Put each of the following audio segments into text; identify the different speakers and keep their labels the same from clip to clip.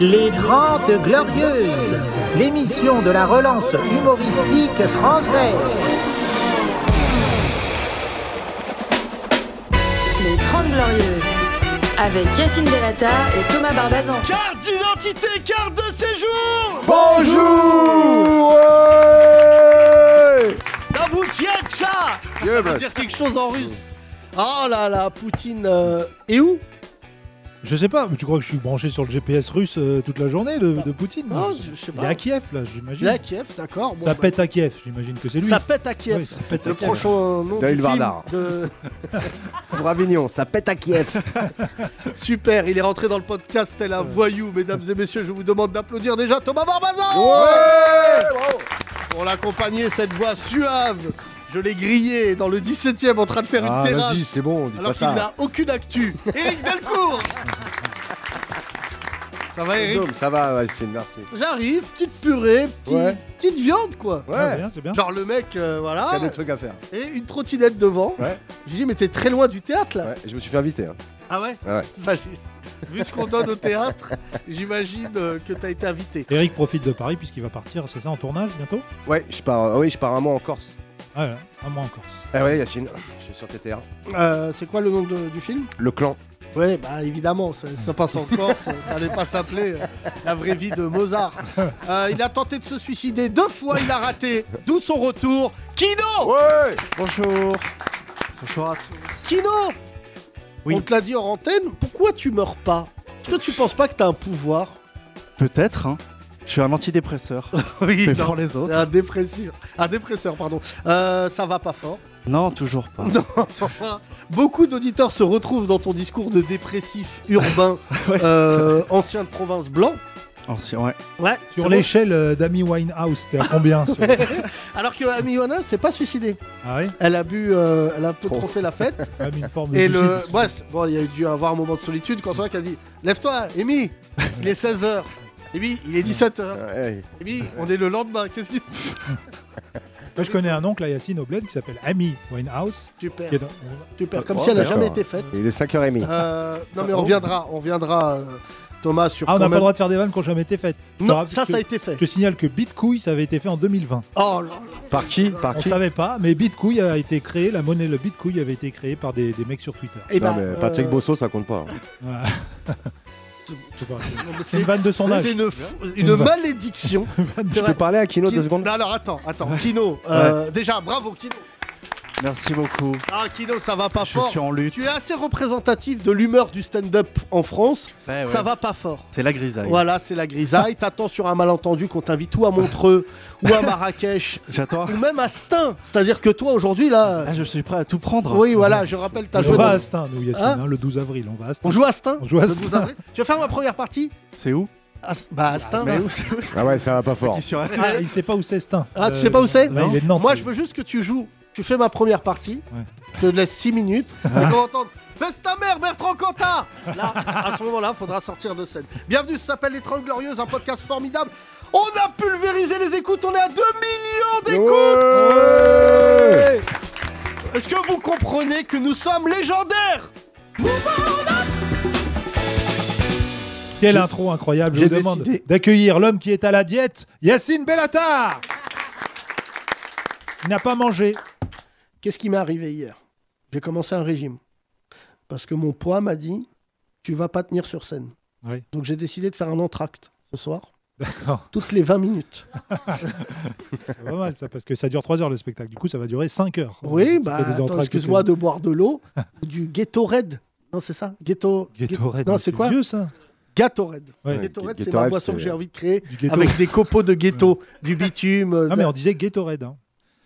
Speaker 1: Les Grandes Glorieuses, l'émission de la relance humoristique française.
Speaker 2: Les 30 Glorieuses, avec Yacine Delata et Thomas Barbazan.
Speaker 3: Carte d'identité, carte de séjour
Speaker 4: Bonjour
Speaker 3: Daboutiacha
Speaker 4: Yeah,
Speaker 3: Ça veut
Speaker 4: boss.
Speaker 3: dire quelque chose en russe. Oh là là, Poutine euh, est où
Speaker 5: Je sais pas, mais tu crois que je suis branché sur le GPS russe euh, toute la journée de, de Poutine
Speaker 3: Bah, Non,
Speaker 5: moi
Speaker 3: je je sais
Speaker 5: Il est
Speaker 3: pas.
Speaker 5: à Kiev,
Speaker 3: Il est
Speaker 5: là,
Speaker 3: à
Speaker 5: j'imagine.
Speaker 3: Kiev, d'accord. Bon,
Speaker 5: Ça
Speaker 3: bah,
Speaker 5: pète à Kiev, j'imagine que c'est lui.
Speaker 3: Ça pète à Kiev.
Speaker 5: Ouais, ça pète à
Speaker 3: Le
Speaker 5: Kiev.
Speaker 3: prochain nom
Speaker 4: Dale
Speaker 3: du
Speaker 4: Vardar.
Speaker 3: film de...
Speaker 4: Bravignon, ça pète à Kiev.
Speaker 3: Super, il est rentré dans le podcast tel un voyou. Mesdames et messieurs, je vous demande d'applaudir déjà Thomas Barbazan Pour l'accompagner, cette voix suave. Je l'ai grillé dans le 17 e en train de faire
Speaker 4: Ah,
Speaker 3: une terrasse.
Speaker 4: vas-y, c'est bon, dis
Speaker 3: Alors
Speaker 4: pas
Speaker 3: qu'il
Speaker 4: ça.
Speaker 3: n'a aucune actu. Eric Delcourt Ça va Eric
Speaker 4: Dôme, ça va, Yacine, merci.
Speaker 3: J'arrive, petite purée, petit-
Speaker 4: Ouais.
Speaker 3: petite viande quoi.
Speaker 5: Ah,
Speaker 4: Ouais,
Speaker 5: bien, c'est bien.
Speaker 3: Genre le mec, euh,
Speaker 4: t'as
Speaker 3: voilà,
Speaker 4: des trucs à faire.
Speaker 3: et une trottinette devant.
Speaker 4: Ouais.
Speaker 3: Je lui dis mais t'es très loin du théâtre là.
Speaker 4: Ouais, je me suis fait inviter. hein.
Speaker 3: Ah ouais,
Speaker 4: Ouais.
Speaker 3: Ça, j'ai- Vu ce qu'on donne au théâtre, j'imagine euh, que t'as été invité.
Speaker 5: Eric profite de Paris puisqu'il va partir, c'est ça, en tournage bientôt
Speaker 4: Ouais, je pars, euh, oui, je pars un mois en Corse.
Speaker 5: Ah, là, un mois en Corse.
Speaker 4: Eh ouais, Yacine, je suis sur TTR.
Speaker 3: Euh, c'est quoi le nom de- du film
Speaker 4: Le clan.
Speaker 3: Ouais, bah évidemment, ça, ça passe en Corse, ça n'allait pas s'appeler euh, la vraie vie de Mozart. Euh, il a tenté de se suicider deux fois, il a raté, d'où son retour. Kino
Speaker 4: Ouais
Speaker 6: Bonjour. Bonjour à tous.
Speaker 3: Kino
Speaker 6: Oui.
Speaker 3: On te l'a dit en antenne, pourquoi tu meurs pas Est-ce que tu penses pas que t'as un pouvoir
Speaker 6: Peut-être, hein. Je suis un antidépresseur.
Speaker 3: Oui,
Speaker 6: mais pour les autres.
Speaker 3: Un dépresseur, un dépresseur, pardon. Euh, ça va pas fort.
Speaker 6: Non, toujours pas.
Speaker 3: Beaucoup d'auditeurs se retrouvent dans ton discours de dépressif urbain,
Speaker 6: Ouais,
Speaker 3: euh, ancien de province blanc.
Speaker 6: Ancien, ouais.
Speaker 3: Ouais.
Speaker 5: Sur
Speaker 3: c'est
Speaker 5: l'échelle euh, d'Amy Winehouse, t'es à combien sur-
Speaker 3: bon. Alors que Amy Winehouse s'est pas suicidée.
Speaker 5: Ah ouais
Speaker 3: Elle a bu, euh, elle a un peu
Speaker 4: Trop.
Speaker 3: trop fait la fête.
Speaker 5: Quand même une forme de
Speaker 3: Et
Speaker 5: suicide,
Speaker 3: le.
Speaker 5: parce que-
Speaker 3: Ouais, c'est- bon, il y a eu dû avoir un moment de solitude quand Sorak a dit Lève-toi, Amy Il est 16h. Amy, il est 17h.
Speaker 4: Ouais,
Speaker 3: Amy, on est le lendemain. Qu'est-ce qui se
Speaker 5: Moi, je connais un oncle à Yacine Obled qui s'appelle Amy Winehouse.
Speaker 3: Super,
Speaker 5: qui est dans- Ah,
Speaker 3: super. Comme
Speaker 4: Oh,
Speaker 3: si elle a
Speaker 4: d'accord.
Speaker 3: jamais été faite.
Speaker 4: Il est 5h30.
Speaker 6: Ah,
Speaker 3: Euh, non,
Speaker 5: Ça
Speaker 3: mais on
Speaker 5: va.
Speaker 3: reviendra, on reviendra, euh, Thomas, sur.
Speaker 5: Ah,
Speaker 3: quand
Speaker 5: on n'a pas le
Speaker 3: même-
Speaker 5: droit de faire des vannes qui n'ont jamais été faites. Je te
Speaker 3: Non,
Speaker 5: rappelle
Speaker 3: ça,
Speaker 5: que-
Speaker 3: ça a été fait.
Speaker 5: Je te signale que Bitcoin, ça avait été fait en 2020.
Speaker 3: Oh là là.
Speaker 4: Par qui Par
Speaker 5: On
Speaker 4: qui
Speaker 5: savait pas, mais Bitcoin a été créé, la monnaie, le Bitcoin avait été créé par des, des mecs sur Twitter.
Speaker 3: Eh
Speaker 4: Non,
Speaker 3: ben,
Speaker 4: Ah, mais Patrick
Speaker 3: euh,
Speaker 4: Bosso, ça compte pas. hein.
Speaker 5: Voilà. Je sais pas, c'est-
Speaker 3: non, mais
Speaker 5: C'est une vanne de son
Speaker 3: c'est-
Speaker 5: âge.
Speaker 3: c'est une, fou- une
Speaker 5: Une vanne.
Speaker 3: malédiction.
Speaker 4: Je
Speaker 3: C'est
Speaker 4: peux
Speaker 3: vrai.
Speaker 4: parler à Kino deux
Speaker 3: Kino-
Speaker 4: secondes
Speaker 3: Non, alors attends, attends. Kino, euh, déjà, bravo Kino.
Speaker 6: Merci beaucoup.
Speaker 3: Ah, Kino, ça va pas
Speaker 6: je
Speaker 3: fort.
Speaker 6: suis en lutte.
Speaker 3: Tu es assez représentatif de l'humeur du stand-up en France.
Speaker 6: Eh Ouais, ouais.
Speaker 3: Ça va pas fort.
Speaker 6: C'est la grisaille.
Speaker 3: Voilà, c'est la grisaille. T'attends sur un malentendu qu'on t'invite ou à Montreux, ou à Marrakech,
Speaker 6: J'attends.
Speaker 3: ou même à Stein. C'est-à-dire que toi, aujourd'hui, là.
Speaker 6: Ah, je suis prêt à tout prendre.
Speaker 3: Oui, voilà, je rappelle, t'as
Speaker 5: On
Speaker 3: joué.
Speaker 5: va à
Speaker 3: dans-
Speaker 5: Astin, nous, Yacine,
Speaker 3: Hein
Speaker 5: hein, le 12 avril. On va à Astin.
Speaker 3: On joue à Stein
Speaker 5: On joue à
Speaker 3: le 12
Speaker 5: Stein.
Speaker 3: avril. Tu vas faire ma première partie
Speaker 6: C'est où
Speaker 3: À- Bah, à Stein.
Speaker 6: Ah, Mais où C'est où c'est
Speaker 4: Ah ouais, ça va pas fort.
Speaker 6: qui sur la-
Speaker 5: Ah, il sait pas où c'est Astin.
Speaker 3: Ah, tu
Speaker 5: Euh,
Speaker 3: sais pas où c'est
Speaker 5: ouais, Il est de Nantes.
Speaker 3: Moi, je veux juste que tu joues. Tu fais ma première partie.
Speaker 5: Ouais.
Speaker 3: Je te laisse 6 minutes. Et qu'on entende. Baisse ta mère, Bertrand Cantat Là, à ce moment-là, faudra sortir de scène. Bienvenue, ça s'appelle Les 30 Glorieuses, un podcast formidable. On a pulvérisé les écoutes, on est à 2 millions d'écoutes
Speaker 4: Ouais
Speaker 3: Est-ce que vous comprenez que nous sommes légendaires
Speaker 5: Quelle intro incroyable. Je
Speaker 4: j'ai
Speaker 5: vous demande
Speaker 4: décidé-
Speaker 5: d'accueillir l'homme qui est à la diète, Yacine Bellatar. Il n'a pas mangé.
Speaker 3: Qu'est-ce qui m'est arrivé hier J'ai commencé un régime. Parce que mon poids m'a dit Tu vas pas tenir sur scène.
Speaker 5: Oui.
Speaker 3: Donc j'ai décidé de faire un entracte ce soir,
Speaker 5: D'accord.
Speaker 3: toutes les 20 minutes.
Speaker 5: C'est pas mal ça, parce que ça dure 3 heures le spectacle. Du coup, ça va durer 5 heures. Ça
Speaker 3: Oui,
Speaker 5: fait
Speaker 3: bah,
Speaker 5: des
Speaker 3: attends,
Speaker 5: entractes
Speaker 3: excuse-moi
Speaker 5: toutes
Speaker 3: de boire de l'eau ou du Ghetto Red. Non, c'est ça Ghetto.
Speaker 5: les- Ghetto Red,
Speaker 3: Non,
Speaker 5: mais
Speaker 3: c'est quoi
Speaker 5: vieux ça.
Speaker 3: Ghetto Red.
Speaker 5: Ouais.
Speaker 3: Ghetto Red, c'est
Speaker 4: Ghetto
Speaker 3: ma
Speaker 4: Red,
Speaker 3: boisson
Speaker 4: c'est-
Speaker 3: que j'ai envie de créer
Speaker 5: Du ghetto.
Speaker 3: avec des copeaux de ghetto, du bitume. euh,
Speaker 5: Ah, Mm. mais
Speaker 3: de-
Speaker 5: on disait Ghetto Red. hein.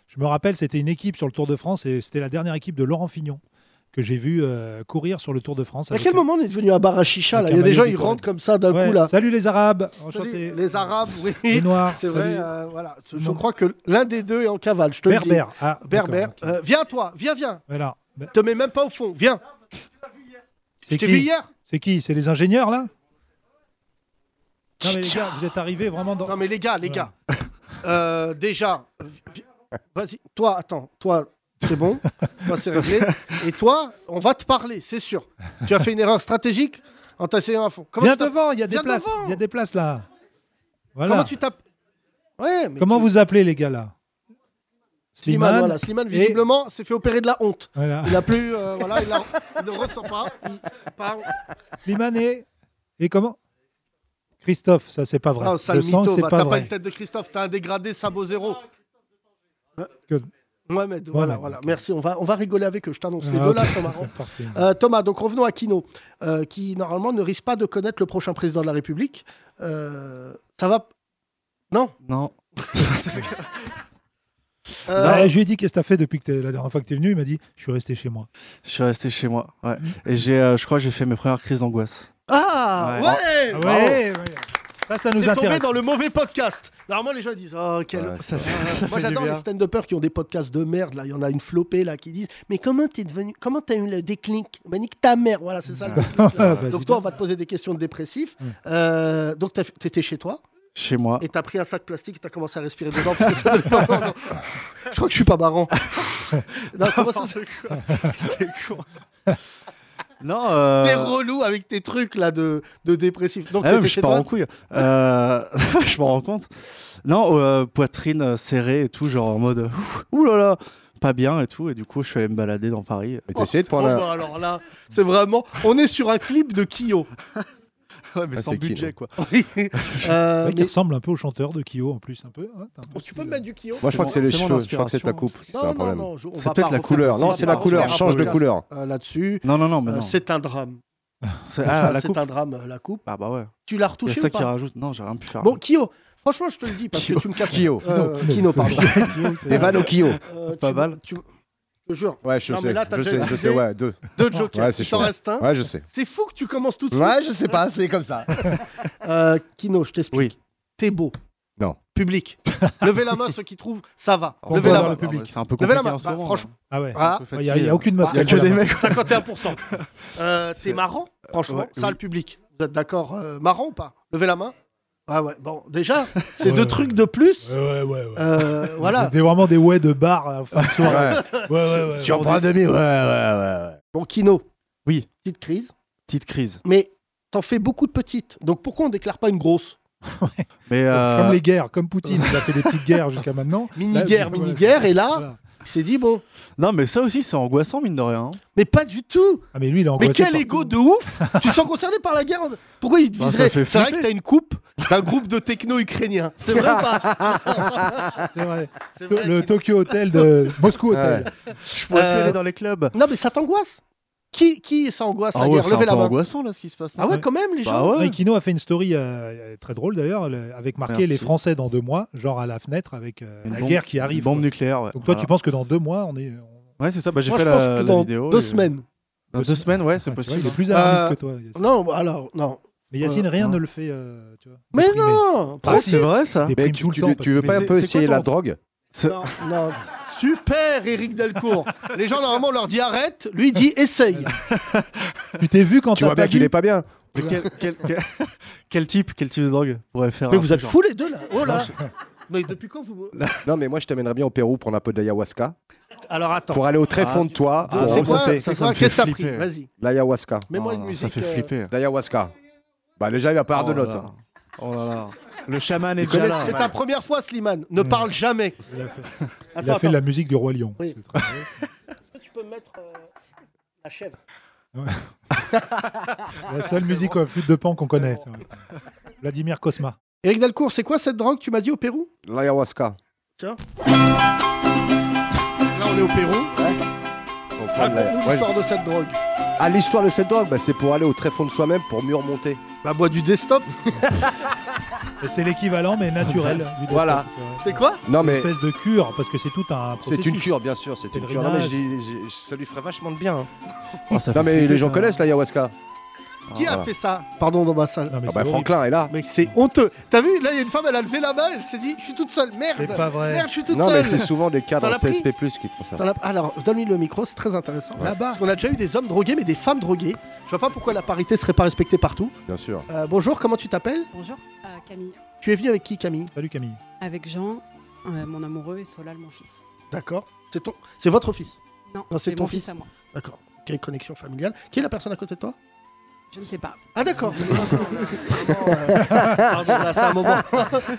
Speaker 5: Je me rappelle, c'était une équipe sur le Tour de France et c'était la dernière équipe de Laurent Fignon que j'ai vu euh, courir sur le Tour de France.
Speaker 3: À
Speaker 5: avec-
Speaker 3: quel moment on est devenu un bar à chicha
Speaker 5: Avec
Speaker 3: là Il y a
Speaker 5: un
Speaker 3: des gens,
Speaker 5: maillot
Speaker 3: ils
Speaker 5: Ghetto
Speaker 3: rentrent comme ça d'un
Speaker 5: Ouais,
Speaker 3: coup là.
Speaker 5: Salut les Arabes.
Speaker 3: Salut,
Speaker 5: Enchanté.
Speaker 3: les Arabes, oui.
Speaker 5: Les Noirs.
Speaker 3: C'est vrai,
Speaker 5: salut.
Speaker 3: euh, voilà. Je
Speaker 5: Tout le monde.
Speaker 3: crois que l'un des deux est en cavale, je te le dis.
Speaker 5: Berbère. Ah,
Speaker 3: Berbère.
Speaker 5: d'accord, ok.
Speaker 3: Euh, viens, toi, viens, viens.
Speaker 5: Voilà. Bah,
Speaker 3: Te mets même pas au fond, viens.
Speaker 5: C'est
Speaker 3: Je t'ai
Speaker 5: qui
Speaker 3: vu hier
Speaker 5: C'est qui C'est les ingénieurs là Non mais les gars, vous êtes arrivés vraiment dans.
Speaker 3: Non, mais les gars, les
Speaker 5: Ouais.
Speaker 3: gars. Euh, déjà, euh, vi- vas-y. Toi, attends, toi, c'est bon. Toi, c'est réglé. Et toi, on va te parler, c'est sûr. Tu as fait une erreur stratégique. Entassé à fond. Comment
Speaker 5: Viens
Speaker 3: tu t'appelles
Speaker 5: devant, il y a des
Speaker 3: Viens
Speaker 5: places.
Speaker 3: devant.
Speaker 5: Il y a des places là.
Speaker 3: Comment
Speaker 5: Voilà. Comment,
Speaker 3: tu tapes Ouais, mais tu-
Speaker 5: vous appelez les gars là
Speaker 3: Slimane,
Speaker 5: Slimane
Speaker 3: voilà. Slimane, visiblement, s'est fait opérer de la honte.
Speaker 5: Voilà.
Speaker 3: Il a plus, euh, voilà, il, a- il ne ressent pas. Il parle.
Speaker 5: Slimane et. Et comment Christophe, ça c'est pas vrai.
Speaker 3: Ah, sale
Speaker 5: le sang,
Speaker 3: mytho,
Speaker 5: c'est
Speaker 3: bah,
Speaker 5: pas
Speaker 3: t'as pas
Speaker 5: vrai.
Speaker 3: une tête de Christophe, t'as un dégradé sabot zéro. Hein
Speaker 5: Que-
Speaker 3: Ouais, mais voilà,
Speaker 5: Voilà.
Speaker 3: voilà. Merci, on va, on va rigoler avec eux, je t'annonce. Les
Speaker 5: Ah,
Speaker 3: deux là
Speaker 5: ok,
Speaker 3: sont marrants.
Speaker 5: c'est parti.
Speaker 3: Euh, Thomas, donc revenons à Kino, euh, qui normalement ne risque pas de connaître le prochain président de la République. Euh, ça va
Speaker 6: Non.
Speaker 3: Euh,
Speaker 5: Ouais, Bah, je lui ai dit qu'est-ce que t'as fait depuis que t'es- la dernière fois que t'es venu. Il m'a dit je suis resté chez moi. Mm.
Speaker 6: Je suis resté chez moi. Ouais. Et j'ai, euh, je crois que j'ai fait mes premières crises d'angoisse.
Speaker 3: Ah
Speaker 6: Ouais.
Speaker 3: ouais,
Speaker 5: Ouais,
Speaker 3: Bravo.
Speaker 5: ouais. Ça, ça nous
Speaker 3: T'es tombé
Speaker 5: intéresse.
Speaker 3: dans le mauvais podcast. Normalement, les gens ils disent Oh, quel.
Speaker 4: Ouais,
Speaker 6: Ça fait-
Speaker 3: Ah,
Speaker 6: ça
Speaker 3: Moi
Speaker 6: fait du
Speaker 3: j'adore les
Speaker 6: bien.
Speaker 3: stand-uppers qui ont des podcasts de merde là, il y en a une flopée là qui disent "Mais comment t'es devenu comment t'as eu le déclic Bah nique ta mère, voilà, c'est ça le déclic.
Speaker 5: Ah, bah,
Speaker 3: Donc
Speaker 5: dis
Speaker 3: toi on va te poser des questions de dépressif.
Speaker 5: Ouais.
Speaker 3: Euh, donc t'as- t'étais chez toi
Speaker 6: Hmm. Chez moi.
Speaker 3: et t'as pris un sac plastique et t'as commencé à respirer dedans parce que ça donnait pas envie. Je crois que je suis pas marrant. non, comment ça se-
Speaker 6: Non. euh,
Speaker 3: T'es relou avec tes trucs là de, de dépressif. Donc
Speaker 6: Ah,
Speaker 3: t'étais
Speaker 6: mais
Speaker 3: chez
Speaker 6: je pars
Speaker 3: toi.
Speaker 6: en couille. Euh, je m'en rends compte. Non, euh, poitrine euh, serrée et tout, genre en mode ouh, ouh là là, pas bien et tout. Et du coup, je suis allé me balader dans Paris.
Speaker 4: Mais t'as essayé de prendre
Speaker 3: Oh,
Speaker 4: un.
Speaker 3: bah, alors là, c'est vraiment. On est sur un clip de Kyo.
Speaker 6: Ouais, mais
Speaker 4: Ah,
Speaker 6: sans
Speaker 4: c'est qui,
Speaker 6: budget,
Speaker 4: là
Speaker 6: quoi.
Speaker 3: Oui. Euh,
Speaker 5: Ouais, qui
Speaker 3: mais- Oh,
Speaker 5: ressemble un peu au chanteur de Kyo en plus un peu.
Speaker 6: Oh,
Speaker 5: hein, t'as un peu
Speaker 3: Tu
Speaker 5: style,
Speaker 6: euh,
Speaker 3: peux me mettre du Kyo
Speaker 4: Moi, je crois
Speaker 6: mon-
Speaker 4: que c'est les
Speaker 6: c'est mon
Speaker 4: cheveux. Je crois que c'est ta
Speaker 6: inspiration.
Speaker 4: coupe. C'est un problème.
Speaker 3: je- on
Speaker 6: C'est
Speaker 3: va
Speaker 4: Peut-être
Speaker 3: pas
Speaker 4: la
Speaker 3: refaire-
Speaker 4: couleur.
Speaker 3: on
Speaker 4: Non,
Speaker 3: va
Speaker 4: c'est
Speaker 3: pas
Speaker 4: la couleur.
Speaker 3: refaire un
Speaker 4: Change de
Speaker 3: podcast,
Speaker 4: couleur.
Speaker 3: euh, Là-dessus,
Speaker 6: Non, non, non, mais
Speaker 3: Euh,
Speaker 6: non.
Speaker 3: c'est un drame.
Speaker 6: C'est- Ah,
Speaker 3: Ça,
Speaker 6: la
Speaker 3: c'est
Speaker 6: coupe.
Speaker 3: un drame, euh, la coupe.
Speaker 6: Ah bah ouais.
Speaker 3: Tu l'as
Speaker 6: Il y a
Speaker 3: retouché ou
Speaker 6: ça qui
Speaker 3: pas
Speaker 6: rajoute. Non, j'ai rien pu faire.
Speaker 3: Bon, Kyo, franchement, je te le dis parce que
Speaker 6: Kyo.
Speaker 3: tu me casses.
Speaker 4: Kyo.
Speaker 3: Euh,
Speaker 5: Kino.
Speaker 3: Kino, pardon.
Speaker 5: Kyo, c'est-
Speaker 4: Des vannes au Kyo.
Speaker 3: Euh,
Speaker 6: Pas
Speaker 3: tu-
Speaker 6: mal.
Speaker 3: tu- Je te jure,
Speaker 4: Ouais, je
Speaker 3: Non, mais
Speaker 4: sais.
Speaker 3: là, t'as
Speaker 4: Je
Speaker 3: déjà
Speaker 4: sais, je
Speaker 3: utilisé.
Speaker 4: sais, ouais, deux.
Speaker 3: deux jokers.
Speaker 4: Ouais, c'est
Speaker 3: il t'en
Speaker 4: chaud.
Speaker 3: reste un.
Speaker 4: Ouais, je sais.
Speaker 3: C'est fou que tu commences tout de suite.
Speaker 4: Ouais, je sais pas, c'est comme ça.
Speaker 3: Euh, Kino, je t'explique.
Speaker 6: Oui.
Speaker 3: T'es beau.
Speaker 4: Non.
Speaker 3: Public. Levez la main ceux qui trouvent, ça va.
Speaker 5: On
Speaker 3: Levez
Speaker 5: va
Speaker 3: la
Speaker 5: voir
Speaker 3: main.
Speaker 5: le public.
Speaker 6: C'est un peu
Speaker 3: Levez
Speaker 6: compliqué
Speaker 3: la main.
Speaker 6: en ce
Speaker 3: Bah,
Speaker 6: moment. hein.
Speaker 3: franchement,
Speaker 5: Ah ouais.
Speaker 3: Ah,
Speaker 5: Il n'y a, il y a aucune meuf.
Speaker 3: Il y a
Speaker 5: qui
Speaker 6: que
Speaker 5: a la
Speaker 6: des
Speaker 5: main.
Speaker 6: mecs.
Speaker 3: 51%. Euh, T'es
Speaker 6: C'est-
Speaker 3: marrant, franchement.
Speaker 6: Ouais,
Speaker 3: ça,
Speaker 6: oui.
Speaker 3: le public. Vous êtes d'accord euh, Marrant ou pas Levez la main. Ah ouais, bon, déjà, c'est
Speaker 5: Ouais,
Speaker 3: deux
Speaker 5: ouais.
Speaker 3: trucs de plus.
Speaker 5: Ouais, ouais, ouais. ouais.
Speaker 3: Euh, voilà.
Speaker 5: C'était vraiment des euh, ouais de bar en fin de soirée. Ouais, ouais, ouais.
Speaker 4: Si on prend un demi, ouais, ouais, ouais.
Speaker 3: Bon, Kino.
Speaker 6: Oui.
Speaker 3: Petite crise.
Speaker 6: Petite crise.
Speaker 3: Mais t'en fais beaucoup de petites. Donc pourquoi on déclare pas une grosse
Speaker 6: Mais
Speaker 5: C'est
Speaker 6: euh,
Speaker 5: comme les guerres, comme Poutine. Il a fait des petites guerres jusqu'à maintenant.
Speaker 3: Mini-guerre,
Speaker 5: Là, vous-
Speaker 3: mini-guerre. Et là,
Speaker 5: Voilà.
Speaker 3: il s'est dit, bon,
Speaker 6: non, mais ça aussi, c'est angoissant mine de rien. hein.
Speaker 3: mais pas du tout.
Speaker 5: Ah, mais lui, il est
Speaker 3: Mais
Speaker 5: angoissé.
Speaker 3: quel égo de ouf Tu te sens concerné par la guerre Pourquoi il te
Speaker 6: Bah, ça
Speaker 3: viserait
Speaker 6: fait
Speaker 3: C'est vrai
Speaker 6: flipper.
Speaker 3: que t'as une coupe d'un groupe de techno ukrainien. C'est vrai ou pas
Speaker 5: partout. C'est vrai.
Speaker 3: C'est vrai,
Speaker 5: Le
Speaker 3: Kino.
Speaker 5: Tokyo Hotel de Moscou Hotel.
Speaker 6: Je pourrais
Speaker 3: Euh,
Speaker 6: plus aller dans les clubs.
Speaker 3: Non, mais ça t'angoisse. Qui, qui ça angoisse la
Speaker 6: Ah ouais,
Speaker 3: guerre
Speaker 6: c'est un
Speaker 3: Levez
Speaker 6: peu
Speaker 3: la main.
Speaker 6: angoissant là ce qui se passe.
Speaker 3: Ah ouais,
Speaker 5: Ouais.
Speaker 3: quand même, les gens.
Speaker 6: Bah ouais.
Speaker 5: Ouais, Kino a fait une story euh, très drôle d'ailleurs, le- avec marqué
Speaker 6: Merci.
Speaker 5: les Français dans deux mois, genre à la fenêtre avec euh,
Speaker 6: Une
Speaker 5: la
Speaker 6: bombe-
Speaker 5: guerre qui
Speaker 6: une
Speaker 5: arrive.
Speaker 6: Bombe
Speaker 5: quoi.
Speaker 6: nucléaire. ouais.
Speaker 5: Donc toi,
Speaker 6: Voilà.
Speaker 5: tu penses que dans deux mois, on est. on-
Speaker 6: Ouais, c'est ça. Bah, j'ai
Speaker 3: Moi,
Speaker 6: fait
Speaker 3: je
Speaker 6: la,
Speaker 3: pense que
Speaker 6: la
Speaker 3: dans
Speaker 6: vidéo.
Speaker 3: deux
Speaker 6: et-
Speaker 3: semaines.
Speaker 6: Dans deux semaines, ouais, c'est
Speaker 5: Ah, tu vois,
Speaker 6: possible.
Speaker 5: il est
Speaker 6: hein.
Speaker 5: plus à
Speaker 3: Euh,
Speaker 5: risque que toi. Yacine.
Speaker 3: Non, alors, non.
Speaker 5: Mais Yacine, rien
Speaker 6: Ouais.
Speaker 5: ne le fait. euh, tu vois,
Speaker 3: Mais
Speaker 5: déprimé.
Speaker 6: Ah,
Speaker 3: non
Speaker 6: c'est
Speaker 3: Profite.
Speaker 6: vrai ça.
Speaker 5: Des
Speaker 4: Mais
Speaker 5: primes
Speaker 4: Eh ben, tu,
Speaker 5: tout le
Speaker 4: tu-
Speaker 5: temps,
Speaker 4: tu
Speaker 5: parce
Speaker 4: veux
Speaker 5: que-
Speaker 4: pas
Speaker 6: Mais
Speaker 4: un peu
Speaker 6: c'est- c'est
Speaker 4: essayer
Speaker 6: quoi
Speaker 4: la
Speaker 6: ton-
Speaker 4: drogue
Speaker 3: Non, non. Super, Eric Delcourt. Les gens, normalement, on leur dit arrête. Lui, il dit essaye.
Speaker 5: Tu t'es vu quand
Speaker 4: Tu
Speaker 5: t'as
Speaker 4: vois bien
Speaker 5: perdu
Speaker 4: qu'il est pas bien.
Speaker 6: Mais quel, quel- quel- quel type, quel type de drogue pourrait faire
Speaker 3: Mais
Speaker 6: un
Speaker 3: vous
Speaker 6: truc
Speaker 3: êtes
Speaker 6: genre-
Speaker 3: fous, les deux, là. Oh là. Mais depuis quand vous.
Speaker 4: Non, mais moi, je t'amènerais bien au Pérou prendre un peu d'ayahuasca
Speaker 3: Alors, attends.
Speaker 4: pour aller au très
Speaker 6: Ah,
Speaker 4: fond de toi Oh,
Speaker 6: ah,
Speaker 4: pour
Speaker 6: c'est quoi,
Speaker 4: recenser
Speaker 6: ça,
Speaker 3: C'est
Speaker 6: ça
Speaker 3: quoi
Speaker 6: me fait
Speaker 3: Qu'est-ce que t'as pris
Speaker 6: flipper.
Speaker 3: Vas-y.
Speaker 4: l'ayahuasca.
Speaker 3: Mets-moi
Speaker 6: Oh
Speaker 3: une
Speaker 6: là là,
Speaker 3: musique.
Speaker 6: Ça fait
Speaker 3: euh,
Speaker 6: flipper.
Speaker 4: D'ayahuasca. Bah, déjà, il va pas avoir de
Speaker 6: Oh là
Speaker 4: notes. hein.
Speaker 6: là. Oh là là. Le chaman est Mm.
Speaker 4: Ils
Speaker 6: déjà
Speaker 4: connaissent
Speaker 6: là.
Speaker 3: C'est ta première fois, Slimane. Ne
Speaker 5: Ouais.
Speaker 3: parle jamais.
Speaker 5: Il a fait, il
Speaker 3: Attends,
Speaker 5: a fait
Speaker 3: attends.
Speaker 5: la musique du Roi Lion.
Speaker 3: Oui.
Speaker 5: C'est très drôle.
Speaker 3: Tu peux me mettre euh, la chèvre.
Speaker 5: La seule musique en flûte de pan qu'on connaît. c'est vrai. Vladimir Cosma.
Speaker 3: Eric Delcourt, c'est quoi cette drogue Tu m'as dit au Pérou
Speaker 4: L'ayahuasca.
Speaker 3: Là, on est au Pérou.
Speaker 4: On prend de la-
Speaker 3: Raconte-nous
Speaker 4: Ouais,
Speaker 3: l'histoire de cette drogue.
Speaker 4: Ah, l'histoire de cette drogue, bah, c'est pour aller au très fond de soi-même pour mieux remonter.
Speaker 3: Bah, bois du desktop.
Speaker 5: Et C'est l'équivalent, mais naturel. du desktop,
Speaker 4: Voilà.
Speaker 5: c'est vrai.
Speaker 3: C'est quoi
Speaker 4: Non,
Speaker 5: Une
Speaker 4: mais
Speaker 5: espèce de cure, parce que c'est tout un.
Speaker 4: c'est
Speaker 5: processus.
Speaker 4: une cure, bien sûr, c'est une cure. Non, mais
Speaker 5: Pèlerinage.
Speaker 4: j'ai- j'ai- ça lui ferait vachement de bien. hein.
Speaker 6: Oh, ça
Speaker 4: Non,
Speaker 6: fait
Speaker 4: mais
Speaker 6: flipper,
Speaker 4: les gens
Speaker 6: ça.
Speaker 4: connaissent l'ayahuasca.
Speaker 3: Qui a
Speaker 4: Ah, voilà.
Speaker 3: fait ça Pardon, dans ma salle.
Speaker 5: Non, mais
Speaker 4: Ah,
Speaker 5: c'est
Speaker 4: bah,
Speaker 5: horrible.
Speaker 4: Franklin est là.
Speaker 3: Mais c'est honteux. T'as vu Là, il y a une femme, elle a levé la main, elle s'est dit Je suis toute seule.
Speaker 5: C'est
Speaker 3: Merde
Speaker 5: pas vrai.
Speaker 3: Merde, je suis toute
Speaker 4: Non, mais c'est
Speaker 3: seule.
Speaker 4: souvent des cas
Speaker 3: T'en
Speaker 4: dans
Speaker 3: as pris
Speaker 4: CSP, qui font ça.
Speaker 3: Dans la- Alors, donne-lui le micro, c'est très intéressant.
Speaker 5: Là-bas.
Speaker 3: Parce qu'on a déjà eu des hommes drogués, mais des femmes droguées. Je vois pas pourquoi la parité serait pas respectée partout.
Speaker 4: Bien sûr.
Speaker 3: Euh, bonjour, comment tu t'appelles
Speaker 7: Bonjour, euh, Camille.
Speaker 3: Tu es venu avec qui, Camille
Speaker 5: Salut Camille.
Speaker 7: Avec Jean, euh, mon amoureux, et Solal, mon fils.
Speaker 3: D'accord. C'est ton... c'est votre fils.
Speaker 7: Non,
Speaker 3: Non, c'est
Speaker 7: c'est
Speaker 3: ton
Speaker 7: mon fils.
Speaker 3: fils.
Speaker 7: à moi.
Speaker 3: D'accord. Quelle connexion familiale Qui est la personne à côté de toi
Speaker 7: Je ne sais pas.
Speaker 3: Ah d'accord. Pardon, là, c'est un moment.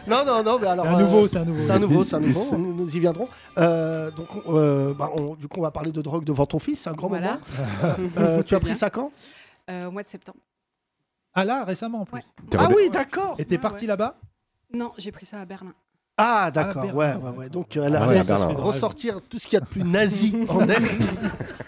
Speaker 3: non, non, non, mais alors.
Speaker 5: C'est un
Speaker 3: euh,
Speaker 5: nouveau, c'est un nouveau.
Speaker 3: C'est un nouveau, c'est un
Speaker 6: Il-
Speaker 3: nouveau.
Speaker 6: il-
Speaker 3: Nous, nous y viendrons. Euh, donc, on- euh, bah, on- du coup, on va parler de drogue devant ton fils. C'est un grand
Speaker 7: Voilà.
Speaker 3: moment. Euh, tu as
Speaker 7: C'est
Speaker 3: pris
Speaker 7: bien.
Speaker 3: ça quand
Speaker 7: Euh, au mois de septembre.
Speaker 5: Ah là, récemment en plus.
Speaker 7: Ouais.
Speaker 3: Ah
Speaker 7: Ouais.
Speaker 3: oui, d'accord.
Speaker 5: Et t'es
Speaker 7: Ouais,
Speaker 5: parti
Speaker 7: ouais.
Speaker 5: là-bas
Speaker 7: Non, j'ai pris ça à Berlin.
Speaker 3: Ah d'accord.
Speaker 5: Ah,
Speaker 3: ouais,
Speaker 5: Berlin.
Speaker 3: ouais, ouais. Donc, euh, elle a
Speaker 4: Ah ouais,
Speaker 3: fait
Speaker 4: à Berlin.
Speaker 3: ressortir tout ce qu'il y a de
Speaker 5: Ah,
Speaker 3: plus nazi en elle.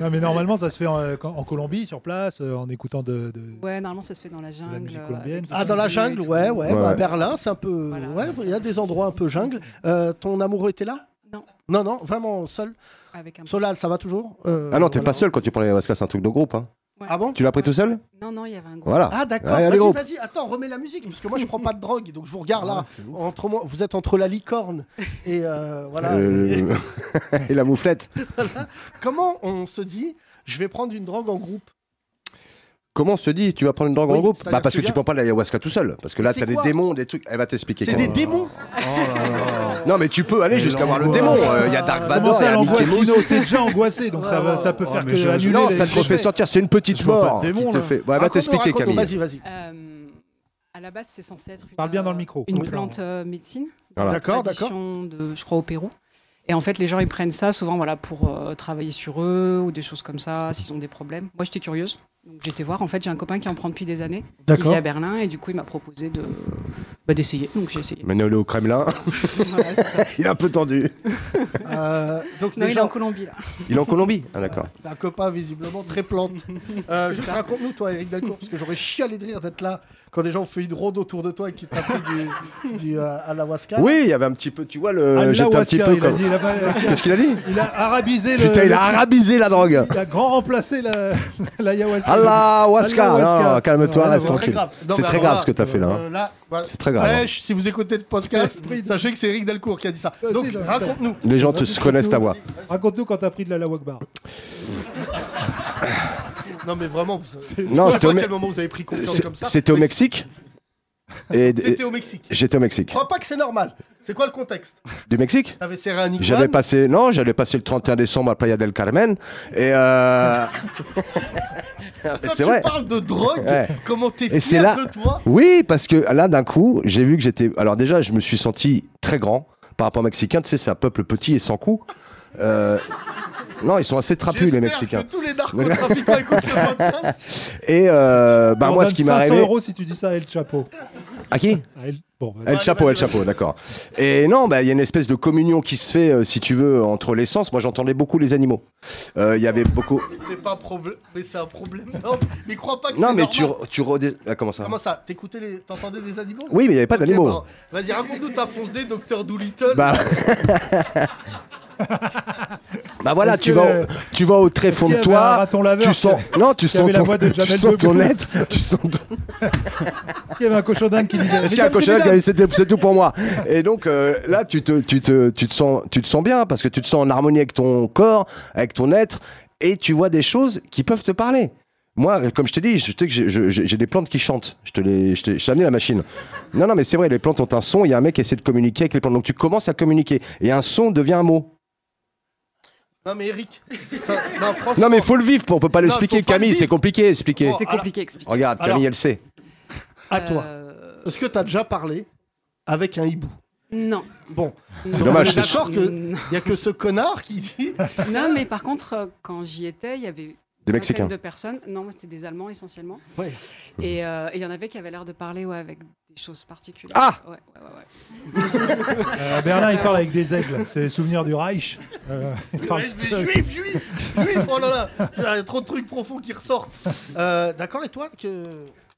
Speaker 5: Non, mais normalement, ça se fait en, euh, en Colombie, sur place, euh, en écoutant de. de-
Speaker 7: Ouais, normalement, ça se fait dans la jungle.
Speaker 5: musique
Speaker 7: euh,
Speaker 5: colombienne,
Speaker 7: avec
Speaker 5: tout
Speaker 7: les
Speaker 3: Ah, dans la
Speaker 7: kangourous et
Speaker 3: jungle,
Speaker 7: tout.
Speaker 3: ouais, ouais.
Speaker 4: Ouais,
Speaker 3: bah,
Speaker 4: ouais.
Speaker 3: Berlin, c'est un peu.
Speaker 7: Voilà.
Speaker 3: Ouais, il y a des endroits un peu jungle. Euh, ton amoureux était là
Speaker 7: Non.
Speaker 3: Non, non, vraiment seul.
Speaker 7: Avec un.
Speaker 3: Solal, ça va toujours Euh,
Speaker 4: Ah non, t'es
Speaker 3: voilà.
Speaker 4: pas seul quand tu prends les Ayahuasca, c'est un truc de groupe. hein.
Speaker 7: Ouais.
Speaker 3: Ah bon
Speaker 4: Tu l'as pris tout seul
Speaker 7: Non, non, il y avait un groupe.
Speaker 4: Voilà.
Speaker 3: Ah d'accord,
Speaker 4: Ah, il y a des
Speaker 3: vas-y,
Speaker 4: groupes.
Speaker 3: vas-y, attends, remets la musique, parce que moi je prends pas de drogue, donc je vous regarde là.
Speaker 6: Ah, c'est ouf.
Speaker 3: Entre moi- vous êtes entre la licorne et euh, voilà.
Speaker 4: Euh, Et la mouflette.
Speaker 3: Comment on se dit, je vais prendre une drogue en groupe
Speaker 4: Comment on se dit tu vas prendre une drogue
Speaker 3: Oui,
Speaker 4: en groupe
Speaker 3: c'est-à-dire
Speaker 4: Bah parce
Speaker 3: que
Speaker 4: que
Speaker 3: tu
Speaker 4: tu prends pas la ayahuasca tout seul. Parce que là,
Speaker 3: C'est
Speaker 4: t'as des
Speaker 3: quoi
Speaker 4: démons, des trucs. Elle va t'expliquer.
Speaker 3: C'est
Speaker 4: comment.
Speaker 3: des démons
Speaker 6: Oh là là.
Speaker 4: Non, mais tu peux aller
Speaker 6: Mais
Speaker 4: jusqu'à voir le démon.
Speaker 6: l'angoisse.
Speaker 4: Euh, Il y a Dark
Speaker 5: Comment
Speaker 4: Vador, il y
Speaker 5: ça,
Speaker 4: a Mickey
Speaker 5: l'angoisse
Speaker 4: Mouse.
Speaker 5: Kino T'es déjà angoissé, donc ça, va- ça peut
Speaker 4: Oh,
Speaker 6: Ouais,
Speaker 5: faire
Speaker 6: mais
Speaker 5: que
Speaker 6: je-
Speaker 5: annuler
Speaker 4: Non,
Speaker 5: les-
Speaker 4: ça te fait sortir, c'est une petite
Speaker 6: Je vois pas
Speaker 4: mort.
Speaker 6: de démon,
Speaker 4: qui te
Speaker 6: là.
Speaker 4: fait. Ouais, va
Speaker 3: Raconte-nous,
Speaker 4: t'expliquer,
Speaker 3: raconte-nous,
Speaker 4: Camille.
Speaker 3: Vas-y, vas-y.
Speaker 7: Euh, à la base, c'est censé être une,
Speaker 5: Parle bien dans le
Speaker 7: euh,
Speaker 5: micro.
Speaker 7: une
Speaker 5: Oui,
Speaker 7: plante euh, médecine.
Speaker 4: Voilà.
Speaker 3: D'accord, d'accord.
Speaker 7: tradition de, je crois, au Pérou. Et en fait, les gens, ils prennent ça souvent voilà, pour euh, travailler sur eux ou des choses comme ça, s'ils ont des problèmes. Moi, j'étais curieuse. Donc, j'étais voir. En fait, j'ai un copain qui en prend depuis des années, qui vit
Speaker 3: D'accord.
Speaker 7: à Berlin. Et du coup, il m'a proposé de, bah, d'essayer. Donc, j'ai essayé.
Speaker 4: Maintenant, il est au Kremlin.
Speaker 7: Voilà, c'est ça.
Speaker 4: Il est un peu tendu.
Speaker 3: Euh, donc
Speaker 7: non, il est
Speaker 3: déjà,
Speaker 7: en Colombie, là.
Speaker 4: Il est en Colombie. Ah, d'accord.
Speaker 3: c'est un copain visiblement très plante. Euh,
Speaker 7: C'est
Speaker 3: juste
Speaker 7: ça.
Speaker 3: raconte-nous toi, Eric Delcourt, parce que j'aurais chialé de rire d'être là quand des gens ont fait une ronde autour de toi et qu'ils t'ont pris du, du euh, ayahuasca.
Speaker 4: Oui, il y avait un petit peu, tu vois, le.
Speaker 5: Alaska,
Speaker 4: J'étais un petit peu
Speaker 5: il a
Speaker 4: comme.
Speaker 5: dit, il a pas-
Speaker 4: Qu'est-ce qu'il a dit
Speaker 5: il a arabisé le.
Speaker 4: Putain, il a
Speaker 5: le-
Speaker 4: arabisé la drogue.
Speaker 5: Il a grand remplacé la, la ayahuasca.
Speaker 4: Allah,
Speaker 5: Ayahuasca.
Speaker 4: Waska. Non, calme-toi,
Speaker 5: Voilà,
Speaker 4: reste
Speaker 5: c'est très
Speaker 3: C'est très
Speaker 4: tranquille.
Speaker 3: grave. Non,
Speaker 4: C'est
Speaker 3: mais
Speaker 4: très
Speaker 3: alors
Speaker 4: grave
Speaker 3: là,
Speaker 4: ce que t'as fait là. hein.
Speaker 3: euh, là, voilà.
Speaker 4: C'est très grave. hein.
Speaker 3: Wesh, si vous écoutez le podcast, sachez que c'est Eric Delcourt qui a dit ça.
Speaker 5: Vas-y,
Speaker 3: Donc
Speaker 5: non, mais-
Speaker 3: raconte-nous.
Speaker 4: Les gens te se connaissent ta voix.
Speaker 5: Raconte-nous quand t'as pris de la Lawakbar.
Speaker 3: Non mais vraiment, vous... je
Speaker 4: Non,
Speaker 3: sais
Speaker 4: c'était
Speaker 3: pas
Speaker 4: au,
Speaker 3: à
Speaker 4: Me-
Speaker 3: quel moment vous avez pris conscience
Speaker 4: c'est-
Speaker 3: comme ça.
Speaker 4: c'était au
Speaker 3: mais
Speaker 4: Mexique. Et, et-
Speaker 3: C'était au Mexique.
Speaker 4: j'étais au
Speaker 3: Je
Speaker 4: Mexique.
Speaker 3: crois pas que c'est normal. C'est quoi le contexte
Speaker 4: Du Mexique
Speaker 3: T'avais serré un iguane
Speaker 4: J'avais passé non, j'allais passer le 31 décembre à Playa del Carmen et euh,
Speaker 3: Quand
Speaker 4: c'est
Speaker 3: tu
Speaker 4: vrai.
Speaker 3: parles de drogue,
Speaker 4: Ouais.
Speaker 3: comment t'es
Speaker 4: Et c'est
Speaker 3: fier
Speaker 4: là-
Speaker 3: de toi
Speaker 4: Oui, parce que là d'un coup, j'ai vu que j'étais alors déjà, je me suis senti très grand par rapport aux Mexicains, tu sais, c'est un peuple petit et sans cou. Euh, Non, ils sont assez trapus les
Speaker 3: J'espère
Speaker 4: Mexicains.
Speaker 3: Que tous les narcotrafiquants écoutent le podcast.
Speaker 4: Et euh, bah
Speaker 5: On
Speaker 4: moi
Speaker 5: donne
Speaker 4: ce qui m'est
Speaker 5: 500
Speaker 4: arrivé
Speaker 5: euros si tu dis ça à El Chapo.
Speaker 4: à qui
Speaker 5: À El- Bon, vas-y.
Speaker 4: El
Speaker 3: Allez,
Speaker 4: Chapo,
Speaker 3: vas-y,
Speaker 4: El Chapo, d'accord. Et non, bah, il y a une espèce de communion qui se fait, euh, si tu veux, entre les sens. Moi, j'entendais beaucoup les animaux. Euh, Il y avait beaucoup.
Speaker 3: C'est pas un problème, mais c'est un problème. Non, mais crois pas que
Speaker 4: Non,
Speaker 3: c'est
Speaker 4: mais
Speaker 3: normal.
Speaker 4: tu, re- tu redé- ah, comment ça
Speaker 3: Comment ça T'écoutais les... T'entendais des animaux
Speaker 4: Oui, mais il n'y avait pas
Speaker 3: Ok,
Speaker 4: d'animaux.
Speaker 3: bah, Vas-y, raconte-nous ta fonce dé, docteur Doolittle.
Speaker 4: Bah. bah voilà,
Speaker 5: Est-ce
Speaker 4: tu
Speaker 5: que
Speaker 4: vas,
Speaker 5: le-
Speaker 4: au- tu vas au tréfonds
Speaker 5: Est-ce
Speaker 4: de
Speaker 5: qu'il y avait un
Speaker 4: toi.
Speaker 5: raton laveur
Speaker 4: Tu sens, non, tu
Speaker 5: qui avait
Speaker 4: sens
Speaker 5: la
Speaker 4: ton,
Speaker 5: voix de
Speaker 4: tu
Speaker 5: Jamel
Speaker 4: sens ton
Speaker 5: Debbouze.
Speaker 4: être, tu sens ton-
Speaker 5: Il y avait un cochon d'Inde qui disait.
Speaker 4: Est-ce qu'il y a un
Speaker 5: Mesdames et
Speaker 4: cochon qui a
Speaker 5: mesdames,
Speaker 4: dit, c'était- c'est tout pour moi Et donc euh, là, tu te, tu te, tu te sens, tu te sens bien parce que tu te sens en harmonie avec ton corps, avec ton être, et tu vois des choses qui peuvent te parler. Moi, comme je t'ai dit, je sais que j'ai- je- j'ai j'ai des plantes qui chantent. Je te les, je t'ai- je t'ai amené la machine. Non, non, mais c'est vrai, les plantes ont un son. Il y a un mec qui essaie de communiquer avec les plantes. Donc tu commences à communiquer et un son devient un mot.
Speaker 3: Non, mais Eric. ça- Non, franchement.
Speaker 4: Non, mais faut le vivre. On peut pas
Speaker 3: Non,
Speaker 4: l'expliquer,
Speaker 3: faut pas le
Speaker 4: Camille.
Speaker 3: vivre.
Speaker 4: C'est compliqué, à expliquer.
Speaker 3: Bon,
Speaker 7: C'est
Speaker 3: alors-
Speaker 7: compliqué à expliquer.
Speaker 4: Regarde, Camille, elle sait.
Speaker 3: À toi.
Speaker 7: Euh,
Speaker 3: Est-ce que t'as déjà parlé avec un hibou
Speaker 7: Non.
Speaker 3: Bon.
Speaker 7: C'est
Speaker 4: dommage, c'est-
Speaker 3: D'accord que
Speaker 7: Non,
Speaker 3: il y a que ce connard qui dit.
Speaker 7: Non, mais par contre, euh, quand j'y étais, il y avait
Speaker 4: Des
Speaker 7: une
Speaker 4: Mexicains.
Speaker 7: vingtaine de personnes. Non, moi, c'était des Allemands essentiellement.
Speaker 3: Ouais.
Speaker 7: Et euh, et il y en avait qui avaient l'air de parler ouais, avec des choses particulières.
Speaker 4: Ah
Speaker 7: Ouais, ouais, ouais, ouais.
Speaker 5: Euh, Berlin, il parle avec des aigles. C'est les souvenirs du Reich. Euh, il parle-
Speaker 3: Ouais, mais Juif, juif, juif, oh là là, il y a trop de trucs profonds qui ressortent. Euh, D'accord, et toi que...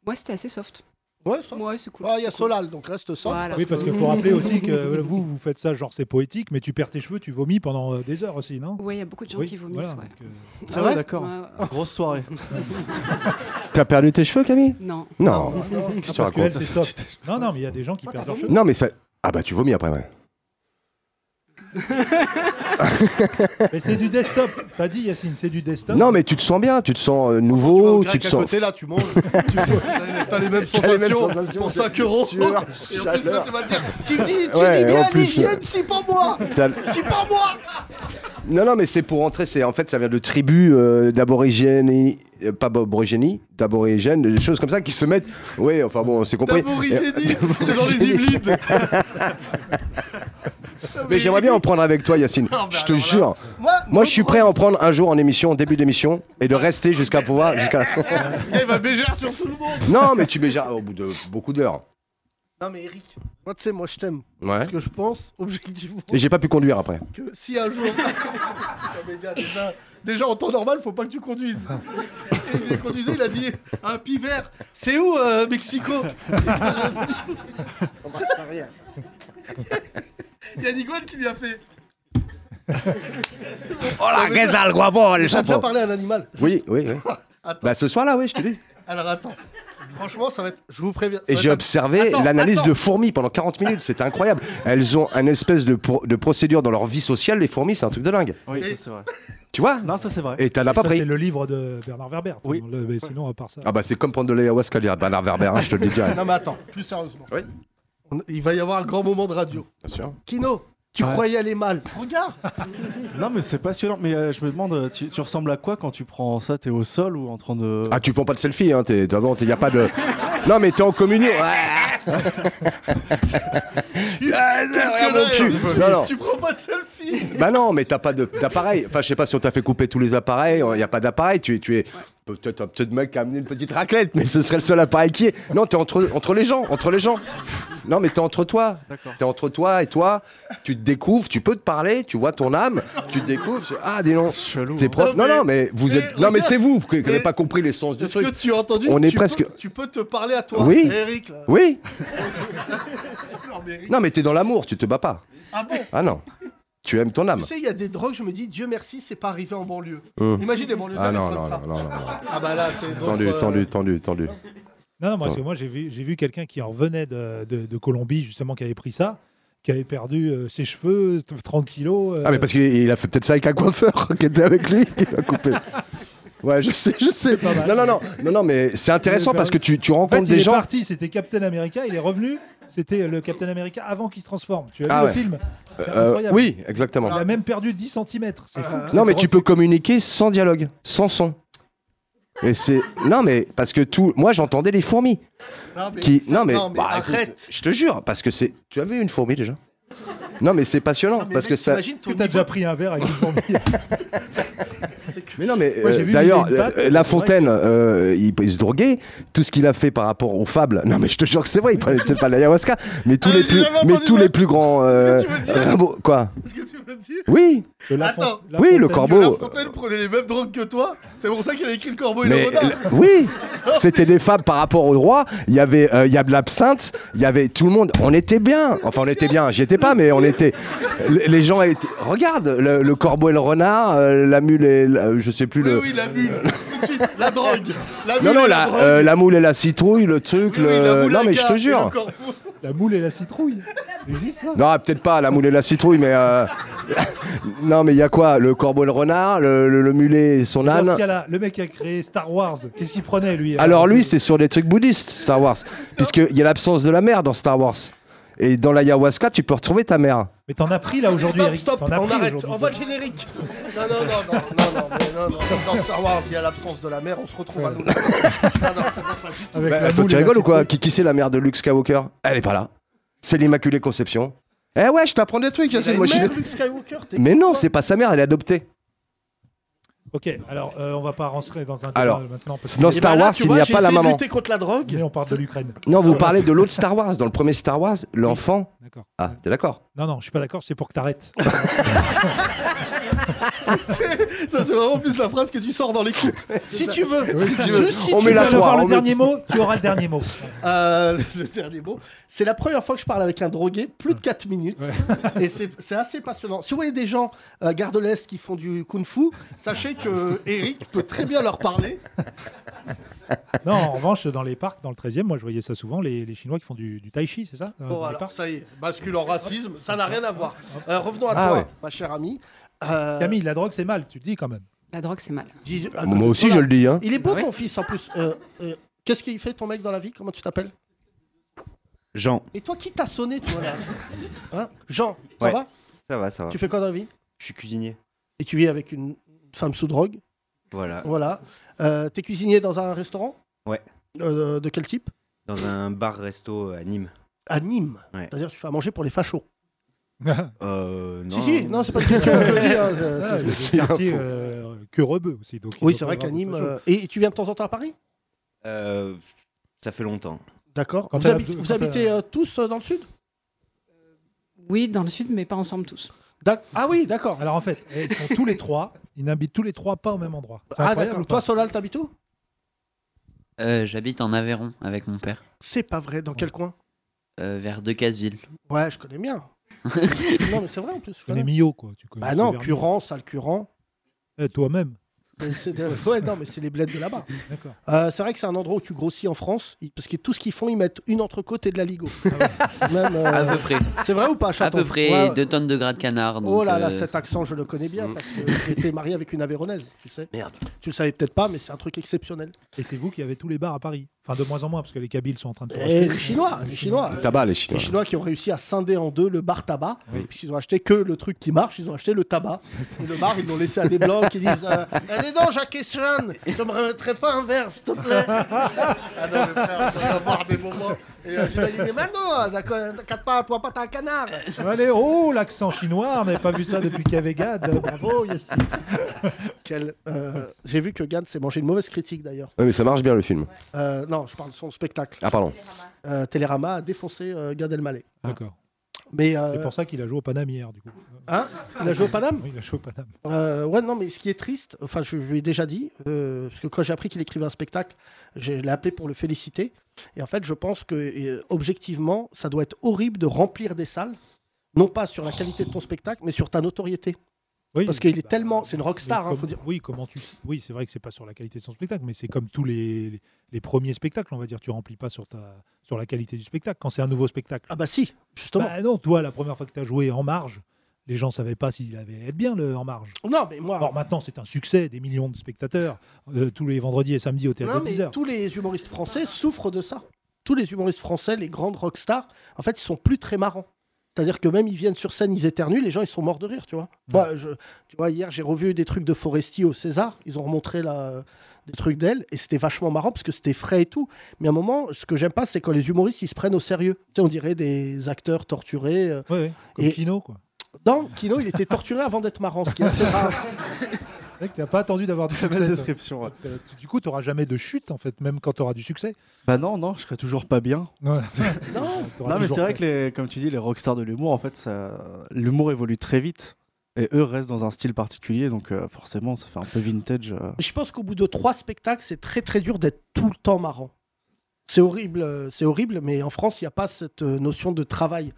Speaker 7: Moi, c'était assez soft.
Speaker 3: Ouais, ça.
Speaker 7: Moi, c'est cool.
Speaker 3: Ah, il y a
Speaker 7: c'est cool.
Speaker 3: Solal, donc reste soft.
Speaker 7: Voilà.
Speaker 5: Oui, parce qu'il faut rappeler aussi que vous, vous faites ça, genre c'est poétique, mais tu perds tes cheveux, tu vomis pendant euh, des heures aussi, non
Speaker 7: Ouais, il y a beaucoup de gens
Speaker 5: Oui,
Speaker 7: qui vomissent.
Speaker 5: voilà,
Speaker 7: ouais.
Speaker 5: donc, euh,
Speaker 6: Ah
Speaker 3: C'est
Speaker 6: ouais,
Speaker 3: vrai
Speaker 6: d'accord.
Speaker 7: Ouais, ouais.
Speaker 6: Grosse soirée.
Speaker 4: T'as perdu tes cheveux, Camille
Speaker 7: Non.
Speaker 4: Non.
Speaker 3: Non,
Speaker 4: Qu'est-ce que tu
Speaker 5: euh, Ah, parce
Speaker 4: racontes
Speaker 5: qu'elle, c'est soft. Non, non, mais il y a des gens qui
Speaker 3: Toi,
Speaker 5: perdent
Speaker 3: t'as
Speaker 5: leurs cheveux.
Speaker 4: Non, mais ça. Ah bah tu vomis après, ouais.
Speaker 5: Mais c'est du desktop. T'as dit, Yacine, c'est du desktop.
Speaker 4: Non, mais tu te sens bien, tu te sens euh,
Speaker 3: tu vas au
Speaker 4: nouveau, tu
Speaker 3: grec
Speaker 4: te
Speaker 3: à
Speaker 4: sens.
Speaker 3: côté là, tu manges. Tu- T'as les mêmes
Speaker 4: T'as les mêmes
Speaker 3: sensations
Speaker 4: sensations,
Speaker 3: pour
Speaker 4: t'as-
Speaker 3: 5 euros. Et
Speaker 4: Sueur,
Speaker 3: en plus, là,
Speaker 4: chaleur.
Speaker 3: tu vas dire, tu me dis, tu
Speaker 4: Ouais,
Speaker 5: euh,
Speaker 3: dis bien
Speaker 4: en plus,
Speaker 3: l'hygiène, c'est pas moi,
Speaker 4: T'as-
Speaker 3: c'est pas moi.
Speaker 4: Non, non, mais c'est pour entrer. C'est en fait, ça vient de tribus euh, d'aborigènes, euh, pas aborigènes, d'aborigènes, des choses comme ça qui se mettent. Oui, enfin bon, c'est compris.
Speaker 3: D'aborigénie, c'est dans les Yvelines.
Speaker 4: Mais j'aimerais bien en prendre avec toi, Yacine.
Speaker 3: Non, mais
Speaker 4: Je te
Speaker 3: alors là-
Speaker 4: jure.
Speaker 3: Moi,
Speaker 4: Moi, je suis prêt à en prendre un jour en émission, en début d'émission, et de rester jusqu'à pouvoir. Jusqu'à...
Speaker 3: Eh, Il va bégère sur tout le monde.
Speaker 4: Non, mais tu déjà au bout de beaucoup d'heures.
Speaker 3: Non, mais Eric, moi, tu sais, moi, je t'aime.
Speaker 4: Ouais.
Speaker 3: Parce que je pense, objectivement,
Speaker 4: Et j'ai pas pu conduire après.
Speaker 3: que si un jour. Non, mais gars, déjà, déjà, en temps normal, faut pas que tu conduises. Et Il conduisait, il a dit un piver. C'est où, euh, Mexico
Speaker 4: Oh
Speaker 3: Il y a Niguel qui lui a fait. Oh
Speaker 4: Hola, ¿qué tal, guapo? El
Speaker 3: T'as déjà
Speaker 4: chapo.
Speaker 3: parlé à un animal
Speaker 4: Oui, oui, oui.
Speaker 3: Attends.
Speaker 4: Bah, ce soir-là, oui, je te dis.
Speaker 3: Alors attends. Franchement, ça va être. Je vous préviens. ça
Speaker 4: Et
Speaker 3: va
Speaker 4: j'ai
Speaker 3: être-
Speaker 4: observé
Speaker 3: Attends,
Speaker 4: l'analyse
Speaker 3: attends.
Speaker 4: de fourmis pendant 40 minutes, c'était incroyable. Elles ont un espèce de, pro- de procédure dans leur vie sociale, les fourmis, c'est un truc de dingue.
Speaker 6: Oui,
Speaker 3: Et-
Speaker 6: ça c'est vrai.
Speaker 4: Tu vois
Speaker 6: Non, ça c'est vrai.
Speaker 4: Et t'en as pas
Speaker 5: Ça,
Speaker 4: pris.
Speaker 5: C'est le livre de Bernard Werber.
Speaker 6: Oui.
Speaker 5: Le- mais sinon, à part ça.
Speaker 4: Ah bah c'est comme prendre de l'ayahuasca, lire Bernard Werber, hein, je te le dis direct.
Speaker 3: Non mais attends, plus sérieusement.
Speaker 4: Oui.
Speaker 3: On- Il va y avoir un grand moment de radio.
Speaker 4: Bien sûr.
Speaker 3: Kino, tu
Speaker 6: Ouais.
Speaker 3: croyais aller mal. Regarde
Speaker 6: Non, mais c'est passionnant. Mais euh, je me demande, euh, tu, tu ressembles à quoi quand tu prends ça T'es au sol ou en train de.
Speaker 4: Ah tu prends pas de selfie, hein, t'es d'abord, il y a pas de... Non mais t'es en communion. Ah, Ah, regarde mon cul. Non, non.
Speaker 3: Tu prends pas de selfie
Speaker 4: Bah non, mais t'as pas de- d'appareil. Enfin, je sais pas si on t'a fait couper tous les appareils. Il y a pas d'appareil. Tu es, tu es peut-être un petit mec qui a amené une petite raclette, mais ce serait le seul appareil qui est. Non, t'es entre entre les gens, entre les gens. Non, mais t'es entre toi.
Speaker 6: D'accord.
Speaker 4: T'es entre toi et toi. Tu te découvres. Tu peux te parler. Tu vois ton âme. Tu te découvres. tu- Ah, dis donc.
Speaker 6: Chelou.
Speaker 4: T'es
Speaker 6: hein.
Speaker 4: propre.
Speaker 3: Non,
Speaker 4: Non,
Speaker 3: mais-
Speaker 4: non, mais vous
Speaker 3: mais
Speaker 4: êtes. Non, mais
Speaker 3: regarde.
Speaker 4: c'est vous qui n'avez
Speaker 3: Mais-
Speaker 4: pas compris l'essence du
Speaker 3: Est-ce
Speaker 4: truc.
Speaker 3: que tu as entendu
Speaker 4: On est
Speaker 3: tu
Speaker 4: presque-
Speaker 3: peux- tu peux te parler à toi.
Speaker 4: Oui.
Speaker 3: Eric, là.
Speaker 4: Oui.
Speaker 3: Non, mais Eric.
Speaker 4: Non, mais t'es dans l'amour. Tu te bats pas.
Speaker 3: Ah bon
Speaker 4: Ah non. Tu aimes ton âme.
Speaker 3: Tu sais, il y a des drogues, je me dis, Dieu merci, c'est pas arrivé en banlieue.
Speaker 4: Hum.
Speaker 3: Imagine les banlieues
Speaker 4: Ah non,
Speaker 3: comme
Speaker 4: non,
Speaker 3: ça.
Speaker 4: non, non, non.
Speaker 3: Ah bah là, c'est donc,
Speaker 4: Tendu,
Speaker 3: euh,
Speaker 4: tendu, tendu, tendu.
Speaker 5: Non, non, moi, parce que moi, j'ai vu, j'ai vu quelqu'un qui en revenait de, de- de Colombie, justement, qui avait pris ça, qui avait perdu euh, ses cheveux, t- 30 kilos. euh,
Speaker 4: Ah mais parce qu'il il a fait peut-être ça avec un coiffeur qui était avec lui qui l'a coupé. Ouais, je sais, je sais. Non, non, non, non, non, mais c'est intéressant parce que tu, tu
Speaker 5: En fait,
Speaker 4: rencontres
Speaker 5: il
Speaker 4: des
Speaker 5: est
Speaker 4: gens.
Speaker 5: parti, c'était Captain America, il est revenu, c'était le Captain America avant qu'il se transforme. Tu as
Speaker 4: Ah
Speaker 5: vu le
Speaker 4: ouais.
Speaker 5: film C'est
Speaker 4: Euh,
Speaker 5: incroyable.
Speaker 4: oui,
Speaker 5: Il
Speaker 4: exactement.
Speaker 3: Ah,
Speaker 5: a même perdu 10 cm. C'est fou.
Speaker 4: Non,
Speaker 5: cette
Speaker 4: mais
Speaker 3: Oh,
Speaker 5: drogue,
Speaker 4: tu peux communiquer sans dialogue, sans son. Et c'est non mais parce que tout moi j'entendais les fourmis
Speaker 3: Non, mais,
Speaker 4: qui non mais, bah, écoute,
Speaker 3: arrête.
Speaker 4: je te jure parce que c'est tu avais une fourmi déjà non mais c'est passionnant
Speaker 3: Non, mais
Speaker 4: parce
Speaker 3: mec,
Speaker 4: que ça
Speaker 3: t'imagines ton
Speaker 5: Est-ce que t'as
Speaker 3: niveau-
Speaker 5: déjà pris un verre avec une fourmi
Speaker 4: Mais non, mais
Speaker 5: Moi, j'ai
Speaker 4: euh,
Speaker 5: vu
Speaker 4: d'ailleurs,
Speaker 5: Mille et une pattes,
Speaker 4: euh,
Speaker 5: c'est
Speaker 4: La
Speaker 5: vrai
Speaker 4: Fontaine, euh, il, il se droguait. Tout ce qu'il a fait par rapport aux fables. Non, mais je te jure que c'est vrai, il prenait peut-être pas de l'ayahuasca, mais tous
Speaker 3: Ah,
Speaker 4: les
Speaker 3: j'ai
Speaker 4: plus,
Speaker 3: jamais
Speaker 4: mais
Speaker 3: entendu
Speaker 4: tous
Speaker 3: ça.
Speaker 4: les plus grands. euh,
Speaker 3: Qu'est-ce que tu veux dire
Speaker 4: Rimbaud- quoi
Speaker 3: Qu'est-ce que tu veux dire
Speaker 4: Oui,
Speaker 5: De la
Speaker 3: Attends.
Speaker 5: fon- la
Speaker 4: oui,
Speaker 5: fontaine.
Speaker 4: le corbeau.
Speaker 3: La Fontaine prenait les mêmes drogues que toi. C'est pour ça qu'il a écrit le corbeau et
Speaker 4: Mais
Speaker 3: le renard.
Speaker 4: l- oui, c'était des fables par rapport au roi. Il y avait, euh, il y a de l'absinthe. Il y avait tout le monde. On était bien. Enfin, on était bien. J'y étais pas, mais on était. l- Les gens étaient. Regarde, le, le corbeau et le renard, euh, la mule et, la- je sais plus
Speaker 3: Oui,
Speaker 4: le.
Speaker 3: oui, la mule. Tout de suite, la drogue. La mule
Speaker 4: Non, non,
Speaker 3: et
Speaker 4: la,
Speaker 3: drogue.
Speaker 4: euh, la moule et la citrouille, le truc,
Speaker 3: Oui, oui, la
Speaker 4: le...
Speaker 3: moule
Speaker 4: Euh, non
Speaker 3: à
Speaker 4: mais je
Speaker 3: gaz
Speaker 4: te
Speaker 3: et
Speaker 4: jure.
Speaker 3: le corbeau.
Speaker 5: La moule et la citrouille. Ça existe, ça
Speaker 4: Non, peut-être pas la moule et la citrouille, mais euh, non, mais il y a quoi Le corbeau et le renard, le, le- le mulet et son
Speaker 5: Dans
Speaker 4: âne.
Speaker 5: ce cas-là, le mec qui a créé Star Wars, qu'est-ce qu'il prenait lui
Speaker 4: Alors lui, c'est sur des trucs bouddhistes, Star Wars, puisqu'il y a l'absence de la mère dans Star Wars. Et dans l'ayahuasca, tu peux retrouver ta mère.
Speaker 3: Bah,
Speaker 5: Mais t'en as pris là aujourd'hui,
Speaker 3: Stop,
Speaker 5: Eric.
Speaker 3: stop,
Speaker 5: T'en as
Speaker 3: on
Speaker 5: pris
Speaker 3: arrête,
Speaker 5: aujourd'hui.
Speaker 3: on va le générique. Non, non, non, non, non, non, mais non, non, dans Star Wars, il y a l'absence de la mère, on se retrouve à l'autre. Non, non, c'est pas ça du tout.
Speaker 5: Avec
Speaker 4: Bah,
Speaker 5: la
Speaker 4: attends,
Speaker 5: moule et
Speaker 4: tu
Speaker 5: la
Speaker 4: rigoles ou quoi
Speaker 5: citrouille.
Speaker 4: qui, qui c'est la mère de Luke Skywalker Elle est pas là. C'est l'Immaculée Conception. Eh ouais, je t'apprends des trucs,
Speaker 3: Il a
Speaker 4: Yacine.
Speaker 3: une
Speaker 4: moi, je suis-
Speaker 3: mère, Luke Skywalker, t'es-
Speaker 4: Mais non, c'est pas sa mère, elle est adoptée.
Speaker 5: Ok, alors euh, on va pas rentrer dans
Speaker 3: Ah, bah,
Speaker 5: un débat
Speaker 4: Alors,
Speaker 5: maintenant. Parce
Speaker 4: dans
Speaker 5: que-
Speaker 3: Eh
Speaker 4: Star
Speaker 3: ben là,
Speaker 4: Wars,
Speaker 3: tu
Speaker 4: il
Speaker 3: vois,
Speaker 4: n'y a
Speaker 3: j'ai
Speaker 4: pas la
Speaker 3: essayé de
Speaker 4: maman.
Speaker 3: lutter contre la drogue.
Speaker 5: Mais on parle de l'Ukraine.
Speaker 4: Non, vous
Speaker 5: Voilà,
Speaker 4: parlez
Speaker 5: c'est-
Speaker 4: de l'autre Star Wars. Dans le premier Star Wars, l'enfant.
Speaker 5: D'accord.
Speaker 4: Ah, t'es d'accord
Speaker 5: Non, non, je suis pas d'accord, c'est pour que t'arrêtes.
Speaker 3: Ça, c'est vraiment plus la phrase que tu sors dans les coups. Si tu veux, si tu veux. Juste si
Speaker 4: On
Speaker 3: tu
Speaker 4: met la
Speaker 5: Tu veux
Speaker 4: toile.
Speaker 5: avoir
Speaker 4: on
Speaker 5: le
Speaker 4: met-
Speaker 5: dernier mot, tu auras le dernier mot.
Speaker 3: Euh, le dernier mot. C'est la première fois que je parle avec un drogué, plus de 4 minutes. Et c'est c'est assez passionnant. Si vous voyez des gens euh, gare de l'Est qui font du kung-fu, sachez que Eric peut très bien leur parler.
Speaker 5: Non, en revanche, dans les parcs, dans le 13e, moi je voyais ça souvent, les, les Chinois qui font du, du tai chi, c'est ça euh,
Speaker 3: Bon,
Speaker 5: dans les
Speaker 3: alors,
Speaker 5: parcs
Speaker 3: ça y est, bascule en racisme, ça n'a rien à voir. Euh, revenons à
Speaker 4: Ah
Speaker 3: toi,
Speaker 4: ouais.
Speaker 3: ma chère amie. Euh,
Speaker 5: Camille, la drogue c'est mal, tu le dis quand même.
Speaker 8: La drogue, c'est mal.
Speaker 3: dis- à côté-
Speaker 4: Moi aussi,
Speaker 3: voilà.
Speaker 4: je le dis. Hein.
Speaker 3: Il est beau
Speaker 8: Ah ouais.
Speaker 3: ton fils en plus. Euh, euh, Qu'est-ce qu'il fait ton mec dans la vie Comment tu t'appelles
Speaker 9: Jean,
Speaker 3: Et toi, qui t'a sonné, toi là Hein Jean, ça
Speaker 9: Ouais.
Speaker 3: va
Speaker 9: ça va, ça va.
Speaker 3: Tu fais quoi dans la vie
Speaker 9: Je suis cuisinier.
Speaker 3: et tu vis avec une femme sous drogue.
Speaker 10: Voilà.
Speaker 3: Voilà. Euh, T'es cuisinier dans un restaurant
Speaker 10: Ouais.
Speaker 3: Euh, de quel type
Speaker 10: Dans un bar-resto à Nîmes.
Speaker 3: À Nîmes.
Speaker 10: Ouais.
Speaker 3: C'est-à-dire que tu fais à manger pour les fachos.
Speaker 10: Euh, non.
Speaker 3: Si, si, non, c'est pas une question. je le dis, hein, c'est-
Speaker 5: Ah,
Speaker 3: c'est-
Speaker 5: le
Speaker 3: c'est-
Speaker 5: quartier euh, que rebeu aussi. Donc il
Speaker 3: Oui,
Speaker 5: doit
Speaker 3: c'est
Speaker 5: pas
Speaker 3: vrai
Speaker 5: y avoir
Speaker 3: qu'à Nîmes.
Speaker 5: beaucoup de choses.
Speaker 3: euh, Et tu viens de temps en temps à Paris
Speaker 10: Euh, ça fait longtemps.
Speaker 3: D'accord.
Speaker 5: Quand
Speaker 3: Vous,
Speaker 5: t'as la-
Speaker 3: habitez-
Speaker 5: quand
Speaker 3: vous
Speaker 5: t'as-
Speaker 3: habitez euh, tous euh, dans le sud
Speaker 11: Oui, dans le sud, mais pas ensemble tous.
Speaker 3: D'ac- Ah oui, d'accord.
Speaker 5: Alors en fait, eh, ils sont tous les trois. Ils n'habitent tous les trois pas au même endroit. C'est
Speaker 3: Ah
Speaker 5: incroyable
Speaker 3: d'accord.
Speaker 5: ou pas
Speaker 3: Toi, Solal, t'habites où
Speaker 12: Euh, J'habite en Aveyron avec mon père,
Speaker 3: C'est pas vrai. Dans quel coin
Speaker 12: euh, vers Decazeville.
Speaker 3: Ouais, je connais bien. non, mais c'est vrai en plus. je
Speaker 5: Tu connais
Speaker 3: connais.
Speaker 5: Millau, quoi. Tu connais
Speaker 3: Bah non,
Speaker 5: Vernier.
Speaker 3: Curan, sale Curan.
Speaker 5: Eh, Toi-même.
Speaker 3: Mais c'est de- Ouais, non, mais c'est les bleds de là-bas.
Speaker 5: D'accord.
Speaker 3: Euh, c'est vrai que c'est un endroit où tu grossis en France, ils- parce que tout ce qu'ils font, ils mettent une entrecôte et de la ligo.
Speaker 5: Ah
Speaker 3: Même, euh,
Speaker 12: À peu près.
Speaker 3: C'est vrai ou pas,
Speaker 12: À
Speaker 3: Chaton
Speaker 12: peu près
Speaker 3: Ouais.
Speaker 12: 2 tonnes de gras de canard. donc,
Speaker 3: Oh là là,
Speaker 12: euh, hmm.
Speaker 3: cet accent, je le connais bien, parce que j'étais marié avec une Aveyronaise, tu sais.
Speaker 4: Merde.
Speaker 3: Tu le savais peut-être pas, mais c'est un truc exceptionnel.
Speaker 5: Et c'est vous qui avez tous les bars à Paris. Enfin, de moins en moins, parce que les Kabyles sont en train de.
Speaker 3: Et les Chinois, les Chinois.
Speaker 4: Tabac, les
Speaker 3: Les
Speaker 4: Chinois.
Speaker 3: Chinois qui ont réussi à scinder en deux le bar tabac, puisqu'ils ont acheté que le truc qui marche, ils ont acheté le tabac. Et le bar, ils l'ont laissé à des blancs qui disent euh, Eh, Dis donc, Jacques Chan, tu me remettrais pas un verre, s'il te plaît
Speaker 7: Ah non, mais frère, on va avoir des moments.
Speaker 3: Et euh, j'imagine, mais non, d'accord, t'inquiète pas, toi, pas t'as un canard.
Speaker 5: Allez, oh, l'accent chinois. On n'avait pas vu ça depuis Cavegad. Bravo, yes.
Speaker 3: Quel, euh, J'ai vu que Gann s'est mangé une mauvaise critique d'ailleurs.
Speaker 4: Ouais, mais ça marche bien le film.
Speaker 3: Euh, non, je parle de son spectacle.
Speaker 4: Ah, pardon.
Speaker 3: Euh, Télérama a défoncé euh, Gad Elmaleh.
Speaker 5: Ah. D'accord.
Speaker 3: Mais
Speaker 5: C'est
Speaker 3: euh,
Speaker 5: pour ça qu'il a joué au Paname hier, du coup.
Speaker 3: hein, il a joué au Paname.
Speaker 5: Oui, il a joué au Paname.
Speaker 3: Euh, ouais, non, mais ce qui est triste, enfin, je, je lui ai déjà dit, euh, parce que quand j'ai appris qu'il écrivait un spectacle, je l'ai appelé pour le féliciter. Et en fait, je pense que, euh, objectivement, ça doit être horrible de remplir des salles, non pas sur la qualité de ton spectacle, mais sur ta notoriété.
Speaker 5: Oui,
Speaker 3: Parce qu'il est
Speaker 5: bah,
Speaker 3: tellement. C'est une rockstar,
Speaker 5: Mais
Speaker 3: hein,
Speaker 5: comme-
Speaker 3: faut dire.
Speaker 5: Oui, comment tu Oui, c'est vrai que c'est pas sur la qualité de son spectacle, mais c'est comme tous les, les, les premiers spectacles, on va dire. Tu remplis pas sur ta sur la qualité du spectacle quand c'est un nouveau spectacle.
Speaker 3: Ah, bah si, justement.
Speaker 5: Bah non, toi, la première fois que tu as joué en marge, les gens savaient pas s'il allait être bien le en marge.
Speaker 3: non, mais moi.
Speaker 5: Or maintenant, c'est un succès, des millions de spectateurs euh, tous les vendredis et samedis au théâtre
Speaker 3: Non,
Speaker 5: de
Speaker 3: mais
Speaker 5: 10 heures.
Speaker 3: tous les humoristes français souffrent de ça. Tous les humoristes français, les grandes rockstars, en fait, ils sont plus très marrants. C'est-à-dire que même ils viennent sur scène, ils éternuent, les gens ils sont morts de rire, tu vois. Moi, je- tu vois, hier j'ai revu des trucs de Foresti au César, ils ont remontré la- euh, des trucs d'elle et c'était vachement marrant parce que c'était frais et tout. Mais à un moment, ce que j'aime pas, c'est quand les humoristes ils se prennent au sérieux. Tu sais, on dirait des acteurs torturés. euh.
Speaker 5: Ouais, ouais, comme
Speaker 3: Et-
Speaker 5: Kino, quoi.
Speaker 3: Non, Kino, il était torturé avant d'être marrant, ce qui est assez rare.
Speaker 5: C'est vrai que t'as pas attendu d'avoir du
Speaker 6: Très belle
Speaker 5: succès. toi.
Speaker 6: description. ouais.
Speaker 5: Euh, tu- Du coup, t'auras jamais de chute en fait, même quand t'auras du succès.
Speaker 6: Bah non, non, je serais toujours pas bien.
Speaker 5: Voilà.
Speaker 3: Non,
Speaker 5: T'auras
Speaker 6: Non, mais
Speaker 5: toujours
Speaker 6: c'est vrai
Speaker 5: peur.
Speaker 6: que, les, comme tu dis, les rockstars de l'humour, en fait, ça- l'humour évolue très vite. Et eux restent dans un style particulier, donc euh, forcément, ça fait un peu vintage. euh.
Speaker 3: Je pense qu'au bout de trois spectacles, c'est très très dur d'être tout le temps marrant. C'est horrible, euh, c'est horrible, mais en France, il n'y a pas cette euh, notion de travail.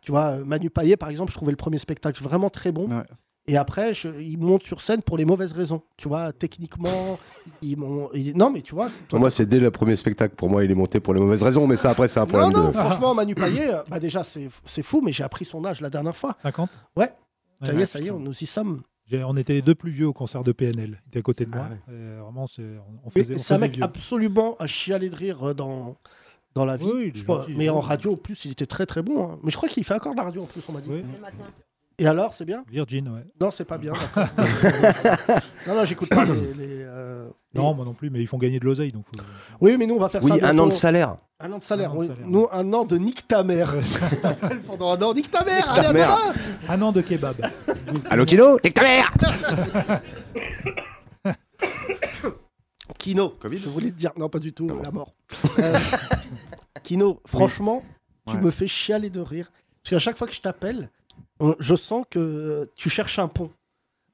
Speaker 3: Tu vois, euh, Manu Payet, par exemple, je trouvais le premier spectacle vraiment très bon.
Speaker 6: Ouais.
Speaker 3: Et après, je- il monte sur scène pour les mauvaises raisons. Tu vois, techniquement, ils m'ont. ils- Non, mais tu vois. toi-
Speaker 4: Moi, c'est dès le premier spectacle. Pour moi, il est monté pour les mauvaises raisons, mais ça, après, c'est un
Speaker 3: non,
Speaker 4: problème
Speaker 3: non,
Speaker 4: de.
Speaker 3: franchement, Manu Payet, euh, bah déjà, c'est c'est fou, mais j'ai appris son âge la dernière fois.
Speaker 5: 50.
Speaker 3: Ça y
Speaker 5: Ouais,
Speaker 3: est, ça y est, on- nous y sommes.
Speaker 5: J'ai- On était les deux plus vieux au concert de PNL. Il était à côté de moi.
Speaker 6: Ah ouais.
Speaker 5: Euh, vraiment, c'est- on- on
Speaker 3: Oui,
Speaker 5: faisait, on
Speaker 3: C'est un
Speaker 5: faisait
Speaker 3: mec
Speaker 5: vieux.
Speaker 3: absolument à chialer de rire euh, dans, dans la vie.
Speaker 5: Oui, il est
Speaker 3: Je sais pas,
Speaker 5: gentil,
Speaker 3: mais
Speaker 5: oui.
Speaker 3: en radio, en plus, il était très très bon. hein. Mais je crois qu'il fait encore de la radio, en plus, on m'a dit.
Speaker 5: Oui.
Speaker 3: Et alors, c'est bien
Speaker 5: Virgin, ouais.
Speaker 3: Non, c'est pas bien. d'accord. non, non, j'écoute pas les. les, euh, les-
Speaker 5: Non, moi non plus, mais ils font gagner de l'oseille. Donc faut-
Speaker 3: Oui, mais nous, on va faire
Speaker 4: Oui,
Speaker 3: ça.
Speaker 4: un
Speaker 3: bientôt.
Speaker 4: an de salaire.
Speaker 3: Un an de salaire.
Speaker 5: Un an de
Speaker 3: oui.
Speaker 5: salaire.
Speaker 3: Nous, un an de nique ta mère. Pendant un an, nique ta mère. allez, à
Speaker 4: mère.
Speaker 3: demain.
Speaker 5: Un an de kebab.
Speaker 4: Allô, Kino
Speaker 3: Kino,
Speaker 4: Covid
Speaker 3: je voulais te dire, non pas du
Speaker 6: Ah
Speaker 3: tout, la mort. Euh, Kino, franchement, tu
Speaker 6: Ouais.
Speaker 3: me fais chialer de rire. Parce qu'à chaque fois que je t'appelle, on- je sens que tu cherches un pont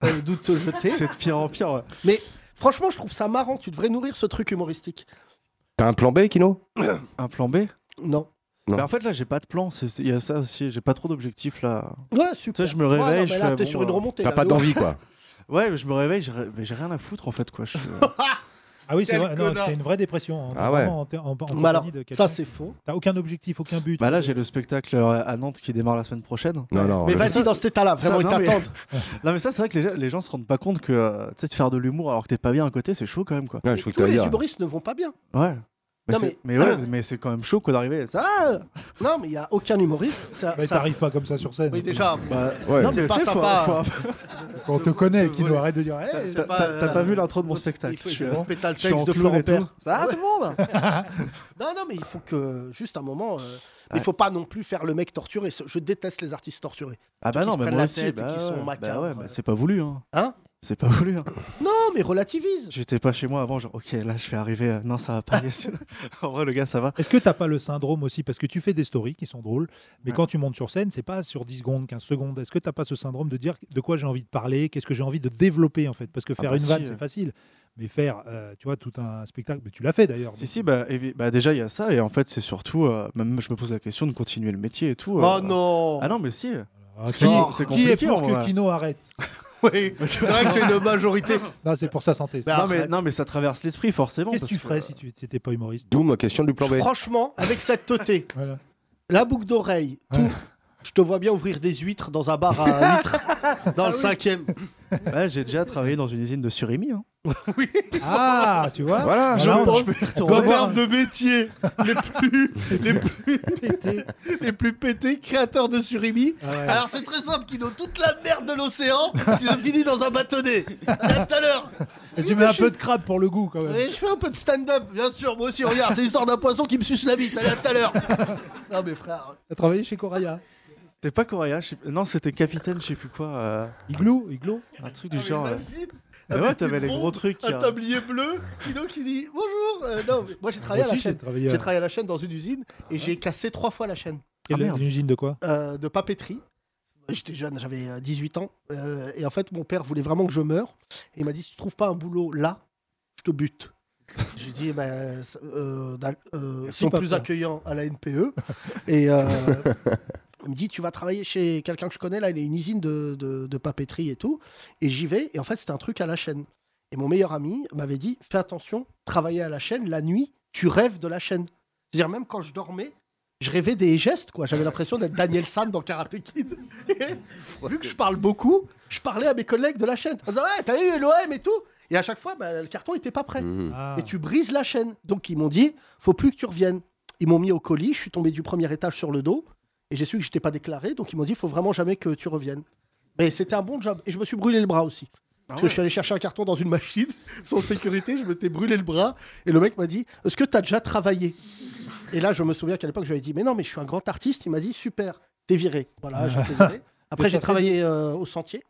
Speaker 3: euh, d'où te jeter.
Speaker 6: C'est de pire en pire. ouais.
Speaker 3: franchement, je trouve ça marrant, tu devrais nourrir ce truc humoristique.
Speaker 4: T'as un plan B, Kino
Speaker 6: Un plan B
Speaker 3: Non.
Speaker 4: Non.
Speaker 6: Mais en fait, là, j'ai pas de plan. c'est- Il y a ça aussi. J'ai pas trop d'objectifs là.
Speaker 3: Ouais, super.
Speaker 6: Tu sais, je me
Speaker 3: Ouais, non,
Speaker 6: réveille,
Speaker 3: mais
Speaker 6: je
Speaker 3: là,
Speaker 6: fais,
Speaker 3: t'es
Speaker 6: bon,
Speaker 3: sur une
Speaker 6: bah,
Speaker 3: remontée.
Speaker 4: T'as
Speaker 3: là,
Speaker 4: pas
Speaker 3: de
Speaker 4: d'envie, quoi.
Speaker 6: Ouais, mais je me réveille, j'ai- mais j'ai rien à foutre en fait quoi. Je- euh,
Speaker 5: Ah oui, c'est
Speaker 7: Quel
Speaker 5: vrai. non,
Speaker 7: connard.
Speaker 5: c'est une vraie dépression. hein.
Speaker 4: Ah
Speaker 5: T'es
Speaker 4: ouais.
Speaker 5: vraiment En, te- en- en
Speaker 3: ouf.
Speaker 5: compagnie
Speaker 3: Mais Bah alors,
Speaker 5: de quelqu'un.
Speaker 3: ça c'est faux.
Speaker 5: T'as aucun objectif, aucun but.
Speaker 6: Bah là, j'ai le spectacle euh, à Nantes qui démarre la semaine prochaine.
Speaker 4: Non, non.
Speaker 3: mais
Speaker 4: le-
Speaker 3: vas-y dans cet état-là, vraiment,
Speaker 6: Ça,
Speaker 3: ils
Speaker 6: non, mais-
Speaker 3: t'attendent.
Speaker 6: Non mais ça, c'est vrai que les, gens- les gens se rendent pas compte que euh, tu sais de faire de l'humour alors que t'es pas bien à côté, c'est chaud quand même quoi.
Speaker 4: Ouais, je crois que
Speaker 3: Tous
Speaker 4: hein. t'allais
Speaker 3: les
Speaker 4: dire.
Speaker 3: humoristes ne vont pas bien.
Speaker 6: Ouais. Mais
Speaker 3: Non,
Speaker 6: c'est-
Speaker 3: mais-
Speaker 6: mais ouais, mais c'est quand même chaud quoi d'arriver. Ça ah
Speaker 3: Non, mais il n'y a aucun humoriste. Ça,
Speaker 5: Mais
Speaker 3: ça-
Speaker 5: t'arrives pas comme ça sur scène.
Speaker 7: Oui, déjà.
Speaker 6: Bah,
Speaker 4: Ouais.
Speaker 6: non,
Speaker 7: C'est
Speaker 6: mais
Speaker 7: pas
Speaker 6: tu sais, faut-
Speaker 7: sympa.
Speaker 6: faut-
Speaker 5: Quand on te connaît, qui nous arrête de dire
Speaker 7: C'est
Speaker 5: hey, euh,
Speaker 6: T'as
Speaker 7: pas-
Speaker 6: t'as- t'as pas euh, vu l'intro de mon spectacle. Je
Speaker 7: Il
Speaker 6: suis,
Speaker 7: faut
Speaker 6: euh,
Speaker 7: péter le
Speaker 6: je suis en
Speaker 7: texte de
Speaker 6: clown
Speaker 7: Florent
Speaker 6: et tout.
Speaker 7: Père.
Speaker 6: Ça va tout le monde
Speaker 3: Non, non, mais il faut que, juste un moment, euh, il faut pas non plus faire le mec torturé. Ce- Je déteste les artistes torturés.
Speaker 6: Ah bah
Speaker 3: Qui
Speaker 6: non,
Speaker 3: se
Speaker 6: mais
Speaker 3: prennent
Speaker 6: moi
Speaker 3: la
Speaker 6: aussi.
Speaker 3: tête et
Speaker 6: Bah
Speaker 3: qui sont
Speaker 6: ouais, bah
Speaker 3: macabres.
Speaker 6: ouais, bah c'est pas voulu. Hein.
Speaker 3: Hein
Speaker 6: C'est pas voulu. Hein.
Speaker 3: Non, mais relativise.
Speaker 6: J'étais pas chez moi avant, genre, ok, là je vais arriver. euh, non, ça va pas. Yassine. en vrai, le gars, ça va.
Speaker 5: Est-ce que t'as pas le syndrome aussi Parce que tu fais des stories qui sont drôles, mais
Speaker 6: Ouais.
Speaker 5: quand tu montes sur scène, c'est pas sur 10 secondes, 15 secondes. Est-ce que t'as pas ce syndrome de dire de quoi j'ai envie de parler, qu'est-ce que j'ai envie de développer en fait Parce que faire
Speaker 6: bah
Speaker 5: une
Speaker 6: si,
Speaker 5: vanne,
Speaker 6: euh.
Speaker 5: c'est facile. Mais faire, euh, tu vois, tout un spectacle, mais tu l'as fait d'ailleurs.
Speaker 6: Si,
Speaker 5: donc,
Speaker 6: si, bah, évi- bah déjà, il y a ça. Et en fait, c'est surtout. euh, même je me pose la question de continuer le métier et tout.
Speaker 7: Oh
Speaker 6: euh.
Speaker 7: non
Speaker 6: Ah non, mais si.
Speaker 5: euh,
Speaker 6: c'est
Speaker 5: qui,
Speaker 6: com- c'est
Speaker 5: qui est
Speaker 6: compliqué,
Speaker 5: pour
Speaker 6: en
Speaker 5: que
Speaker 6: vrai.
Speaker 5: Kino arrête
Speaker 7: Oui, c'est vrai que c'est une majorité.
Speaker 5: Non, c'est pour sa santé.
Speaker 7: Bah,
Speaker 6: non, mais, non, mais ça traverse l'esprit, forcément.
Speaker 5: Qu'est-ce que
Speaker 6: parce
Speaker 5: tu ferais
Speaker 6: euh,
Speaker 5: si tu n'étais pas humoriste
Speaker 4: D'où ma question du plan B.
Speaker 3: Franchement, avec cette teuté,
Speaker 5: Voilà.
Speaker 3: la boucle d'oreille, tout.
Speaker 5: Ouais.
Speaker 3: Je te vois bien ouvrir des huîtres dans un bar à huîtres,
Speaker 7: Dans
Speaker 6: Ah
Speaker 7: le cinquième.
Speaker 6: ouais, J'ai déjà travaillé dans une usine de surimi. Hein.
Speaker 5: Ah, tu vois
Speaker 4: Voilà,
Speaker 5: Voilà, on-
Speaker 7: pense
Speaker 5: on
Speaker 7: En
Speaker 5: va voir.
Speaker 7: termes de métier, les plus, les plus pétés, les plus pétés créateurs de surimi.
Speaker 5: Ah ouais.
Speaker 7: Alors c'est très simple, Kino, toute la merde de l'océan, tu as fini dans un bâtonnet. À tout à l'heure.
Speaker 5: Et
Speaker 7: Oui,
Speaker 5: tu mets
Speaker 7: mais
Speaker 5: un
Speaker 7: je
Speaker 5: peu de crabe pour le goût quand même.
Speaker 7: Et je fais un peu de stand-up, bien sûr, moi aussi, regarde, c'est l'histoire d'un poisson qui me suce la bite, allez, à tout à l'heure Non mais frère,
Speaker 5: T'as travaillé chez Coraya.
Speaker 6: C'était pas Coraya, je sais plus- non, c'était Capitaine, je sais plus quoi. euh,
Speaker 5: Igloo, Igloo.
Speaker 6: un truc
Speaker 7: ah,
Speaker 6: du
Speaker 7: mais
Speaker 6: genre. euh,
Speaker 7: imagine,
Speaker 6: Mais
Speaker 7: avec
Speaker 6: ouais, t'avais
Speaker 7: une
Speaker 6: les gros
Speaker 7: bombe,
Speaker 6: trucs.
Speaker 7: Un
Speaker 6: euh,
Speaker 7: tablier bleu, Kino qui dit « Bonjour Euh, Non, mais
Speaker 6: Ah,
Speaker 7: moi j'ai travaillé
Speaker 5: Moi
Speaker 7: à la
Speaker 5: aussi, j'ai
Speaker 7: chaîne.
Speaker 5: travaillé à-
Speaker 7: J'ai travaillé à la chaîne dans une usine et j'ai cassé trois fois la chaîne.
Speaker 5: Et
Speaker 6: Ah,
Speaker 5: la-
Speaker 6: merde.
Speaker 5: une usine de quoi
Speaker 3: euh, de papeterie. J'étais jeune, j'avais euh, 18 ans. euh, et en fait, mon père voulait vraiment que je meure. Et il m'a dit si tu trouves pas un boulot là, je te bute. J'ai dit eh ben, c- euh, d'ac- euh, ils
Speaker 5: Merci,
Speaker 3: sont plus
Speaker 5: papa.
Speaker 3: accueillants à la NPE. et euh, il me dit tu vas travailler chez quelqu'un que je connais là, il a une usine de, de- de papeterie et tout. Et j'y vais. Et en fait, c'était un truc à la chaîne. Et mon meilleur ami m'avait dit fais attention, travailler à la chaîne la nuit, tu rêves de la chaîne. C'est-à-dire même quand je dormais, je rêvais des gestes, quoi. J'avais l'impression d'être Daniel San dans Karate Kid. Et vu que je parle beaucoup, je parlais à mes collègues de la chaîne. En disant, ouais, t'as eu l'OM et tout. Et à chaque fois, bah, le carton était pas prêt.
Speaker 4: Mhm.
Speaker 5: Ah.
Speaker 3: Et tu brises la chaîne. Donc ils m'ont dit, faut plus que tu reviennes. Ils m'ont mis au colis, je suis tombé du premier étage sur le dos. Et j'ai su que je t'ai pas déclaré. Donc ils m'ont dit, faut vraiment jamais que tu reviennes. Mais c'était un bon job. Et je me suis brûlé le bras aussi.
Speaker 6: Ah
Speaker 3: Parce que je suis allé chercher un carton dans une machine, sans sécurité, je m'étais brûlé le bras. Et le mec m'a dit Est-ce que tu as déjà travaillé Et là, je me souviens qu'à l'époque, je lui avais dit Mais non, mais je suis un grand artiste. Il m'a dit Super, t'es viré. Voilà, j'ai été viré.
Speaker 5: Mais
Speaker 3: Après,
Speaker 5: t'as
Speaker 3: j'ai
Speaker 5: fait-
Speaker 3: travaillé euh, au sentier.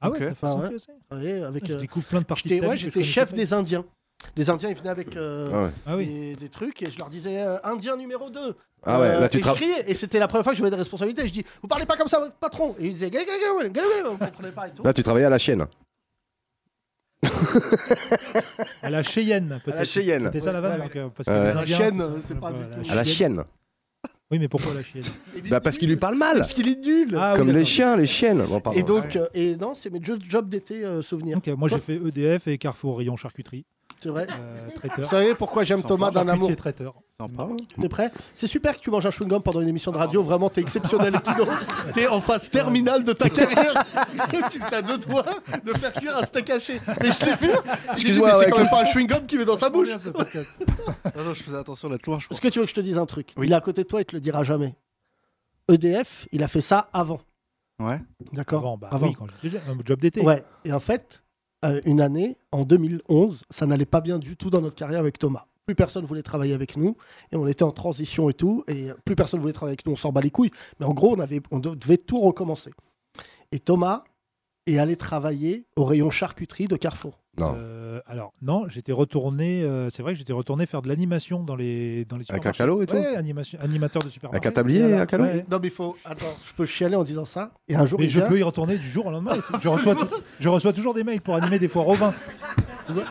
Speaker 5: Ah ouais,
Speaker 6: Ok.
Speaker 5: t'as fait
Speaker 3: Ah
Speaker 5: senti
Speaker 3: ouais.
Speaker 5: aussi
Speaker 3: ouais, avec,
Speaker 5: Je
Speaker 3: euh,
Speaker 5: découvre plein de parties. de
Speaker 3: j'étais
Speaker 5: ta
Speaker 3: ouais,
Speaker 5: vie que je
Speaker 3: j'étais
Speaker 5: connaissais
Speaker 3: chef
Speaker 5: pas.
Speaker 3: des Indiens. Les Indiens, ils venaient avec euh,
Speaker 4: Ah ouais.
Speaker 5: Ah oui.
Speaker 3: des, des trucs et je leur disais euh, Indien numéro 2.
Speaker 4: Ah ouais, là tu
Speaker 3: et je
Speaker 4: travailles.
Speaker 3: criais. Et c'était la première fois que j'avais des responsabilités. Je dis Vous parlez pas comme ça, à votre patron. Et ils disaient Galé, galé, galé, galé, galé. On comprenait pas et tout.
Speaker 4: Là tu travailles à la chienne.
Speaker 5: À la Cheyenne, peut-être.
Speaker 4: Cheyenne.
Speaker 5: C'était ça la vanne
Speaker 3: Ouais,
Speaker 5: donc, euh, parce que
Speaker 4: Euh,
Speaker 5: les
Speaker 4: la
Speaker 5: Indiens,
Speaker 7: chaîne,
Speaker 5: tout ça,
Speaker 7: c'est pas
Speaker 5: voilà,
Speaker 7: du
Speaker 5: Ah, bah, la
Speaker 7: tout-
Speaker 4: À la
Speaker 5: Cheyenne.
Speaker 4: chienne.
Speaker 5: Oui, mais pourquoi la Cheyenne
Speaker 7: Il est
Speaker 4: Bah parce
Speaker 7: nul.
Speaker 4: qu'il lui parle mal.
Speaker 7: Parce qu'il est nul
Speaker 5: Ah oui,
Speaker 4: Comme les
Speaker 5: d'accord.
Speaker 4: chiens, les chiennes. Bon, pardon.
Speaker 3: Et donc, euh, et non, c'est mes jo- jobs d'été euh, souvenirs.
Speaker 5: Donc, euh, moi, j'ai
Speaker 3: Toi-
Speaker 5: fait EDF et Carrefour rayon charcuterie,
Speaker 3: C'est vrai.
Speaker 5: euh,
Speaker 3: Vous
Speaker 5: traiteur.
Speaker 3: savez pourquoi j'aime Thomas d'un
Speaker 5: Charcutier,
Speaker 3: amour
Speaker 5: traiteur.
Speaker 6: T'en parles
Speaker 3: T'es prêt C'est super que tu manges un chewing-gum pendant une émission de radio. Vraiment, t'es exceptionnel, Kino. T'es en phase terminale de ta carrière. tu t'as deux doigts de faire cuire un steak haché. Mais je l'ai vu.
Speaker 4: Excuse-moi,
Speaker 3: Mais
Speaker 4: ouais,
Speaker 3: c'est quand
Speaker 4: que-
Speaker 3: même pas un chewing-gum qui met dans sa bouche.
Speaker 5: Bien, ce podcast.
Speaker 6: Non, non, je faisais attention à la tour, je crois.
Speaker 3: Est-ce que tu veux que je te dise un truc
Speaker 6: Oui.
Speaker 3: Il est à côté de toi, il te le dira jamais. EDF, il a fait ça avant.
Speaker 6: Ouais.
Speaker 3: D'accord
Speaker 5: Avant, bah oui, quand j'étais jeune, un job d'été.
Speaker 3: Ouais. Et en fait, euh, une année, en 2011, ça n'allait pas bien du tout dans notre carrière avec Thomas. Plus personne voulait travailler avec nous et on était en transition et tout. Et plus personne voulait travailler avec nous, on s'en bat les couilles. Mais en gros, on, avait, on de- devait tout recommencer. Et Thomas est allé travailler au rayon charcuterie de Carrefour.
Speaker 4: Non.
Speaker 5: Euh, alors non, j'étais retourné. euh, c'est vrai que j'étais retourné faire de l'animation dans les dans les
Speaker 4: Avec un
Speaker 5: supermarchés.
Speaker 4: calot et tout.
Speaker 5: Ouais, animation, animateur de supermarché.
Speaker 4: Avec un tablier, un calot.
Speaker 5: Ouais.
Speaker 3: Non, mais il faut. Attends, je peux chialer en disant ça. Et un jour,
Speaker 5: Mais
Speaker 3: il
Speaker 5: je
Speaker 3: vient-
Speaker 5: peux y retourner du jour au lendemain. Je reçois, tou- je reçois toujours des mails pour animer des fois Robin.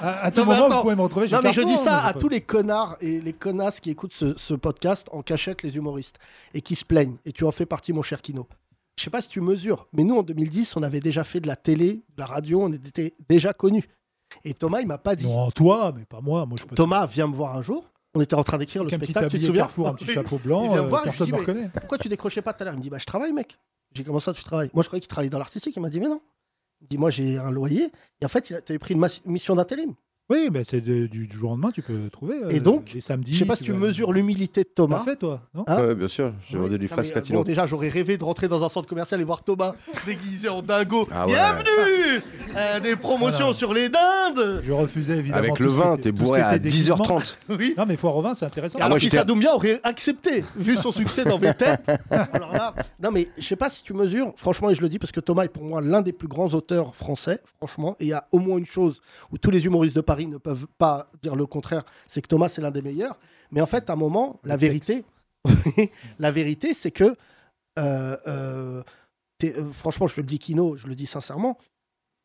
Speaker 5: À, à tout
Speaker 3: Non, mais
Speaker 5: moment,
Speaker 3: attends.
Speaker 5: vous pouvez me retrouver. chez
Speaker 3: Non, mais je
Speaker 5: Carrefour,
Speaker 3: dis ça
Speaker 5: hein,
Speaker 3: à
Speaker 5: j'ai
Speaker 3: tous
Speaker 5: pas-
Speaker 3: les connards et les connasses qui écoutent ce, ce podcast en cachette, les humoristes, et qui se plaignent. Et tu en fais partie, mon cher Kino. Je sais pas si tu mesures, mais nous, en 2010, on avait déjà fait de la télé, de la radio, on était déjà connus. Et Thomas, il m'a pas dit.
Speaker 5: Non, toi, mais pas moi. Moi, je peux.
Speaker 3: Thomas vient me voir un jour. On était en train d'écrire le
Speaker 5: Avec un petit
Speaker 3: spectacle, tu te
Speaker 5: tablier
Speaker 3: souviens
Speaker 5: Carrefour, un petit chapeau
Speaker 3: Il
Speaker 5: blanc.
Speaker 3: vient
Speaker 5: euh,
Speaker 3: voir, je
Speaker 5: personne
Speaker 3: dis,
Speaker 5: ne me
Speaker 3: mais-
Speaker 5: reconnaît.
Speaker 3: Pourquoi tu décrochais pas tout à l'heure Il me dit, bah, je travaille, mec. J'ai commencé ça, tu travailles. Moi, je croyais qu'il travaillait dans l'artistique. Il m'a dit, mais non. Il me dit, moi, j'ai un loyer. Et en fait, tu avais pris une mas- mission d'intérim.
Speaker 5: Oui, mais c'est de- du, du jour au lendemain, tu peux trouver. euh,
Speaker 3: Et donc,
Speaker 5: les samedis,
Speaker 3: je sais pas si tu
Speaker 5: vas-
Speaker 3: mesures l'humilité de Thomas.
Speaker 5: T'as fait, toi, non
Speaker 3: Hein
Speaker 4: Ouais, bien sûr, j'ai vendu du
Speaker 3: Non, mais,
Speaker 4: fast
Speaker 3: euh,
Speaker 4: catino.
Speaker 3: bon, déjà, j'aurais rêvé de rentrer dans un centre commercial et voir Thomas déguisé en dingo.
Speaker 4: Ah ouais.
Speaker 3: Bienvenue Euh, Des promotions
Speaker 5: Voilà.
Speaker 3: sur les dindes
Speaker 5: Je refusais évidemment.
Speaker 4: Avec
Speaker 5: tout
Speaker 4: le
Speaker 5: ce qui
Speaker 4: vin,
Speaker 5: était-
Speaker 4: t'es
Speaker 5: tout ce qui
Speaker 4: bourré
Speaker 5: était
Speaker 4: à
Speaker 5: déguisement.
Speaker 4: 10h30.
Speaker 3: Oui.
Speaker 5: Non, mais foire au vin, c'est intéressant.
Speaker 3: Alors
Speaker 4: Ah, moi,
Speaker 3: qu'Issa
Speaker 4: j'étais-
Speaker 3: Doumbia aurait accepté, vu son succès dans VTech. Alors là, non mais je sais pas si tu mesures, franchement, et je le dis parce que Thomas est pour moi l'un des plus grands auteurs français, franchement, et il y a au moins une chose où tous les humoristes de Paris ne peuvent pas dire le contraire, c'est que Thomas c'est l'un des meilleurs. Mais en fait, à un moment, la vérité, la vérité, c'est que, euh, euh, t'es- euh, franchement, je te le dis Kino, je le dis sincèrement,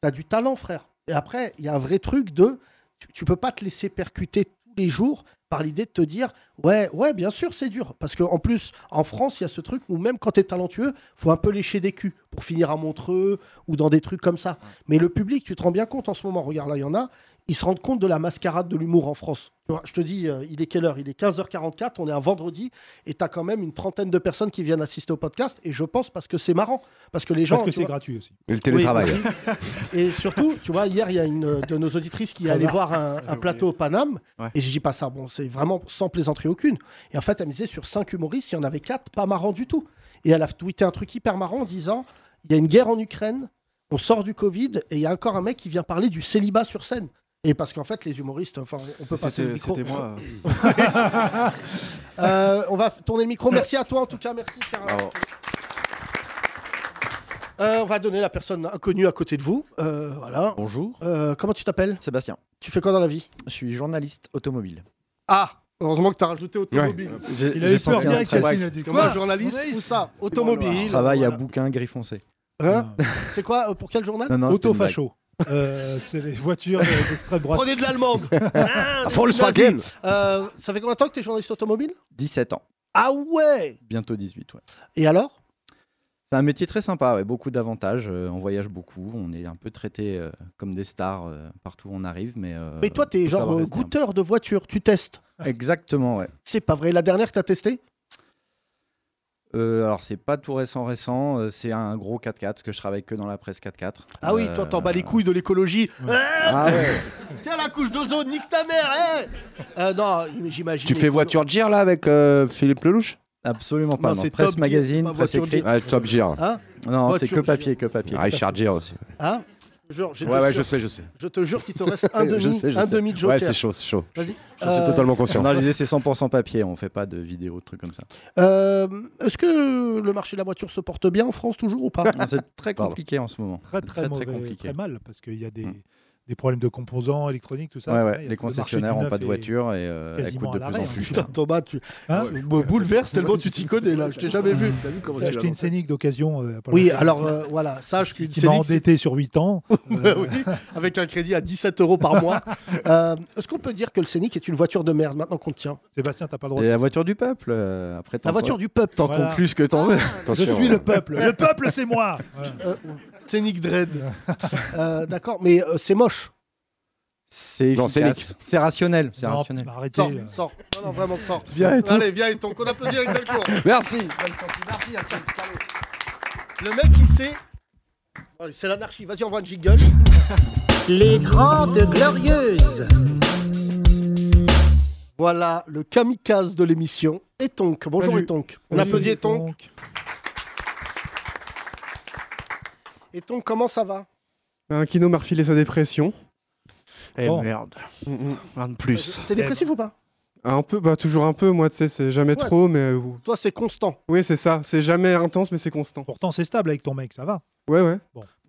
Speaker 3: t'as du talent, frère. Et après, il y a un vrai truc de, tu, tu peux pas te laisser percuter tous les jours par l'idée de te dire, ouais, ouais, bien sûr, c'est dur. Parce qu'en plus, en France, il y a ce truc où même quand t'es talentueux, faut un peu lécher des culs pour finir à Montreux ou dans des trucs comme ça. Mais le public, tu te rends bien compte en ce moment, regarde là, il y en a, ils se rendent compte de la mascarade de l'humour en France. Tu vois, je te dis, euh, il est quelle heure Il est 15h44, on est un vendredi, et t'as quand même une trentaine de personnes qui viennent assister au podcast, et je pense parce que c'est marrant. Parce que les gens.
Speaker 5: Parce que
Speaker 3: tu
Speaker 5: c'est
Speaker 3: vois,
Speaker 5: gratuit aussi.
Speaker 4: Et le télétravail.
Speaker 3: oui, aussi. et surtout, tu vois, hier, il y a une euh, de nos auditrices qui est allée voir un, un plateau au Paname.
Speaker 6: Ouais.
Speaker 3: Et je dis pas ça, bon, c'est vraiment sans plaisanterie aucune. Et en fait, elle me disait, sur cinq humoristes, il y en avait quatre pas marrants du tout. Et elle a tweeté un truc hyper marrant en disant, il y a une guerre en Ukraine, on sort du Covid, et il y a encore un mec qui vient parler du célibat sur scène. Et parce qu'en fait, les humoristes, enfin, on peut passer le
Speaker 6: C'était
Speaker 3: micro.
Speaker 6: c'était moi.
Speaker 3: Euh, on va f- tourner le micro. Merci à toi, en tout cas. Merci, cher- Euh, on va donner la personne inconnue à côté de vous. Euh, voilà.
Speaker 13: Bonjour.
Speaker 3: Euh, comment tu t'appelles
Speaker 13: Sébastien,
Speaker 3: Tu fais quoi dans la vie
Speaker 13: je suis journaliste automobile.
Speaker 3: Ah Heureusement que tu as rajouté automobile.
Speaker 13: J'ai-
Speaker 5: Il
Speaker 13: j'ai
Speaker 5: a eu
Speaker 13: senti
Speaker 5: peur
Speaker 13: un
Speaker 5: direct,
Speaker 13: stress.
Speaker 5: Yacine a dit
Speaker 3: Comme un
Speaker 5: quoi
Speaker 3: journaliste,
Speaker 5: Journaliste.
Speaker 3: ou ça
Speaker 13: Je
Speaker 3: Automobile.
Speaker 13: travaille
Speaker 3: Voilà.
Speaker 13: à bouquin gris foncé.
Speaker 3: Hein C'est quoi euh, Pour quel journal
Speaker 13: Non, non, c'était une blague.
Speaker 5: Autofacho. Euh, c'est les voitures euh, d'extrême droite.
Speaker 3: Prenez de l'allemande Ah,
Speaker 4: Volkswagen
Speaker 3: nazi. Euh, Ça fait combien de temps que tu es journaliste automobile
Speaker 13: 17 ans,
Speaker 3: Ah ouais
Speaker 13: bientôt 18. Ouais.
Speaker 3: Et alors
Speaker 13: C'est un métier très sympa, ouais, beaucoup d'avantages. euh, on voyage beaucoup, on est un peu traité euh, comme des stars euh, partout où on arrive. Mais, euh,
Speaker 3: Mais toi, t'es
Speaker 13: faut
Speaker 3: genre
Speaker 13: savoir
Speaker 3: euh,
Speaker 13: rester un peu-
Speaker 3: goûteur de voiture, tu testes.
Speaker 13: Exactement, ouais.
Speaker 3: C'est pas vrai. La dernière que t'as testée
Speaker 13: Euh, alors, c'est pas tout récent, récent. euh, c'est un gros 4x4, parce que je travaille que dans la presse Euh, 4x4.
Speaker 3: Ah oui, toi, t'en bats
Speaker 5: Euh,
Speaker 3: les couilles de l'écologie. Eh,
Speaker 4: Ah ouais.
Speaker 3: tiens, la couche d'ozone, nique ta mère eh Euh, Non, j'imagine.
Speaker 4: Tu fais voiture de gire là avec euh, Philippe Lelouch
Speaker 13: Absolument pas.
Speaker 3: Non,
Speaker 13: Non,
Speaker 3: c'est Top
Speaker 13: presse
Speaker 3: Gear,
Speaker 13: magazine,
Speaker 3: pas
Speaker 13: presse
Speaker 3: voiture de
Speaker 13: écrite.
Speaker 4: Ah, top gire.
Speaker 3: Hein
Speaker 13: Non, c'est
Speaker 3: Voiture
Speaker 13: que
Speaker 3: Gear.
Speaker 13: papier, que papier.
Speaker 4: Richard Gire aussi.
Speaker 3: Hein Genre, je, te
Speaker 4: Ouais, ouais,
Speaker 3: jure-
Speaker 4: je sais, je sais.
Speaker 3: je te jure qu'il te reste un demi,
Speaker 4: je sais, je
Speaker 3: un
Speaker 4: sais.
Speaker 3: demi de
Speaker 4: Ouais,
Speaker 3: joker.
Speaker 4: c'est chaud, c'est chaud.
Speaker 3: Vas-y.
Speaker 4: Je
Speaker 3: Euh,
Speaker 4: suis totalement conscient.
Speaker 13: Non, l'idée c'est 100% papier, on fait pas de vidéo, de trucs comme ça.
Speaker 3: Euh, Est-ce que le marché de la voiture se porte bien en France toujours ou pas
Speaker 13: Non, C'est très
Speaker 4: Pardon.
Speaker 13: compliqué en ce moment.
Speaker 5: très très,
Speaker 13: très,
Speaker 5: mauvais,
Speaker 13: très compliqué.
Speaker 5: très mal parce qu'il y a des,
Speaker 13: Mm.
Speaker 5: des problèmes de composants électroniques tout ça.
Speaker 13: ouais,
Speaker 5: Voilà, il
Speaker 13: ouais.
Speaker 5: y a
Speaker 13: Les
Speaker 5: tout le marché
Speaker 13: concessionnaires
Speaker 5: du
Speaker 13: n'ont
Speaker 5: neuf
Speaker 13: pas de
Speaker 5: et-
Speaker 13: voiture et euh, elles
Speaker 5: quasiment
Speaker 13: coûtent de
Speaker 5: à
Speaker 13: plus en
Speaker 5: l'arrêt, hein,
Speaker 13: plus
Speaker 5: putain.
Speaker 13: cher.
Speaker 3: Thomas, Ah, tu
Speaker 5: Hein
Speaker 3: me bouleverse tellement tu t'y connais là, je t'ai jamais vu.
Speaker 5: J'ai acheté une scénique d'occasion. euh, pas
Speaker 3: Oui,
Speaker 5: longtemps,
Speaker 3: alors euh, voilà, sache qu'une
Speaker 5: qui m'a
Speaker 3: Scénic, c'est-
Speaker 5: endetté sur 8 ans.
Speaker 3: Bah Oui, avec un crédit à 17 euros par mois. Euh, Est-ce qu'on peut dire que le Scénic est une voiture de merde maintenant qu'on le tient
Speaker 5: Sébastien, t'as pas le droit.
Speaker 13: Et
Speaker 5: de
Speaker 13: la
Speaker 5: dire
Speaker 13: voiture du peuple, euh, après
Speaker 3: La
Speaker 13: t'en
Speaker 3: voiture du peuple.
Speaker 13: t'en
Speaker 5: Voilà.
Speaker 13: conclus ce que t'en veux.
Speaker 5: ça. Je
Speaker 4: Attention,
Speaker 5: suis
Speaker 4: hein.
Speaker 5: le peuple. Le peuple, c'est moi. Voilà.
Speaker 3: Euh, Scénic Dread. Euh, D'accord, mais euh, c'est moche.
Speaker 13: C'est
Speaker 4: Non, c'est
Speaker 13: efficace. C'est rationnel, c'est
Speaker 5: Non,
Speaker 13: rationnel.
Speaker 5: Arrêtez.
Speaker 3: Sors,
Speaker 5: là.
Speaker 3: sors. Non, non, vraiment, sors.
Speaker 13: euh. Viens et tout.
Speaker 3: Allez, viens et ton, qu'on applaudit avec le cours.
Speaker 4: Merci.
Speaker 3: Le mec, il sait. Oh, C'est l'anarchie, vas-y, envoie une jingle.
Speaker 1: Les Grandes Glorieuses.
Speaker 3: Voilà le kamikaze de l'émission. Et Tonk. Bonjour
Speaker 5: Salut.
Speaker 3: et Tonk. On applaudit et Tonk.
Speaker 5: Donc,
Speaker 3: Et Tonk, comment ça va
Speaker 14: Un kino m'a refilé sa dépression.
Speaker 6: Eh
Speaker 5: Bon.
Speaker 6: merde. Un mm, de plus.
Speaker 3: T'es dépressif ou pas
Speaker 14: Un peu, bah toujours un peu, moi, tu sais, c'est jamais
Speaker 3: Ouais.
Speaker 14: trop, mais euh, ou-
Speaker 3: Toi, c'est constant.
Speaker 14: oui, c'est ça. C'est jamais intense, mais c'est constant.
Speaker 5: Pourtant, c'est stable avec ton mec, ça va.
Speaker 14: Ouais, ouais,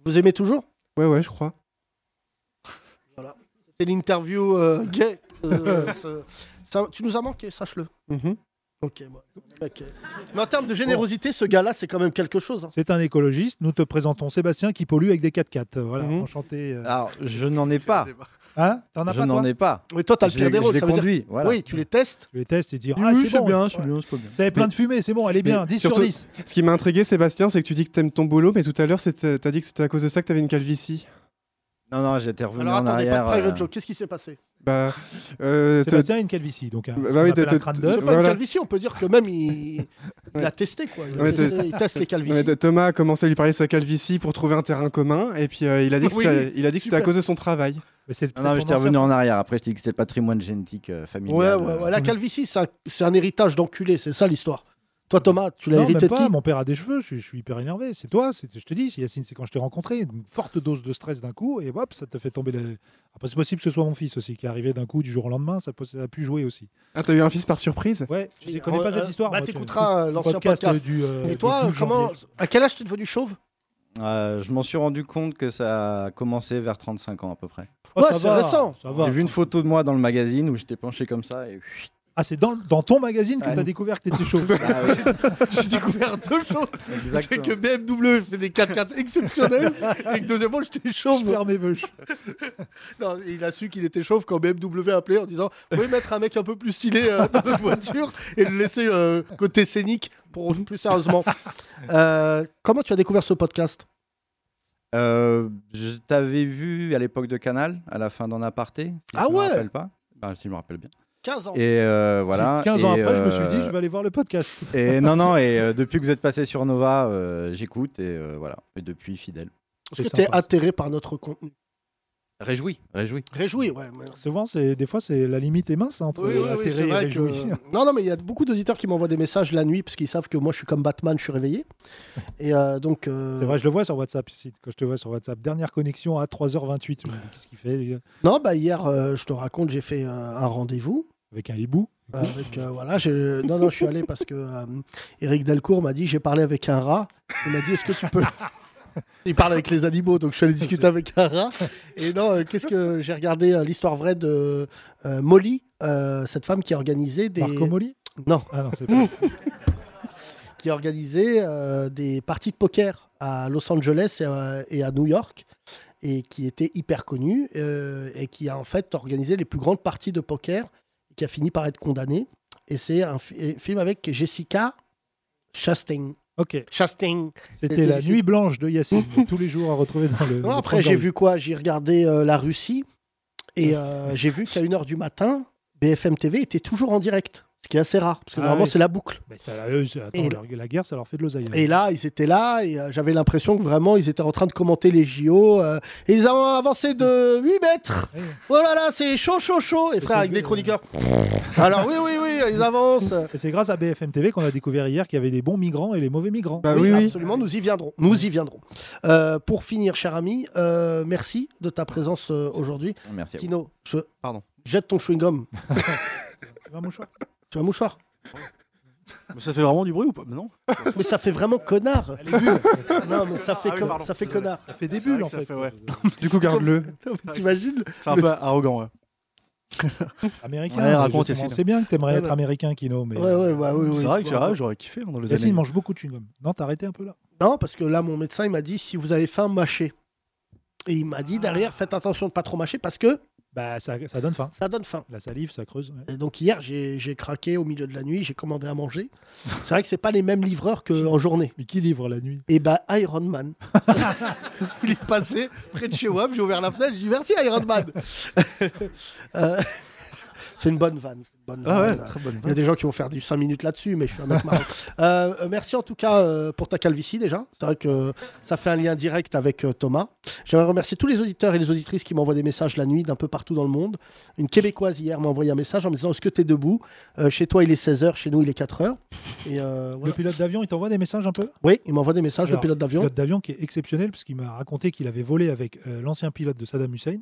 Speaker 3: Vous aimez toujours
Speaker 14: ouais, ouais, je crois.
Speaker 3: C'est l'interview euh, gay. Euh, ce- ça- tu nous as manqué, sache-le.
Speaker 14: Mhm.
Speaker 3: Mm-hmm. Ok, moi. ok. Mais en termes de générosité, ce gars-là, c'est quand même quelque chose. hein.
Speaker 5: C'est un écologiste. Nous te présentons Sébastien qui pollue avec des 4x4. Voilà,
Speaker 3: Mm-hmm.
Speaker 14: Mhm.
Speaker 5: enchanté. euh.
Speaker 13: Alors, je n'en ai pas.
Speaker 5: Hein T'en as
Speaker 13: Je
Speaker 5: pas toi
Speaker 13: n'en ai pas.
Speaker 3: Mais toi, t'as le
Speaker 13: Je
Speaker 3: pire
Speaker 13: les-
Speaker 3: des
Speaker 13: je
Speaker 3: rôles.
Speaker 13: les
Speaker 3: ça veut dire-
Speaker 13: conduis, voilà.
Speaker 3: Oui, tu les testes.
Speaker 5: Tu les tests et dire
Speaker 13: Oui,
Speaker 5: Ah,
Speaker 13: oui,
Speaker 5: c'est bon.
Speaker 13: bien,
Speaker 5: Ouais.
Speaker 13: c'est bien, c'est pas bien.
Speaker 5: Ça avait plein de fumée, c'est bon, elle est bien.
Speaker 14: Mais
Speaker 5: 10 sur
Speaker 14: surtout-
Speaker 5: 10.
Speaker 14: Ce qui m'a intrigué, Sébastien, c'est que tu dis que t'aimes ton boulot, mais tout à l'heure, c'était- t'as dit que c'était à cause de ça que t'avais une calvitie.
Speaker 13: Non, non, j'étais revenu
Speaker 3: Alors
Speaker 13: en
Speaker 3: attendez,
Speaker 13: arrière.
Speaker 3: pas de private
Speaker 13: euh,
Speaker 3: joke. Qu'est-ce qui s'est passé
Speaker 14: Bah, euh,
Speaker 5: Sébastien
Speaker 14: te-
Speaker 5: a une calvitie, donc un-
Speaker 14: Bah
Speaker 5: ce
Speaker 14: oui,
Speaker 5: qu'on
Speaker 14: te-
Speaker 5: appelle un
Speaker 14: te-
Speaker 5: crâne
Speaker 14: te-
Speaker 5: d'œuf.
Speaker 3: C'est pas
Speaker 14: voilà.
Speaker 3: une calvitie, on peut dire que même il, il a testé quoi. Il, a
Speaker 14: Ouais, te-
Speaker 3: testé- il teste les calvities.
Speaker 14: Ouais, te- Thomas a commencé à lui parler de sa calvitie pour trouver un terrain commun, et puis euh, il a dit que
Speaker 3: Oui,
Speaker 14: c'était
Speaker 3: oui,
Speaker 14: il a dit que c'était à
Speaker 3: super.
Speaker 14: cause de son travail.
Speaker 5: Ah
Speaker 13: Non, non, mais j'étais revenu en arrière. Après, je t'ai dit que c'était le patrimoine génétique euh,
Speaker 3: Ouais,
Speaker 13: familial.
Speaker 3: ouais,
Speaker 13: euh,
Speaker 3: ouais, la calvitie, c'est un, c'est un héritage d'enculé, c'est ça l'histoire. Toi, Thomas, tu l'as
Speaker 5: Non, même
Speaker 3: hérité de
Speaker 5: pas.
Speaker 3: qui
Speaker 5: Mon père a des cheveux. Je, je suis hyper énervé. C'est toi. c'est- Je te dis, c'est Yacine, c'est quand je t'ai rencontré. Une forte dose de stress d'un coup, et hop, ça te fait tomber. Le... Après, c'est possible que ce soit mon fils aussi qui est arrivé d'un coup, du jour au lendemain. Ça, peut- ça a pu jouer aussi.
Speaker 14: Ah, t'as eu un fils par surprise
Speaker 5: Ouais, tu sais,
Speaker 3: Oui,
Speaker 5: connais
Speaker 3: euh,
Speaker 5: pas
Speaker 3: euh,
Speaker 5: cette histoire.
Speaker 3: Bah,
Speaker 5: moi, tu-
Speaker 3: t'écouteras euh,
Speaker 5: le
Speaker 3: l'ancien podcast.
Speaker 5: du, euh,
Speaker 3: Et
Speaker 5: du
Speaker 3: toi,
Speaker 5: 12
Speaker 3: comment,
Speaker 5: janvier.
Speaker 3: à quel âge t'es devenu chauve
Speaker 13: euh, je m'en suis rendu compte que ça a commencé vers 35 ans à peu près.
Speaker 5: Oh, Ouais, ça c'est va, récent. ça va.
Speaker 13: J'ai vu une photo de moi dans le magazine où j'étais penché comme ça et
Speaker 5: Ah, c'est dans, dans ton magazine
Speaker 3: Ah,
Speaker 5: que t'as découvert que t'étais chaud.
Speaker 3: Bah
Speaker 7: J'ai découvert deux choses. C'est
Speaker 5: Exactement.
Speaker 7: que BMW fait des 4x4 exceptionnels et que deuxièmement, j'étais chauve. Je
Speaker 5: ferme mes bouches.
Speaker 7: non, il a su qu'il était chauve quand BMW a appelé en disant Vous pouvez mettre un mec un peu plus stylé euh, dans notre voiture et le laisser euh, côté scénique pour plus sérieusement.
Speaker 3: Euh, Comment tu as découvert ce podcast
Speaker 13: Euh, je t'avais vu à l'époque de Canal, à la fin d'un aparté. si
Speaker 3: Ah
Speaker 13: je me
Speaker 3: ouais
Speaker 13: rappelle pas. Ben, si je me rappelle bien.
Speaker 3: 15 ans.
Speaker 13: Et euh, voilà.
Speaker 5: 15 ans
Speaker 13: et,
Speaker 5: après, je me
Speaker 13: euh,
Speaker 5: suis dit, je vais aller voir le podcast.
Speaker 13: Et non, non, et euh, depuis que vous êtes passé sur Nova, euh, j'écoute et euh, voilà. Et depuis, fidèle.
Speaker 3: Est-ce que t'es atterré par notre contenu
Speaker 13: Réjoui, réjoui.
Speaker 3: Réjoui, ouais. mais-
Speaker 5: Souvent, c'est des fois, c'est la limite est mince hein, entre
Speaker 3: Oui, oui, oui,
Speaker 5: atterré
Speaker 3: c'est
Speaker 5: et
Speaker 3: vrai que-
Speaker 5: réjoui.
Speaker 3: Non, non, mais il y a beaucoup d'auditeurs qui m'envoient des messages la nuit parce qu'ils savent que moi je suis comme Batman, je suis réveillé. Et euh, donc. euh,
Speaker 5: C'est vrai, je le vois sur WhatsApp ici. Quand je te vois sur WhatsApp, dernière connexion à 3h28. Je me dis, Qu'est-ce qu'il fait lui
Speaker 3: Non, bah hier, euh, je te raconte, j'ai fait euh, un rendez-vous.
Speaker 5: Avec un hibou
Speaker 3: Avec, euh, voilà, j'ai- non, non, je suis allé parce que euh, Eric Delcourt m'a dit j'ai parlé avec un rat. Il m'a dit est-ce que tu peux. Il parle avec les animaux, donc je suis allé discuter avec un rat. Et non, euh, qu'est-ce que j'ai regardé euh, l'histoire vraie de euh, Molly, euh, cette femme qui a organisé des.
Speaker 5: Marco Molly
Speaker 3: Non.
Speaker 5: Ah non, c'est pas.
Speaker 3: qui organisait euh, des parties de poker à Los Angeles et à, et à New York et qui était hyper connu euh, et qui a en fait organisé les plus grandes parties de poker et qui a fini par être condamné. Et c'est un fi- film avec Jessica Chastain.
Speaker 5: Ok.
Speaker 3: Chastain.
Speaker 5: C'était la
Speaker 3: du-
Speaker 5: nuit blanche de Yacine, tous les jours à retrouver dans le.
Speaker 3: Non,
Speaker 5: le
Speaker 3: après, j'ai
Speaker 5: programme.
Speaker 3: vu quoi J'ai regardé euh, la Russie et euh, j'ai vu qu'à 1h du matin, BFM TV était toujours en direct, ce qui est assez rare parce que
Speaker 5: Ah
Speaker 3: normalement,
Speaker 5: oui.
Speaker 3: c'est la boucle.
Speaker 5: Mais ça, eux, c'est- attends,
Speaker 3: Et-
Speaker 5: leur- la guerre, ça leur fait de l'oseille.
Speaker 3: Et là, ils étaient là et euh, j'avais l'impression que vraiment, ils étaient en train de commenter les JO. euh, et ils ont avancé de 8 mètres. Oh là là, c'est chaud, chaud, chaud. Et frère, avec des chroniqueurs. Alors oui, oui, oui, ils avancent.
Speaker 5: Et c'est grâce à BFM TV qu'on a découvert hier qu'il y avait des bons migrants et les mauvais migrants.
Speaker 3: Bah oui, absolument, nous y viendrons. Nous y viendrons. Euh, pour finir, cher ami, euh, merci de ta présence euh, aujourd'hui.
Speaker 13: Merci à vous.
Speaker 3: Kino, je
Speaker 13: Pardon.
Speaker 3: jette ton chewing-gum.
Speaker 5: Un mouchoir
Speaker 3: tu as un mouchoir
Speaker 6: Ça fait vraiment du bruit ou pas Non.
Speaker 3: Mais ça fait vraiment connard. non, mais ça fait,
Speaker 6: Ah oui,
Speaker 3: con-
Speaker 6: pardon.
Speaker 3: ça fait
Speaker 6: Désolé.
Speaker 3: connard.
Speaker 5: Ça fait des bulles en fait.
Speaker 14: Du coup, garde-le.
Speaker 3: Non, mais T'imagines
Speaker 6: C'est un peu arrogant, ouais.
Speaker 5: Américain.
Speaker 6: bah, Ouais,
Speaker 5: mais
Speaker 6: raconte,
Speaker 5: justement,
Speaker 6: Yacine.
Speaker 5: c'est bien que t'aimerais
Speaker 6: Ouais,
Speaker 5: être
Speaker 6: ouais.
Speaker 5: américain, Kino. Mais... euh,
Speaker 3: Ouais, ouais, bah oui, oui.
Speaker 6: C'est vrai que j'aurais- j'aurais kiffé hein, dans les
Speaker 5: Yacine
Speaker 6: années.
Speaker 5: mange beaucoup de chewing-gum. Non, t'as arrêté un peu là.
Speaker 3: Non, parce que là, mon médecin, il m'a dit si vous avez faim, mâchez. Et il m'a dit derrière, faites attention de pas trop mâcher parce que
Speaker 5: Ah. Bah, ça, ça donne faim.
Speaker 3: ça donne faim.
Speaker 5: La salive, ça creuse. ouais.
Speaker 3: Et donc hier, j'ai j'ai craqué au milieu de la nuit, j'ai commandé à manger. C'est vrai que c'est pas les mêmes livreurs qu'en journée.
Speaker 5: Mais qui livre la nuit
Speaker 3: Et bah Iron Man.
Speaker 7: Il est passé près de chez WAM, j'ai ouvert la fenêtre, j'ai dit Merci Iron Man.
Speaker 3: Euh, C'est une bonne vanne. c'est une bonne
Speaker 7: Ah ouais,
Speaker 3: vanne.
Speaker 7: très bonne
Speaker 3: Il y a des gens qui vont faire du 5 minutes là-dessus, mais je suis un mec marrant. Euh, euh, merci en tout cas euh, pour ta calvitie déjà. C'est vrai que euh, ça fait un lien direct avec euh, Thomas. J'aimerais remercier tous les auditeurs et les auditrices qui m'envoient des messages la nuit d'un peu partout dans le monde. Une Québécoise hier m'a envoyé un message en me disant Est-ce que tu es debout Euh, Chez toi, il est 16h, chez nous, il est 4h. Et euh, voilà.
Speaker 5: Le pilote d'avion, il t'envoie des messages un peu
Speaker 3: Oui, il m'envoie des messages,
Speaker 5: Alors,
Speaker 3: le pilote d'avion.
Speaker 5: Pilote d'avion qui est exceptionnel parce qu'il m'a raconté qu'il avait volé avec euh, l'ancien pilote de Saddam Hussein.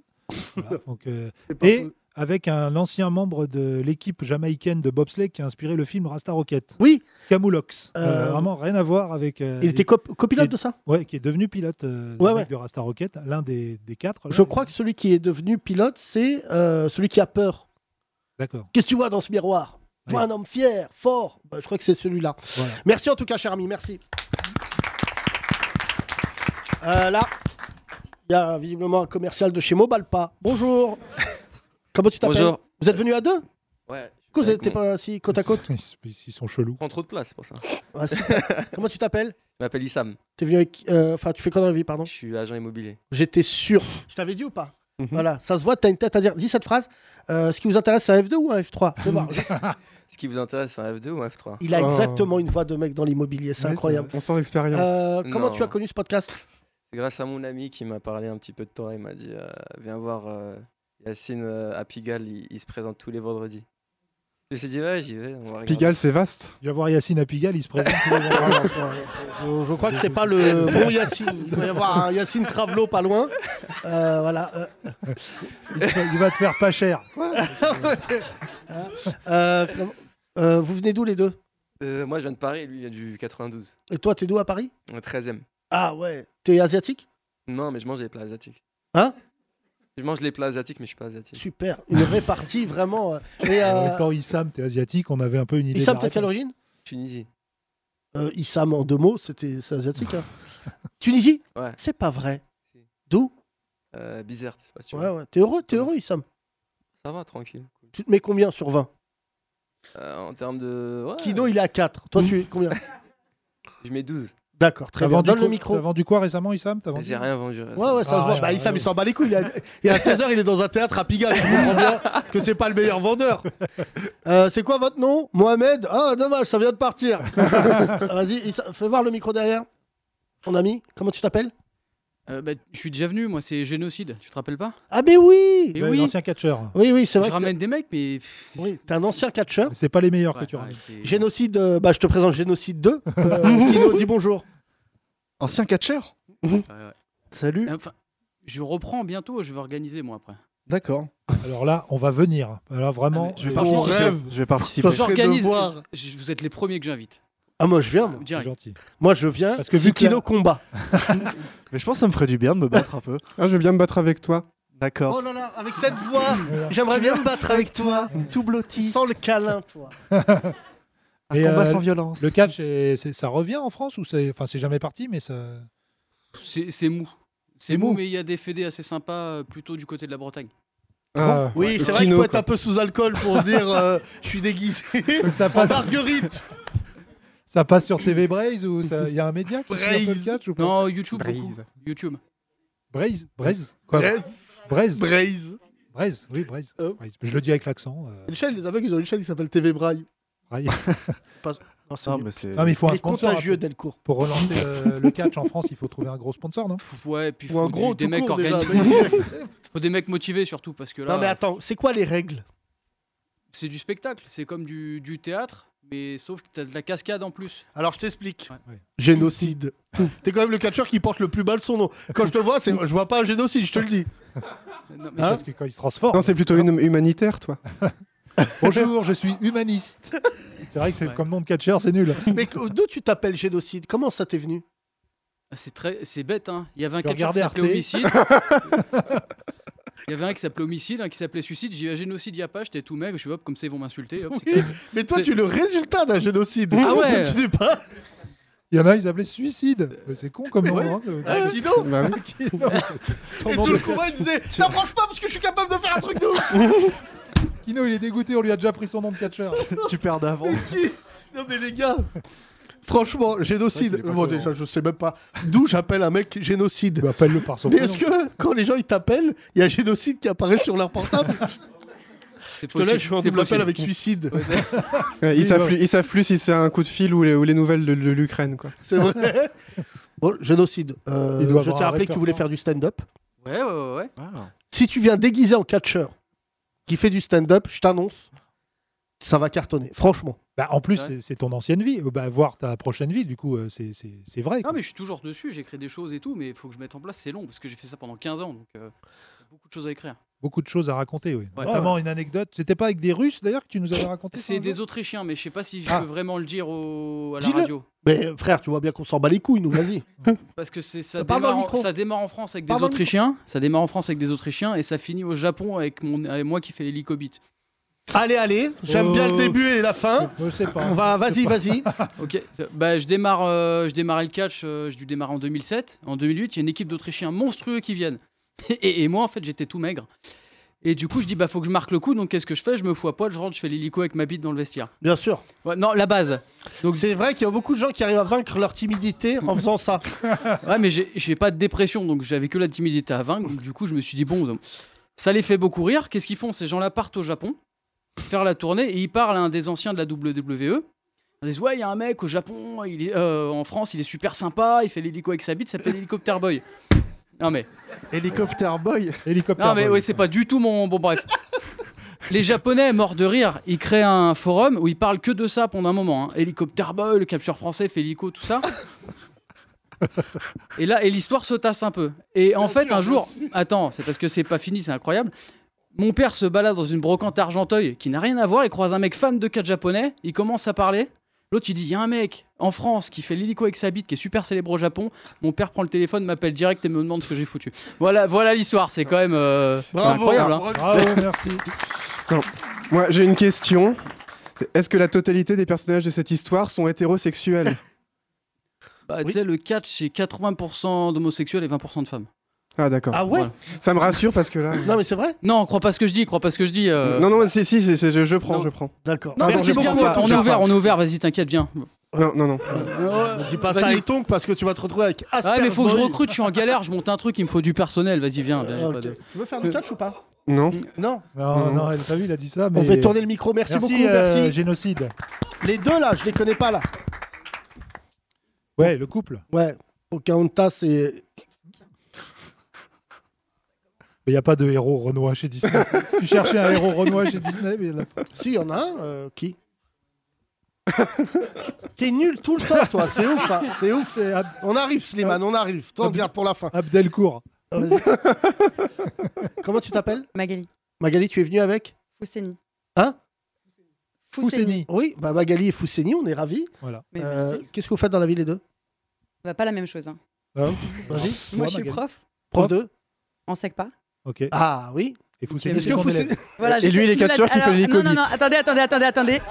Speaker 5: Voilà, donc, euh, et avec un ancien membre de l'équipe jamaïcaine de bobsleigh qui a inspiré le film Rasta Rocket.
Speaker 3: Oui.
Speaker 5: Camoulox. Euh,
Speaker 3: Euh,
Speaker 5: vraiment rien à voir avec. euh,
Speaker 3: Il était cop- copilote
Speaker 5: qui est-
Speaker 3: de ça
Speaker 5: Ouais, qui est devenu pilote euh,
Speaker 3: Ouais,
Speaker 5: d'un
Speaker 3: ouais.
Speaker 5: mec de Rasta Rocket, l'un des, des quatre. là.
Speaker 3: Je crois que celui qui est devenu pilote, c'est euh, celui qui a peur.
Speaker 5: D'accord.
Speaker 3: Qu'est-ce que tu vois dans ce miroir Tu vois un homme fier, fort. Bah, je crois que c'est celui-là.
Speaker 5: Voilà.
Speaker 3: Merci en tout cas, cher ami. Merci. Euh, là, il y a visiblement un commercial de chez Mobalpa. Bonjour. Comment tu t'appelles
Speaker 15: Bonjour.
Speaker 3: Vous êtes venu à deux
Speaker 15: Ouais.
Speaker 3: Pourquoi vous
Speaker 15: avec
Speaker 3: n'étiez
Speaker 15: mon-
Speaker 3: pas assis côte à côte
Speaker 5: Ils sont chelous.
Speaker 15: Je prends trop de place pour ça.
Speaker 3: Ah, super. Comment tu t'appelles
Speaker 15: Je m'appelle Issam.
Speaker 3: T'es venu avec. euh, Enfin, tu fais quoi dans la vie, pardon
Speaker 15: Je suis agent immobilier.
Speaker 3: J'étais sûr. Je t'avais dit ou pas
Speaker 15: Mhm.
Speaker 3: Voilà, ça se voit, t'as une tête à dire. Dis cette phrase. Euh, ce qui vous intéresse, c'est un F2 ou un F3 Fais voir.
Speaker 15: Ce qui vous intéresse, c'est un F2 ou un F3
Speaker 3: Il a
Speaker 5: Oh.
Speaker 3: exactement une voix de mec dans l'immobilier, c'est
Speaker 15: Ouais,
Speaker 3: incroyable.
Speaker 15: c'est- on sent l'expérience.
Speaker 3: Euh, comment
Speaker 15: Non.
Speaker 3: tu as connu ce podcast
Speaker 15: C'est grâce à mon ami qui m'a parlé un petit peu de toi. Il m'a dit euh, Viens voir euh, Yacine euh, à Pigalle, il, il se présente tous les vendredis. Je me suis dit Ouais, j'y vais. on va regarder.
Speaker 14: Pigalle, c'est vaste.
Speaker 5: Tu vas voir Yacine à Pigalle, il se présente tous les vendredis.
Speaker 3: je, je crois que c'est pas le bon Yacine. Il va y avoir un Yacine Travelo pas loin. Euh, voilà. euh.
Speaker 5: Il va te faire pas cher.
Speaker 3: Euh, comment- euh, vous venez d'où les deux
Speaker 15: Euh, moi, je viens de Paris, lui, il vient du 92,
Speaker 3: Et toi, t'es d'où à Paris
Speaker 15: le 13e.
Speaker 3: Ah ouais. T'es asiatique
Speaker 15: Non, mais je mange les plats asiatiques.
Speaker 3: Hein
Speaker 15: Je mange les plats asiatiques, mais je suis pas asiatique.
Speaker 3: Super. Une répartie vraiment. euh. Et,
Speaker 5: En
Speaker 3: euh,
Speaker 5: même temps, Issam, t'es asiatique, on avait un peu une idée.
Speaker 3: Issam,
Speaker 5: de
Speaker 3: t'as
Speaker 5: la
Speaker 3: quelle
Speaker 5: réponse.
Speaker 3: origine
Speaker 15: Tunisie.
Speaker 3: Euh, Issam en deux mots, c'était c'est asiatique. hein. Tunisie
Speaker 15: Ouais.
Speaker 3: C'est pas vrai. D'où
Speaker 15: Euh, Bizerte, je sais pas si tu
Speaker 3: Ouais,
Speaker 15: vois.
Speaker 3: ouais. T'es heureux, t'es heureux, Issam.
Speaker 15: Ça va, tranquille.
Speaker 3: Tu te mets combien sur 20
Speaker 15: Euh, en termes de. ouais,
Speaker 3: Kino, il est à 4. Toi, tu es combien
Speaker 15: Je mets 12.
Speaker 3: D'accord, très
Speaker 5: T'as
Speaker 3: bien.
Speaker 5: vendu
Speaker 3: Donne le
Speaker 5: quoi-
Speaker 3: micro.
Speaker 5: T'as vendu quoi récemment, Issam T'as vendu
Speaker 15: J'ai rien vendu.
Speaker 3: Ouais,
Speaker 5: Ah,
Speaker 3: ouais, ça se voit. Bah, Issam, il s'en bat les couilles. Il, a- il est à 16h, il est dans un théâtre à Pigalle. Je comprends bien que c'est pas le meilleur vendeur. Euh, c'est quoi votre nom Mohamed Ah, dommage, ça vient de partir. Euh, Vas-y, Issam, fais voir le micro derrière. Ton ami, comment tu t'appelles
Speaker 16: Euh, bah, je suis déjà venu, moi, c'est Génocide, tu te rappelles pas
Speaker 3: Ah, mais oui
Speaker 16: Mais Ouais, oui. l'ancien
Speaker 5: catcheur.
Speaker 3: Oui, oui, c'est vrai.
Speaker 16: Je
Speaker 3: que t'es-
Speaker 16: ramène des mecs, mais.
Speaker 3: Oui, t'es un ancien catcheur.
Speaker 5: C'est pas les meilleurs
Speaker 16: que tu ramènes.
Speaker 3: Génocide, euh, bah, je te présente Génocide 2. Euh, Kino, dis bonjour.
Speaker 16: Ancien catcheur
Speaker 5: Mhm.
Speaker 3: Salut.
Speaker 16: je reprends bientôt, je vais organiser, moi, après.
Speaker 5: D'accord. Alors là, on va venir. Alors vraiment,
Speaker 16: Je vais
Speaker 5: euh,
Speaker 16: participer.
Speaker 5: on rêve.
Speaker 16: J'organise. Je- Vous êtes les premiers que j'invite.
Speaker 3: Ah, moi, je viens. Moi,
Speaker 16: Direct.
Speaker 3: Moi, je viens.
Speaker 16: Parce
Speaker 3: Parce
Speaker 16: que
Speaker 3: que
Speaker 16: vu que
Speaker 3: Kino
Speaker 16: la-
Speaker 3: combat.
Speaker 6: Mais je pense que ça me ferait du bien de me battre un peu.
Speaker 14: Ah, je veux bien me battre avec toi.
Speaker 6: D'accord.
Speaker 3: Oh là là, avec cette
Speaker 5: Ah.
Speaker 3: voix, j'aimerais bien me battre avec toi, tout blotti, sans le câlin, toi.
Speaker 5: Mais,
Speaker 6: combat sans violence.
Speaker 5: euh, Le catch, est- c'est- ça revient en France ou c'est, enfin, c'est jamais parti, mais ça.
Speaker 16: C'est c'est mou.
Speaker 5: C'est
Speaker 16: C'est mou,
Speaker 5: mou.
Speaker 16: mais il y a des fédés assez sympas, euh, plutôt du côté de la Bretagne.
Speaker 5: Ah,
Speaker 3: oui,
Speaker 5: ouais,
Speaker 3: c'est
Speaker 5: le
Speaker 3: vrai qu'il
Speaker 5: kino,
Speaker 3: faut être
Speaker 5: quoi.
Speaker 3: un peu sous alcool pour se dire euh, je suis déguisé
Speaker 5: ça
Speaker 3: en
Speaker 16: Oh,
Speaker 5: passe.
Speaker 3: marguerite.
Speaker 5: Ça passe sur TV Braze ou ça... il y a un média qui fait un peu le catch ou pas
Speaker 16: Non, YouTube beaucoup. YouTube.
Speaker 5: Braze, Braze, quoi
Speaker 3: Braze.
Speaker 5: Braze,
Speaker 3: Braze,
Speaker 5: Braze, oui Braze. Braze. Je le dis avec l'accent. euh,
Speaker 3: Une chaîne, les aveugles, Euh. ils ont une chaîne qui s'appelle TV Braille.
Speaker 5: Braille.
Speaker 3: Pas- Non, c'est nul.
Speaker 5: Non, mais il faut un
Speaker 3: Les
Speaker 5: sponsor.
Speaker 3: contagieux,
Speaker 5: après.
Speaker 3: Delcourt.
Speaker 5: Pour relancer euh, le catch en France, il faut trouver un gros sponsor, non
Speaker 16: Ouais, puis
Speaker 5: Ou un
Speaker 16: faut des-
Speaker 5: gros,
Speaker 16: des,
Speaker 5: tout
Speaker 16: mecs
Speaker 5: court, déjà.
Speaker 16: organisés. faut des mecs motivés surtout parce que là,
Speaker 3: Non, mais attends, c'est quoi les règles
Speaker 16: c'est du spectacle, c'est comme du, du théâtre, mais sauf que t'as de la cascade en plus.
Speaker 3: Alors je t'explique. Génocide. T'es quand même le catcheur qui porte le plus mal son nom. Quand je te vois, c'est- je vois pas un génocide, je te le dis.
Speaker 5: Hein Parce que quand il se transforme.
Speaker 14: Non, c'est plutôt une humanitaire, toi.
Speaker 5: Bonjour, je suis humaniste. C'est vrai que c'est comme nom de catcheur, c'est nul.
Speaker 3: Mais qu- d'où tu t'appelles génocide Comment ça t'est venu
Speaker 16: Ah, C'est très, c'est bête, hein. Il y avait un
Speaker 3: Je
Speaker 16: catcheur qui
Speaker 3: regardais
Speaker 16: s'appelait
Speaker 3: Arte.
Speaker 16: Homicide. Il y avait un qui s'appelait Homicide, un qui s'appelait Suicide. J'ai eu un génocide, il y a pas, j'étais tout mec, je suis hop, comme ça ils vont m'insulter. hop, c'est-
Speaker 3: Mais toi,
Speaker 16: C'est-
Speaker 3: tu es le résultat d'un génocide.
Speaker 16: Ah ouais.
Speaker 3: Tu n'es pas.
Speaker 5: Il y en a, ils appelaient suicide. Mais c'est con comme nom. hein, c'est-
Speaker 3: Ah, Guido
Speaker 5: Bah oui. Guido, c'est- son
Speaker 3: Et
Speaker 5: nom
Speaker 3: tout
Speaker 5: de-
Speaker 3: le combat, il disait T'approches pas parce que je suis capable de faire un truc de ouf
Speaker 5: Guido, il est dégoûté, on lui a déjà pris son nom de catcheur.
Speaker 6: tu perds
Speaker 3: Mais
Speaker 6: d'avance.
Speaker 3: si Non, mais les gars Franchement, génocide.
Speaker 5: pas
Speaker 3: Bon,
Speaker 5: cohérent.
Speaker 3: déjà, je sais même pas d'où j'appelle un mec génocide.
Speaker 5: appelle-le par son
Speaker 3: Mais
Speaker 5: prénom.
Speaker 3: est-ce que quand les gens ils t'appellent, il y a génocide qui apparaît sur leur portable Je te laisse, je fais un
Speaker 16: c'est
Speaker 3: double appel
Speaker 16: possible.
Speaker 3: avec suicide.
Speaker 14: Ouais,
Speaker 3: Oui,
Speaker 14: ils, savent
Speaker 3: ouais.
Speaker 14: plus, ils savent plus si c'est un coup de fil ou les, ou les nouvelles de, de l'Ukraine, quoi.
Speaker 3: C'est vrai. Bon, génocide. euh,
Speaker 14: Il doit
Speaker 3: je
Speaker 14: avoir
Speaker 3: t'ai
Speaker 14: un
Speaker 3: rappelé que tu voulais
Speaker 14: répertoire.
Speaker 3: faire du stand-up.
Speaker 16: Ouais, ouais, ouais. ouais.
Speaker 3: Si tu viens déguisé en catcheur qui fait du stand-up, je t'annonce, ça va cartonner. Franchement.
Speaker 5: Bah, en plus, c'est- c'est ton ancienne vie. Euh, Bah, voir ta prochaine vie, du coup, euh, c'est- c'est c'est vrai.
Speaker 16: Non, mais je suis toujours dessus, j'écris des choses et tout, mais il faut que je mette en place, c'est long parce que j'ai fait ça pendant 15 ans, donc euh, beaucoup de choses à écrire.
Speaker 5: Beaucoup de choses à raconter, oui.
Speaker 16: Ouais.
Speaker 5: Notamment une anecdote. C'était pas avec des Russes, d'ailleurs, que tu nous avais raconté ça,
Speaker 16: C'est
Speaker 5: un
Speaker 16: des
Speaker 5: jour
Speaker 16: Autrichiens, mais je sais pas si je
Speaker 5: Ah.
Speaker 16: peux vraiment le dire au, à la
Speaker 3: Dis-le.
Speaker 16: radio.
Speaker 3: Mais euh, frère, tu vois bien qu'on s'en bat les couilles, nous, vas-y.
Speaker 16: Parce que c'est ça,
Speaker 3: Parle dans
Speaker 16: démarre
Speaker 3: le
Speaker 16: en-
Speaker 3: micro.
Speaker 16: ça démarre en France avec des
Speaker 3: Parle dans le
Speaker 16: Autrichiens, ça démarre en France avec des Autrichiens et ça finit au Japon avec, mon, avec moi qui fais l'hélicobite.
Speaker 3: allez, allez, j'aime bien le début et la fin.
Speaker 5: Je sais pas.
Speaker 3: On va, vas-y, vas-y.
Speaker 16: Ok, ça- bah, je démarre, euh, je démarrais le catch, euh, je dû démarrer en 2007. En 2008, il y a une équipe d'Autrichiens monstrueux qui viennent. Et, et moi, en fait, j'étais tout maigre. Et du coup, je dis, bah, faut que je marque le coup, donc qu'est-ce que je fais Je me fous à poil, je rentre, je fais l'hélico avec ma bite dans le vestiaire.
Speaker 3: Bien sûr.
Speaker 16: Ouais, non, la base. Donc,
Speaker 3: c'est vrai qu'il y a beaucoup de gens qui arrivent à vaincre leur timidité en faisant ça.
Speaker 16: Ouais, mais j'ai j'ai pas de dépression, donc j'avais que la timidité à 20. Donc, du coup, je me suis dit, bon. donc- Ça les fait beaucoup rire. Qu'est-ce qu'ils font Ces gens-là partent au Japon, faire la tournée, et ils parlent à un des anciens de la WWE. Ils disent Ouais, il y a un mec au Japon, il est, euh, en France, il est super sympa, il fait l'hélico avec sa bite, ça s'appelle Helicopter Boy. Non mais.
Speaker 6: Hélicoptère boy.
Speaker 5: Hélicoptère
Speaker 16: Non mais oui, c'est pas du tout mon. Bon bref. Les Japonais, morts de rire, ils créent un forum où ils parlent que de ça pendant un moment. hein. Hélicoptère boy, le capture français, fait hélico, tout ça. Et là, et l'histoire se tasse un peu. Et en fait, un jour, attends, c'est parce que c'est pas fini, c'est incroyable. Mon père se balade dans une brocante à argenteuil qui n'a rien à voir. Il croise un mec fan de 4 japonais. Il commence à parler. L'autre, il dit il y a un mec en France qui fait l'hélico avec sa bite, qui est super célèbre au Japon. Mon père prend le téléphone, m'appelle direct et me demande ce que j'ai foutu. Voilà, voilà l'histoire. C'est quand même euh, c'est
Speaker 14: Bravo,
Speaker 16: incroyable. hein.
Speaker 14: bravo, merci. Non. Moi, j'ai une question. C'est- Est-ce que la totalité des personnages de cette histoire sont hétérosexuels
Speaker 16: Bah, Tu sais, le catch, c'est 80% d'homosexuels et 20% de femmes.
Speaker 14: Ah d'accord.
Speaker 16: Ah ouais
Speaker 14: Ça me rassure parce que là.
Speaker 3: Non mais c'est vrai
Speaker 16: Non, crois pas ce que je dis, crois pas ce que je dis. euh.
Speaker 14: Non non mais si si c'est- c'est- je, je prends je prends.
Speaker 3: D'accord.
Speaker 16: Non,
Speaker 14: Pardon,
Speaker 16: merci
Speaker 14: je prends
Speaker 16: beaucoup.
Speaker 14: pas,
Speaker 16: on
Speaker 14: je
Speaker 16: est
Speaker 14: prends
Speaker 16: ouvert,
Speaker 14: pas.
Speaker 16: on est ouvert. Vas-y, t'inquiète, viens.
Speaker 14: Non non non.
Speaker 7: Ne dis pas
Speaker 16: Vas-y.
Speaker 7: ça à Itonk parce que tu vas te retrouver avec Asper
Speaker 16: Ah, mais faut que je
Speaker 7: Boy.
Speaker 16: recrute, je suis en galère, je monte un truc, il me faut du personnel. Vas-y, viens. viens, y a pas de-
Speaker 3: Tu veux faire du catch ou pas
Speaker 14: Non.
Speaker 3: Non.
Speaker 5: Non, non, elle t'as vu, il a dit ça. Mais...
Speaker 3: On fait tourner le micro. Merci, beaucoup.
Speaker 5: euh,
Speaker 3: Merci.
Speaker 5: Génocide.
Speaker 3: Les deux là, je les connais pas là.
Speaker 5: Ouais, le couple.
Speaker 3: Ouais. Pocahontas c'est.
Speaker 5: Mais il n'y a pas de héros Renoir chez Disney. hein tu cherchais un héros Renoir chez Disney, mais il y en a pas.
Speaker 3: Si, il y en a un. euh, qui T'es nul tout le temps, toi. C'est ouf. hein. C'est ouf. On arrive, Slimane. On arrive. Toi, on garde pour la fin.
Speaker 5: Abdelkour.
Speaker 3: Comment tu t'appelles
Speaker 2: Magali.
Speaker 3: Magali, tu es venue avec
Speaker 2: Fousseni.
Speaker 3: Hein
Speaker 2: Fousseni.
Speaker 3: Oui, bah Magali et Fousseni, on est ravis.
Speaker 5: Voilà.
Speaker 2: Mais
Speaker 3: Euh,
Speaker 2: merci.
Speaker 3: Qu'est-ce que vous faites dans la vie les deux
Speaker 2: Bah, pas la même chose. hein.
Speaker 3: Vas-y.
Speaker 2: Moi, je suis prof.
Speaker 3: Prof de
Speaker 2: En sec pas.
Speaker 5: Ok.
Speaker 3: Ah oui.
Speaker 5: Et
Speaker 3: Fousseni, c'est ton élève.
Speaker 2: Voilà, je
Speaker 14: Et
Speaker 2: sais
Speaker 14: lui, il est
Speaker 2: que tu me l'as-
Speaker 14: catcheur qui
Speaker 2: Alors,
Speaker 14: fait l'hélico
Speaker 2: Non, non, non,
Speaker 14: bite.
Speaker 2: attendez, attendez, attendez, attendez.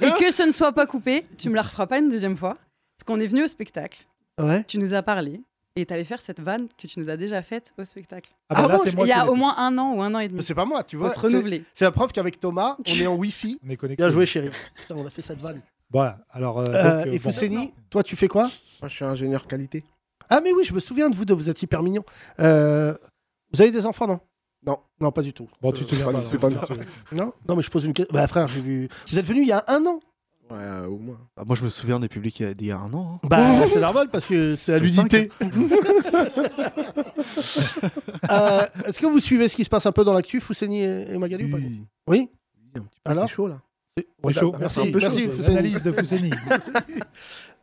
Speaker 2: Et que ce ne soit pas coupé, tu me la referas pas une deuxième fois. Parce qu'on est venu au spectacle.
Speaker 3: Ouais.
Speaker 2: Tu nous as parlé. Et t'allais faire cette vanne que tu nous as déjà faite au spectacle.
Speaker 3: Ah bah là, c'est
Speaker 2: je-
Speaker 3: moi
Speaker 2: Il y
Speaker 3: qui
Speaker 2: a
Speaker 3: l'ai
Speaker 2: au
Speaker 3: fait.
Speaker 2: moins un an ou un an et demi.
Speaker 3: C'est pas moi, tu vois.
Speaker 2: Faut se
Speaker 3: c'est-
Speaker 2: renouveler.
Speaker 3: C'est la preuve qu'avec Thomas, on est en Wi-Fi.
Speaker 5: On est connecté.
Speaker 3: Bien joué, chérie. Putain, on a fait cette vanne.
Speaker 5: Voilà, alors. euh,
Speaker 3: Euh,
Speaker 5: donc, euh,
Speaker 3: et
Speaker 5: bon.
Speaker 3: Fousseni, toi, tu fais quoi
Speaker 17: Moi, je suis ingénieur qualité.
Speaker 3: Ah, mais oui, je me souviens de vous deux, vous êtes hyper mignons. Euh, vous avez des enfants, non
Speaker 17: Non. Euh,
Speaker 3: Non, pas du tout.
Speaker 5: Bon, tu te souviens pas,
Speaker 17: C'est
Speaker 5: non,
Speaker 17: pas
Speaker 5: tu te
Speaker 17: nous.
Speaker 5: souviens.
Speaker 3: Non Non, mais je pose une question. Bah, frère, j'ai vu. Vous êtes venu il y a un an
Speaker 17: Ouais, euh, au moins.
Speaker 6: Bah, moi, je me souviens des publics il y a- d'il y a un an. hein.
Speaker 14: Oh.
Speaker 3: Bah, c'est normal parce que c'est à
Speaker 6: C'était cinq.
Speaker 3: l'unité. Euh, Est-ce que vous suivez ce qui se passe un peu dans l'actu, Fousseni et et Magali ou pas Oui. Alors
Speaker 17: C'est chaud, là.
Speaker 3: Ouais,
Speaker 5: chaud.
Speaker 3: Merci,
Speaker 5: C'est un peu
Speaker 3: merci,
Speaker 5: chaud, c'est
Speaker 3: Fousseni.
Speaker 5: l'analyse de Fousseni.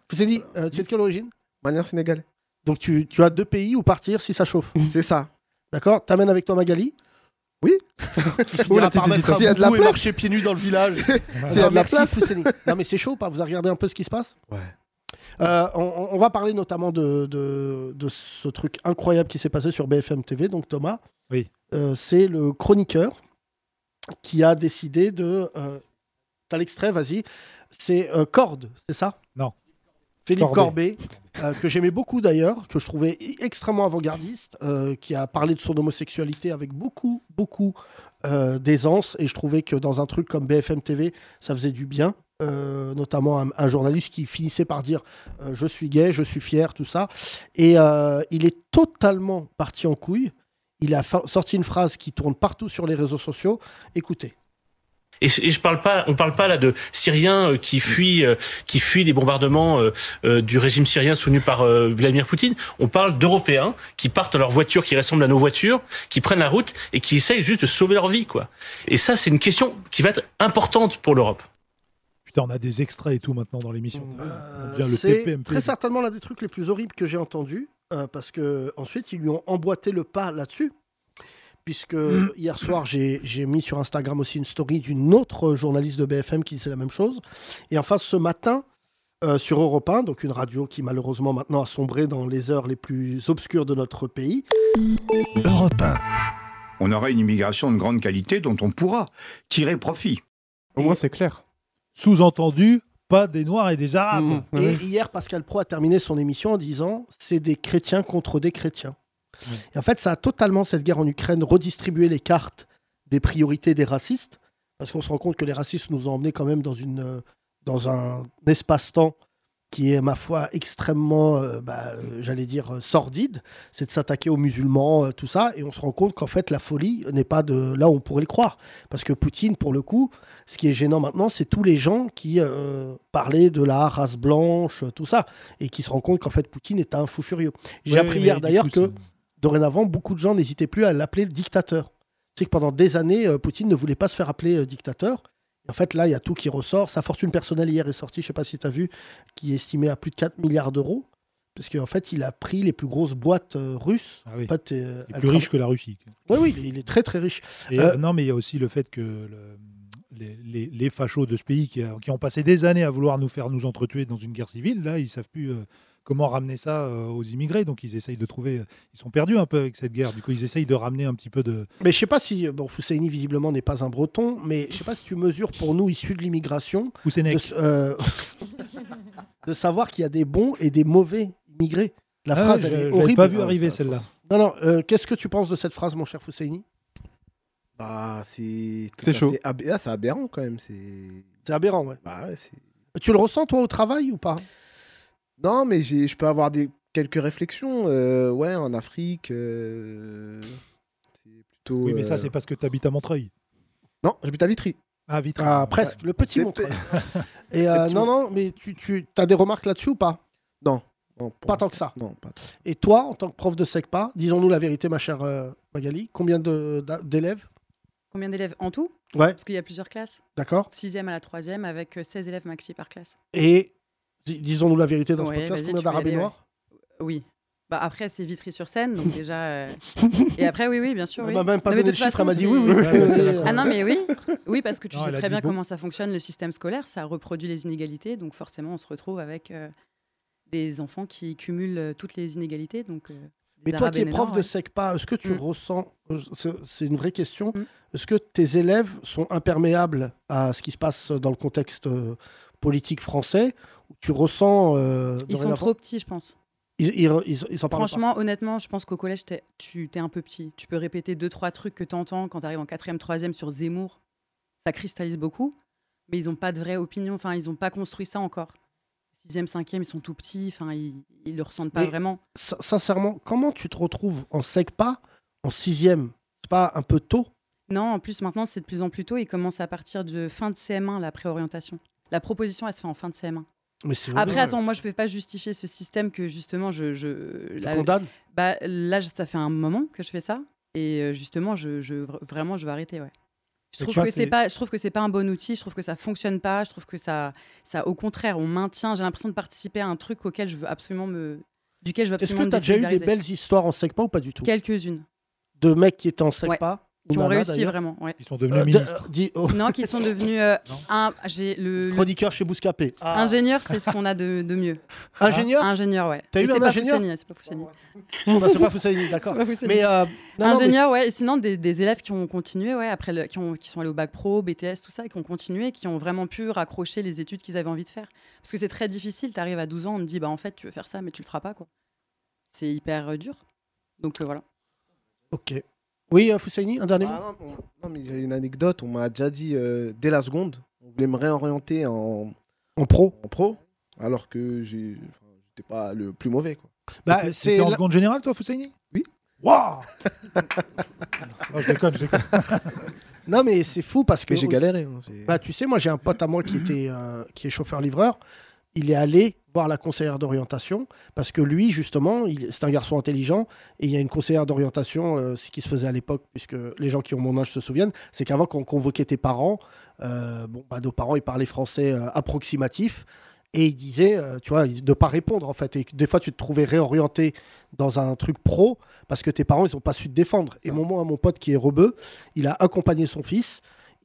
Speaker 3: Fousseni, euh, tu es de quelle origine
Speaker 17: Malien sénégalais.
Speaker 3: Donc, tu, tu as deux pays où partir si ça chauffe.
Speaker 17: C'est ça.
Speaker 3: D'accord T'amènes avec toi Magali
Speaker 17: Oui. Oh,
Speaker 3: Il la
Speaker 17: S'il y a de la place.
Speaker 7: marcher pieds nus dans le village.
Speaker 17: S'il y a de la
Speaker 3: Merci,
Speaker 17: place.
Speaker 3: Fousseni. Non, mais c'est chaud ou pas Vous avez regardé un peu ce qui se passe
Speaker 17: Ouais.
Speaker 3: Euh, on, on va parler notamment de, de- de ce truc incroyable qui s'est passé sur BFM TV. Donc Thomas,
Speaker 5: Oui.
Speaker 3: euh, c'est le chroniqueur qui a décidé de... euh, T'as l'extrait, vas-y. C'est euh, Corde, c'est ça
Speaker 5: Non.
Speaker 3: Philippe
Speaker 5: Corbet.
Speaker 3: Corbet, euh, que j'aimais beaucoup d'ailleurs, que je trouvais i- extrêmement avant-gardiste, euh, qui a parlé de son homosexualité avec beaucoup, beaucoup euh, d'aisance. Et je trouvais que dans un truc comme BFM TV, ça faisait du bien. euh, notamment un, un journaliste qui finissait par dire euh, je suis gay, je suis fier, tout ça. Et euh, il est totalement parti en couille. Il a fa- sorti une phrase qui tourne partout sur les réseaux sociaux. Écoutez.
Speaker 18: Et, je- et je parle pas, on parle pas là de Syriens euh, qui fuient, euh, qui fuient les bombardements euh, euh, du régime syrien soutenu par euh, Vladimir Poutine. On parle d'Européens qui partent dans leurs voitures, qui ressemblent à nos voitures, qui prennent la route et qui essayent juste de sauver leur vie, quoi. Et ça, c'est une question qui va être importante pour l'Europe.
Speaker 5: Putain, on a des extraits et tout maintenant dans l'émission. on vient le
Speaker 3: Mmh. C'est
Speaker 5: TPMP.
Speaker 3: très certainement l'un des trucs les plus horribles que j'ai entendu, euh, parce que ensuite ils lui ont emboîté le pas là-dessus. Puisque hier soir, j'ai j'ai mis sur Instagram aussi une story d'une autre journaliste de BFM qui disait la même chose. Et enfin, ce matin, euh, sur Europe 1, donc une radio qui malheureusement maintenant a sombré dans les heures les plus obscures de notre pays.
Speaker 19: Europe On aura une immigration de grande qualité dont on pourra tirer profit.
Speaker 14: Au moins c'est clair. Mmh.
Speaker 5: Sous-entendu, pas des Noirs et des Arabes.
Speaker 3: Et hier, Pascal Pro a terminé son émission en disant c'est des chrétiens contre des chrétiens. Et en fait, ça a totalement, cette guerre en Ukraine, redistribué les cartes des priorités des racistes, parce qu'on se rend compte que les racistes nous ont emmenés quand même dans, une, euh, dans un espace-temps qui est, ma foi, extrêmement, euh, bah, euh, j'allais dire, euh, sordide, c'est de s'attaquer aux musulmans, euh, tout ça, et on se rend compte qu'en fait, la folie n'est pas de là où on pourrait le croire. Parce que Poutine, pour le coup, ce qui est gênant maintenant, c'est tous les gens qui euh, parlaient de la race blanche, euh, tout ça, et qui se rendent compte qu'en fait, Poutine est un fou furieux. J'ai
Speaker 5: Ouais,
Speaker 3: appris
Speaker 5: mais
Speaker 3: hier
Speaker 5: du
Speaker 3: d'ailleurs
Speaker 5: coup,
Speaker 3: que, dorénavant, beaucoup de gens n'hésitaient plus à l'appeler le dictateur. C'est que pendant des années, euh, Poutine ne voulait pas se faire appeler euh, dictateur. En fait, là, il y a tout qui ressort. Sa fortune personnelle hier est sortie, je ne sais pas si tu as vu, qui est estimée à plus de 4 milliards d'euros. Parce qu'en fait, il a pris les plus grosses boîtes euh, russes.
Speaker 5: Ah oui.
Speaker 3: En fait, euh,
Speaker 5: Il est
Speaker 3: elle
Speaker 5: plus riche
Speaker 3: travaille-
Speaker 5: que la Russie.
Speaker 3: Oui, oui, il est- il est très très riche.
Speaker 5: Et,
Speaker 3: Euh,
Speaker 5: euh, non, mais il y a aussi le fait que le- les, les- les fachos de ce pays qui, a- qui ont passé des années à vouloir nous faire nous entretuer dans une guerre civile, là, ils savent plus euh, comment ramener ça euh, aux immigrés. Donc ils essayent de trouver. euh, Ils sont perdus un peu avec cette guerre. Du coup, ils essayent de ramener un petit peu de.
Speaker 3: Mais je sais pas si. Bon, Fousseini, visiblement, n'est pas un breton, mais je sais pas si tu mesures pour nous, issus de l'immigration, de, s- euh, de savoir qu'il y a des bons et des mauvais immigrés. La
Speaker 5: Ah
Speaker 3: phrase,
Speaker 5: ouais,
Speaker 3: elle
Speaker 5: je- je
Speaker 3: est
Speaker 5: l'avais
Speaker 3: horrible.
Speaker 5: pas vu Ah oui, arriver, ça, celle-là. je
Speaker 3: Non, non, euh, qu'est-ce que tu penses de cette phrase, mon cher Fousseini
Speaker 17: Bah, c'est. tout
Speaker 3: C'est
Speaker 17: à
Speaker 3: chaud.
Speaker 17: fait ab- ah, c'est aberrant quand même. C'est.
Speaker 3: C'est aberrant, ouais.
Speaker 17: Bah, ouais, c'est.
Speaker 3: Tu le ressens, toi, au travail ou pas
Speaker 17: Non, mais j'ai- je peux avoir des, quelques réflexions. euh, ouais, en Afrique. euh, c'est plutôt.
Speaker 5: Oui, mais ça,
Speaker 17: euh,
Speaker 5: c'est parce que tu habites à Montreuil.
Speaker 17: Non, j'habite à Vitry.
Speaker 5: Ah, Vitry. Ah,
Speaker 3: Ah, presque, le petit
Speaker 17: C'est
Speaker 3: Montreuil.
Speaker 17: pe-
Speaker 3: Et euh,
Speaker 17: Le petit
Speaker 3: non,
Speaker 17: Montreuil.
Speaker 3: non, mais tu, tu as des remarques là-dessus ou pas
Speaker 17: Non.
Speaker 3: pas tant que ça.
Speaker 17: Non, pas tant.
Speaker 3: Et toi, en tant que prof de SECPA, disons-nous la vérité, ma chère euh, Magali, combien de- d'a- d'élèves
Speaker 2: Combien d'élèves en tout
Speaker 3: Ouais.
Speaker 2: Parce qu'il y a plusieurs classes.
Speaker 3: D'accord.
Speaker 2: Sixième à la troisième avec euh, 16 élèves maxi par classe.
Speaker 3: Et dis- disons-nous la vérité dans
Speaker 2: Ouais,
Speaker 3: ce podcast,
Speaker 2: vas-y,
Speaker 3: combien
Speaker 2: tu peux y
Speaker 3: d'arabes et
Speaker 2: aller, ouais.
Speaker 3: noirs
Speaker 2: Oui. Bah après, c'est Vitry-sur-Seine, donc déjà. euh, Et après, oui, oui, bien sûr.
Speaker 3: Elle
Speaker 2: Oui.
Speaker 3: m'a Ah bah, même pas
Speaker 2: Non, mais
Speaker 3: donné
Speaker 2: de
Speaker 3: le
Speaker 2: toute
Speaker 3: chiffre, elle m'a
Speaker 2: façon,
Speaker 3: dit oui, oui,
Speaker 2: c'est-
Speaker 3: oui, oui, c'est d'accord.
Speaker 2: Ah non, mais oui. Oui, parce que tu
Speaker 3: Non,
Speaker 2: sais
Speaker 3: elle a
Speaker 2: très
Speaker 3: dit
Speaker 2: bien
Speaker 3: bon.
Speaker 2: comment ça fonctionne le système scolaire. Ça reproduit les inégalités, donc forcément, on se retrouve avec euh, des enfants qui cumulent euh, toutes les inégalités. Donc, euh,
Speaker 3: Mais
Speaker 2: des
Speaker 3: toi
Speaker 2: Arabes
Speaker 3: qui es
Speaker 2: et
Speaker 3: prof
Speaker 2: Noirs,
Speaker 3: de
Speaker 2: ouais.
Speaker 3: SECPA, est-ce que tu
Speaker 2: Mm.
Speaker 3: ressens, euh, c'est c'est une vraie question, est-ce que tes élèves sont imperméables à ce qui se passe dans le contexte euh, politique français ou Tu ressens. euh,
Speaker 2: Ils sont
Speaker 3: dorénavant-
Speaker 2: trop petits, je pense.
Speaker 3: Ils, ils- ils- ils s'en parlent pas.
Speaker 2: Franchement, honnêtement, je pense qu'au collège, t'es- tu t'es un peu petit. Tu peux répéter deux, trois trucs que tu entends quand tu arrives en quatrième, troisième sur Zemmour. Ça cristallise beaucoup, mais ils n'ont pas de vraie opinion. Enfin, ils n'ont pas construit ça encore. Sixième, cinquième, ils sont tout petits. Enfin, ils ne le ressentent pas
Speaker 3: Mais
Speaker 2: vraiment.
Speaker 3: sin- Sincèrement, comment tu te retrouves en SECPA, en sixième C'est pas un peu tôt
Speaker 2: Non, en plus, maintenant, c'est de plus en plus tôt. Ils commencent à partir de fin de CM1, la préorientation. La proposition, elle se fait en fin de CM1.
Speaker 3: Mais c'est
Speaker 2: Après,
Speaker 3: horrible.
Speaker 2: attends, moi, je ne peux pas justifier ce système que, justement, je... je
Speaker 3: Tu condamnes
Speaker 2: bah, Là, ça fait un moment que je fais ça. Et euh, justement, je, je- vr- vraiment, je vais arrêter, ouais. Je
Speaker 20: Et
Speaker 2: trouve,
Speaker 20: tu vois,
Speaker 2: que c'est
Speaker 20: c'est-
Speaker 2: pas, je trouve que c'est pas un bon outil, je trouve que ça fonctionne pas, je trouve que ça, ça au contraire, on maintient, j'ai l'impression de participer à un truc auquel je veux absolument me, duquel je veux
Speaker 3: Est-ce
Speaker 2: absolument
Speaker 3: que
Speaker 2: me
Speaker 3: tu as déjà eu des
Speaker 2: désolidariser.
Speaker 3: belles histoires en SECPA ou pas du tout
Speaker 2: Quelques-unes.
Speaker 3: De mecs qui étaient en SECPA ou
Speaker 2: Qui ont
Speaker 3: nanas,
Speaker 2: réussi
Speaker 3: d'ailleurs
Speaker 2: vraiment, ouais.
Speaker 5: Ils sont devenus
Speaker 3: Euh, de-
Speaker 5: ministres.
Speaker 3: euh, dis- oh.
Speaker 2: Non, qui sont devenus euh, un, j'ai le, le-
Speaker 3: Chroniqueur chez Bouscapé. Ah.
Speaker 2: ingénieur, c'est ce qu'on a de, de mieux.
Speaker 3: Ingénieur
Speaker 2: Ingénieur, ouais.
Speaker 3: T'as
Speaker 2: Mais
Speaker 3: eu
Speaker 2: c'est
Speaker 3: un
Speaker 2: pas
Speaker 3: ingénieur
Speaker 2: Foussani, c'est pas Foussani.
Speaker 3: Non, c'est pas Foussani, d'accord.
Speaker 2: C'est pas Foussani.
Speaker 3: Mais, euh, non, non,
Speaker 2: Ingénieur, ouais. Et sinon, des, des élèves qui ont continué, ouais, après le- qui, ont, qui sont allés au bac pro, BTS, tout ça, et qui ont continué, qui ont vraiment pu raccrocher les études qu'ils avaient envie de faire. Parce que c'est très difficile. Tu arrives à 12 ans, on te dit, bah en fait, tu veux faire ça, mais tu le feras pas, quoi. C'est hyper euh, dur. Donc euh, voilà.
Speaker 3: Ok. Oui, euh, Fousseini, un dernier mot
Speaker 17: Ah non, on- non, mais j'ai une anecdote. On m'a déjà dit euh, dès la seconde, on voulait me réorienter en,
Speaker 3: en pro.
Speaker 17: En pro, alors que j'ai- enfin, j'étais pas le plus mauvais. Quoi.
Speaker 5: Bah, c'est en
Speaker 17: la-
Speaker 5: seconde générale, toi, Fousseini
Speaker 17: Oui.
Speaker 5: Waouh Non, je déconne, je déconne.
Speaker 3: Non, mais c'est fou parce que.
Speaker 17: Mais j'ai galéré, hein,
Speaker 3: bah, tu sais, moi, j'ai un pote à moi qui, était, euh, qui est chauffeur-livreur. Il est allé voir la conseillère d'orientation parce que lui, justement, il- c'est un garçon intelligent et il y a une conseillère d'orientation, euh, ce qui se faisait à l'époque, puisque les gens qui ont mon âge se souviennent, c'est qu'avant qu'on convoquait tes parents, euh, bon, bah, nos parents, ils parlaient français euh, approximatif. Et il disait, euh, tu vois, de pas répondre en fait. Et que des fois, tu te trouvais réorienté dans un truc pro parce que tes parents, ils n'ont pas su te défendre. Et mon, mon pote qui est rebeu, il a accompagné son fils.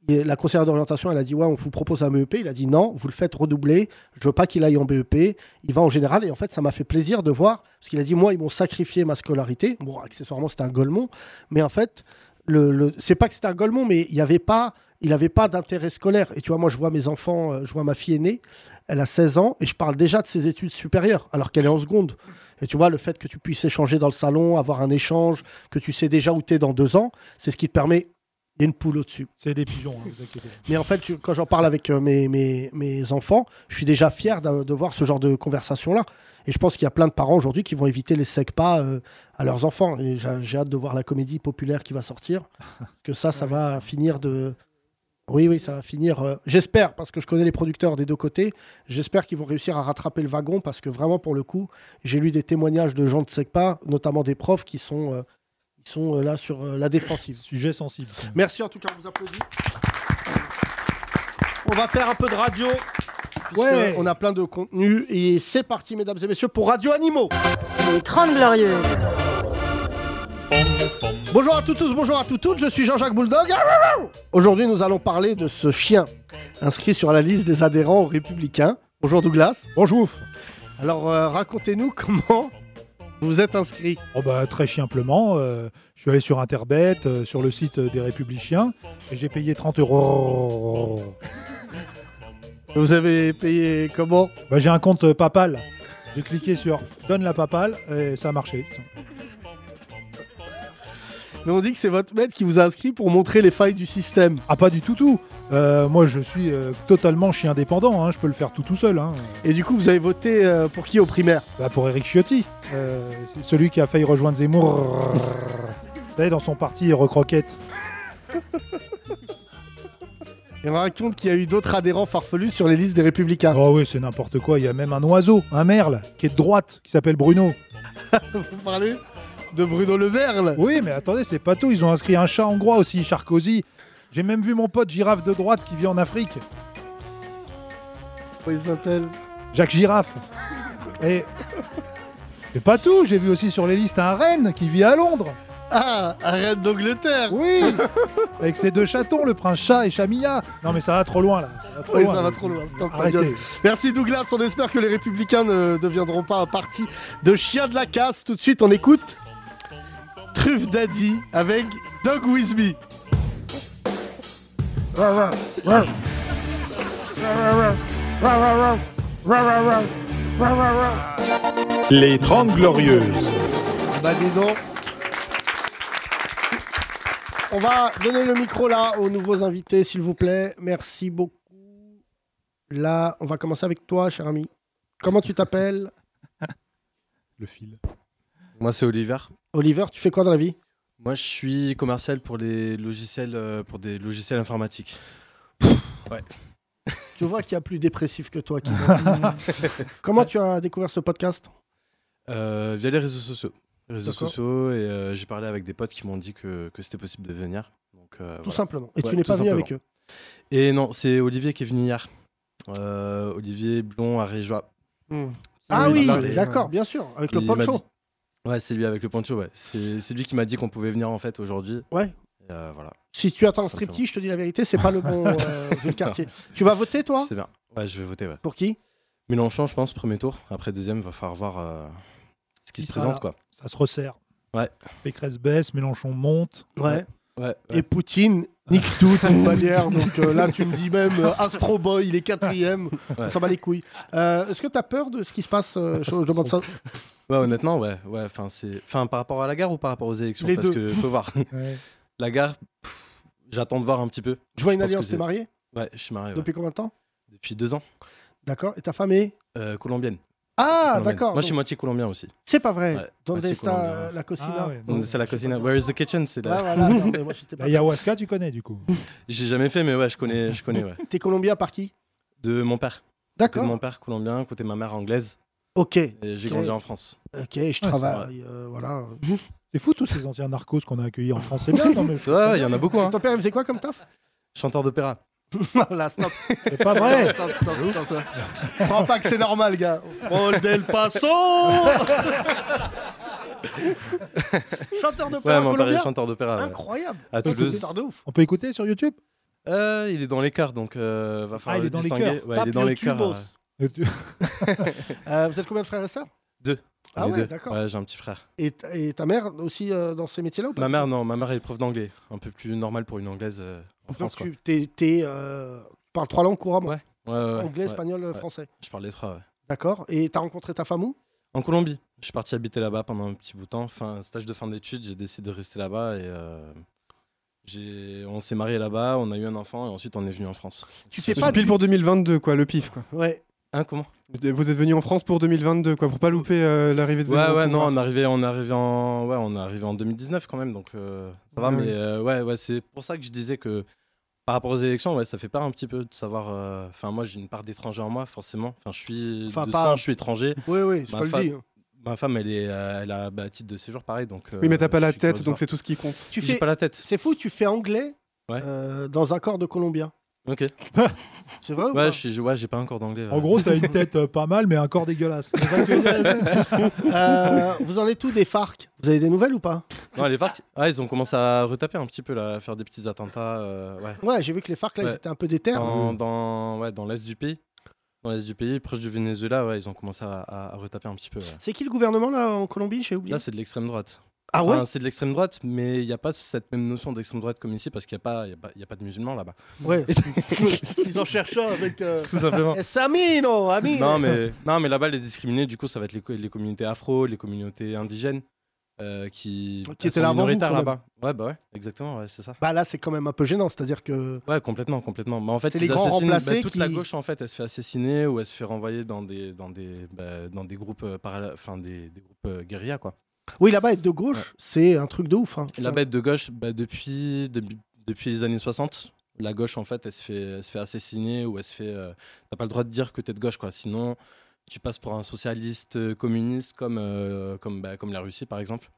Speaker 3: Et la conseillère d'orientation, elle a dit, ouais, on vous propose un BEP. Il a dit, non, vous le faites redoubler. Je veux pas qu'il aille en BEP. Il va en général. Et en fait, ça m'a fait plaisir de voir parce qu'il a dit, moi, ils m'ont sacrifié ma scolarité. Bon, accessoirement, c'était un golemon. Mais en fait, le, le- c'est pas que c'était un golemon, mais il n'y avait pas il n'avait pas d'intérêt scolaire. Et tu vois, moi, je vois mes enfants, euh, je vois ma fille aînée, elle a 16 ans, et je parle déjà de ses études supérieures, alors qu'elle est en seconde. Et tu vois, le fait que tu puisses échanger dans le salon, avoir un échange, que tu sais déjà où tu es dans deux ans, c'est ce qui te permet Il y a une poule au-dessus.
Speaker 5: C'est des pigeons, hein, vous inquiétez pas.
Speaker 3: Mais en fait, tu- quand j'en parle avec euh, mes, mes, mes enfants, je suis déjà fier d'a- de voir ce genre de conversation-là. Et je pense qu'il y a plein de parents aujourd'hui qui vont éviter les secs pas euh, à leurs enfants. Et j'a- j'ai hâte de voir la comédie populaire qui va sortir. Que ça, ça va finir de. Oui, oui, ça va finir. euh, J'espère, parce que je connais les producteurs des deux côtés. J'espère qu'ils vont réussir à rattraper le wagon, parce que vraiment, pour le coup, j'ai lu des témoignages de gens de SECPA, notamment des profs qui sont, euh, qui sont euh, là sur euh, la défensive.
Speaker 5: Sujet sensible.
Speaker 3: Merci en tout cas, on vous applaudit. On va faire un peu de radio.
Speaker 20: Ouais.
Speaker 3: Ouais. On a plein de contenu. Et c'est parti, mesdames et messieurs, pour Radio Animaux.
Speaker 20: Les 30 Glorieuses.
Speaker 3: Bonjour à tous, tous, bonjour à toutes, toutes, je suis Jean-Jacques Bulldog. Aujourd'hui, nous allons parler de ce chien inscrit sur la liste des adhérents aux Républicains. Bonjour Douglas.
Speaker 5: Bonjour.
Speaker 3: Alors, euh, racontez-nous comment vous êtes inscrit.
Speaker 5: Oh bah, très simplement, euh, je suis allé sur Interbet, euh, sur le site euh, des Républicains, et j'ai payé 30 euros.
Speaker 3: Vous avez payé comment
Speaker 5: bah, J'ai un compte euh, Papal. J'ai cliqué sur Donne la Papal et ça a marché.
Speaker 3: Mais on dit que c'est votre maître qui vous a inscrit pour montrer les failles du système.
Speaker 5: Ah, pas du tout, tout. Euh, moi, je suis euh, totalement chien indépendant. hein, Je peux le faire tout tout seul. hein.
Speaker 3: Et du coup, vous avez voté euh, pour qui au primaire
Speaker 5: bah, Pour Eric Ciotti. Euh, c'est celui qui a failli rejoindre Zemmour. Vous savez, dans son parti recroquette.
Speaker 3: Et on raconte qu'il y a eu d'autres adhérents farfelus sur les listes des Républicains.
Speaker 5: Oh oui, c'est n'importe quoi. Il y a même un oiseau, un merle, qui est de droite, qui s'appelle Bruno.
Speaker 3: Vous parlez de Bruno Le Merle
Speaker 5: Oui, mais attendez, c'est pas tout. Ils ont inscrit un chat hongrois aussi, Sarkozy. J'ai même vu mon pote girafe de droite qui vit en Afrique.
Speaker 3: Comment il s'appelle
Speaker 5: Jacques Girafe. Et. C'est pas tout. J'ai vu aussi sur les listes un renne qui vit à Londres.
Speaker 3: Ah, un reine d'Angleterre
Speaker 5: Oui Avec ses deux chatons, le prince chat et Chamilla. Non, mais ça va trop loin là. Ça va trop
Speaker 3: Oui,
Speaker 5: loin,
Speaker 3: ça va
Speaker 5: là.
Speaker 3: trop loin. stop,
Speaker 5: Arrêtez.
Speaker 3: Pagnol. Merci Douglas, on espère que les républicains ne deviendront pas un parti de chiens de la casse. Tout de suite, on écoute Truff Daddy avec Doug With Me.
Speaker 21: Les 30 Glorieuses.
Speaker 3: Bah dis donc. On va donner le micro là aux nouveaux invités, s'il vous plaît. Merci beaucoup. Là, on va commencer avec toi, cher ami. Comment tu t'appelles
Speaker 5: Le fil.
Speaker 22: Moi, c'est Oliver.
Speaker 3: Oliver, tu fais quoi dans la vie
Speaker 22: Moi, je suis commercial pour les logiciels, euh, pour des logiciels informatiques. Ouais.
Speaker 3: Je vois qu'il y a plus dépressif que toi. qui vient. Comment tu as découvert ce podcast
Speaker 22: Euh, via les réseaux sociaux. Les réseaux
Speaker 3: D'accord.
Speaker 22: sociaux et euh, j'ai parlé avec des potes qui m'ont dit que, que c'était possible de venir. Donc, euh,
Speaker 3: Tout
Speaker 22: voilà.
Speaker 3: simplement. Et tu n'es
Speaker 22: tout
Speaker 3: pas venu
Speaker 22: simplement.
Speaker 3: avec eux
Speaker 22: Et non, c'est Olivier qui est venu hier. Euh, Olivier Blond à Réjoie.
Speaker 3: Hmm. Ah oui, d'accord, bien sûr, avec le
Speaker 22: Il m'a
Speaker 3: poncho.
Speaker 22: dit- Ouais, c'est lui avec le poncho, ouais. C'est c'est lui qui m'a dit qu'on pouvait venir en fait aujourd'hui.
Speaker 3: Ouais.
Speaker 22: Et, euh, voilà.
Speaker 3: Si tu attends un
Speaker 22: Simplement.
Speaker 3: striptease, je te dis la vérité, c'est pas le bon euh, vu le quartier. Tu vas voter, toi
Speaker 22: C'est bien. Ouais, je vais voter. Ouais.
Speaker 3: Pour qui
Speaker 22: Mélenchon, je pense, premier tour. Après deuxième, va falloir voir euh, ce qui
Speaker 5: Il
Speaker 22: se
Speaker 5: sera
Speaker 22: présente,
Speaker 5: là.
Speaker 22: quoi.
Speaker 5: Ça se resserre.
Speaker 22: Ouais.
Speaker 5: Pécresse baisse, Mélenchon monte.
Speaker 3: Ouais.
Speaker 22: Ouais.
Speaker 3: Et Poutine nique tout de toute manière. Donc euh, là, tu me dis même euh, Astro Boy, il est quatrième. On s'en bat les couilles. Euh, Est-ce que tu as peur de ce qui se passe euh, je, je demande ça.
Speaker 22: Ouais, honnêtement, ouais. ouais enfin, c'est... Enfin, par rapport à la gare ou par rapport aux élections
Speaker 3: Les
Speaker 22: Parce
Speaker 3: deux.
Speaker 22: que faut voir.
Speaker 3: Ouais.
Speaker 22: La gare, pff, j'attends de voir un petit peu.
Speaker 3: Je vois une
Speaker 22: pense que
Speaker 3: alliance,
Speaker 22: c'est-
Speaker 3: t'es marié
Speaker 22: Ouais, je suis marié. ouais.
Speaker 3: Depuis combien de temps
Speaker 22: Depuis deux ans.
Speaker 3: D'accord. Et ta femme est
Speaker 22: Euh, colombienne.
Speaker 3: Ah,
Speaker 22: Colombienne.
Speaker 3: d'accord.
Speaker 22: Moi, je suis
Speaker 3: donc-
Speaker 22: moitié colombien aussi.
Speaker 3: C'est pas vrai.
Speaker 22: Ouais,
Speaker 3: Donde
Speaker 22: moitié
Speaker 3: está,
Speaker 22: colombien.
Speaker 3: euh, la cocina Ah ouais,
Speaker 22: Donde está la cocina. Where is the kitchen C'est
Speaker 3: Ouais,
Speaker 22: la.
Speaker 3: Ah, voilà, attends, mais moi, j'étais pas-
Speaker 5: La ayahuasca, tu connais du coup.
Speaker 22: J'ai jamais fait, mais ouais, je connais, je connais, ouais.
Speaker 3: T'es colombien par qui
Speaker 22: De mon père.
Speaker 3: D'accord.
Speaker 22: Côté de mon père colombien, côté de ma mère anglaise.
Speaker 3: Ok.
Speaker 22: Et j'ai
Speaker 3: Ok.
Speaker 22: grandi en France.
Speaker 3: Ok, je travaille. euh, voilà.
Speaker 5: C'est fou tous ces anciens narcos qu'on a accueillis en France. C'est bien, non mais je trouve ça
Speaker 22: Ouais, il y
Speaker 5: bien.
Speaker 22: en a beaucoup. Hein.
Speaker 3: Ton père, il faisait quoi comme taf
Speaker 22: Chanteur d'opéra.
Speaker 3: là, stop.
Speaker 5: C'est pas vrai.
Speaker 3: Stop, stop, stop, stop. Prends pas que c'est normal, gars. Paul Del Paso Chanteur
Speaker 22: Ouais,
Speaker 3: d'opéra
Speaker 22: mon père est
Speaker 3: colombien
Speaker 22: chanteur d'opéra. ouais.
Speaker 3: Incroyable.
Speaker 22: À
Speaker 3: Ça, c'est une
Speaker 22: Toulouse.
Speaker 3: star de ouf.
Speaker 5: On peut écouter sur YouTube
Speaker 22: Euh, il est dans les cœurs, donc euh,
Speaker 3: Ah,
Speaker 22: va falloir
Speaker 5: Ah, il
Speaker 22: le
Speaker 5: est dans les
Speaker 22: distinguer.
Speaker 5: cœurs.
Speaker 22: Ouais,
Speaker 5: Tape
Speaker 22: il est dans les cœurs.
Speaker 5: YouTube.
Speaker 22: euh,
Speaker 3: Euh, vous êtes combien de frères et sœurs
Speaker 22: deux.
Speaker 3: Ah
Speaker 22: On est
Speaker 3: ouais,
Speaker 22: deux.
Speaker 3: d'accord.
Speaker 22: Ouais, j'ai un petit frère.
Speaker 3: et, ta- et ta mère aussi euh, dans ces métiers-là ou pas
Speaker 22: Ma mère, non, ma mère est prof d'anglais. Un peu plus normal pour une anglaise euh, en
Speaker 3: Donc
Speaker 22: France. Quoi.
Speaker 3: tu t'es- t'es, euh, tu parles trois langues couramment
Speaker 22: Ouais, ouais, ouais,
Speaker 3: Anglais,
Speaker 22: ouais,
Speaker 3: espagnol, euh,
Speaker 22: ouais.
Speaker 3: français.
Speaker 22: Je parle les trois, ouais.
Speaker 3: D'accord. Et t'as rencontré ta femme où
Speaker 22: En Colombie, je suis parti habiter là-bas pendant un petit bout de temps. Fin, stage de fin d'études, j'ai décidé de rester là-bas et euh, J'ai- On s'est marié là-bas, on a eu un enfant et ensuite on est venu en France.
Speaker 14: Tu pile pour 2022, quoi, le pif, quoi.
Speaker 3: Ouais.
Speaker 22: Hein, comment
Speaker 14: Vous êtes- vous êtes venu en France pour 2022, quoi, pour pas louper euh, l'arrivée de
Speaker 22: Ouais,
Speaker 14: Zemmour au
Speaker 22: ouais, non,
Speaker 14: pouvoir.
Speaker 22: on est arrivé, on est arrivé en, ouais, on est arrivé en 2019 quand même, donc euh, ça va,
Speaker 14: Ouais,
Speaker 22: mais
Speaker 14: ouais.
Speaker 22: euh, ouais, ouais, c'est pour ça que je disais que par rapport aux élections, ouais, ça fait part un petit peu de savoir. euh, Enfin, moi, j'ai une part d'étranger en moi, forcément. Enfin, je suis
Speaker 3: Enfin,
Speaker 22: de
Speaker 3: pas-
Speaker 22: sang, je suis étranger.
Speaker 3: Oui, oui, je
Speaker 22: Ma
Speaker 3: te le
Speaker 22: fa-
Speaker 3: dis, hein.
Speaker 22: Ma femme, elle est, euh, elle a bah, titre de séjour pareil, donc. euh,
Speaker 14: Oui, mais t'as pas la tête, donc
Speaker 3: c'est
Speaker 14: tout ce qui compte.
Speaker 3: Tu
Speaker 22: J'ai
Speaker 3: fais
Speaker 22: pas la tête.
Speaker 3: C'est fou, tu fais anglais
Speaker 22: Ouais.
Speaker 3: euh, dans un corps de colombien.
Speaker 22: Ok.
Speaker 3: C'est vrai ou
Speaker 22: Ouais, je suis- ouais, j'ai pas encore d'anglais.
Speaker 5: En
Speaker 22: ouais.
Speaker 5: gros, t'as une tête euh, pas mal, mais un corps
Speaker 3: Bah,
Speaker 5: dégueulasse. C'est ça que tu veux dire
Speaker 3: Euh, vous en êtes tous des FARC Vous avez des nouvelles ou pas
Speaker 22: Non, les FARC, ah, ils ont commencé à retaper un petit peu, là, à faire des petits attentats. euh, ouais.
Speaker 3: Ouais, j'ai vu que les FARC, là, ils étaient un peu déter.
Speaker 22: Dans,
Speaker 14: Mmh.
Speaker 3: Mm.
Speaker 22: dans, ouais, dans l'est du pays. Dans l'est du pays, proche du Venezuela, ouais, ils ont commencé à, à- à retaper un petit peu. ouais.
Speaker 3: C'est qui le gouvernement là en Colombie J'ai oublié.
Speaker 22: Là, c'est de l'extrême droite.
Speaker 3: Ah
Speaker 22: Enfin,
Speaker 3: ouais
Speaker 22: C'est de l'extrême droite, mais il n'y a pas cette même notion d'extrême droite comme ici parce qu'il n'y a, pas- il y a, pas- il y a pas de musulmans là-bas.
Speaker 3: Ouais. ils en cherchent un avec. euh,
Speaker 22: Tout simplement.
Speaker 3: Eh, Samino, Amine.
Speaker 22: Non, mais, non, mais là-bas, les discriminés, du coup, ça va être les, co- les communautés afro, les communautés indigènes euh, qui,
Speaker 3: Qui
Speaker 22: elles
Speaker 3: étaient
Speaker 22: sont
Speaker 3: là avant vous,
Speaker 22: minoritaires
Speaker 3: quand même.
Speaker 22: là-bas. Ouais, bah ouais, exactement, ouais, c'est ça.
Speaker 3: Bah là, c'est quand même un peu gênant, c'est-à-dire que.
Speaker 22: Ouais, complètement, complètement. Mais en fait,
Speaker 3: C'est les
Speaker 22: ils
Speaker 3: grands
Speaker 22: assassinent-
Speaker 3: remplacés
Speaker 22: bah, toute la
Speaker 3: qui-
Speaker 22: gauche en fait, elle se fait assassiner ou elle se fait renvoyer dans des dans des bah, dans des groupes euh, parallè- enfin des, des groupes euh, guérillas quoi.
Speaker 3: Oui, là-bas, être de gauche, c'est un truc de ouf. hein.
Speaker 22: Et la bête de gauche, bah, depuis depuis- depuis les années 60, la gauche en fait, elle se fait elle se fait assassiner ou elle se fait euh, t'as pas le droit de dire que t'es de gauche quoi. Sinon, tu passes pour un socialiste euh, communiste comme euh, comme bah, comme la Russie par exemple.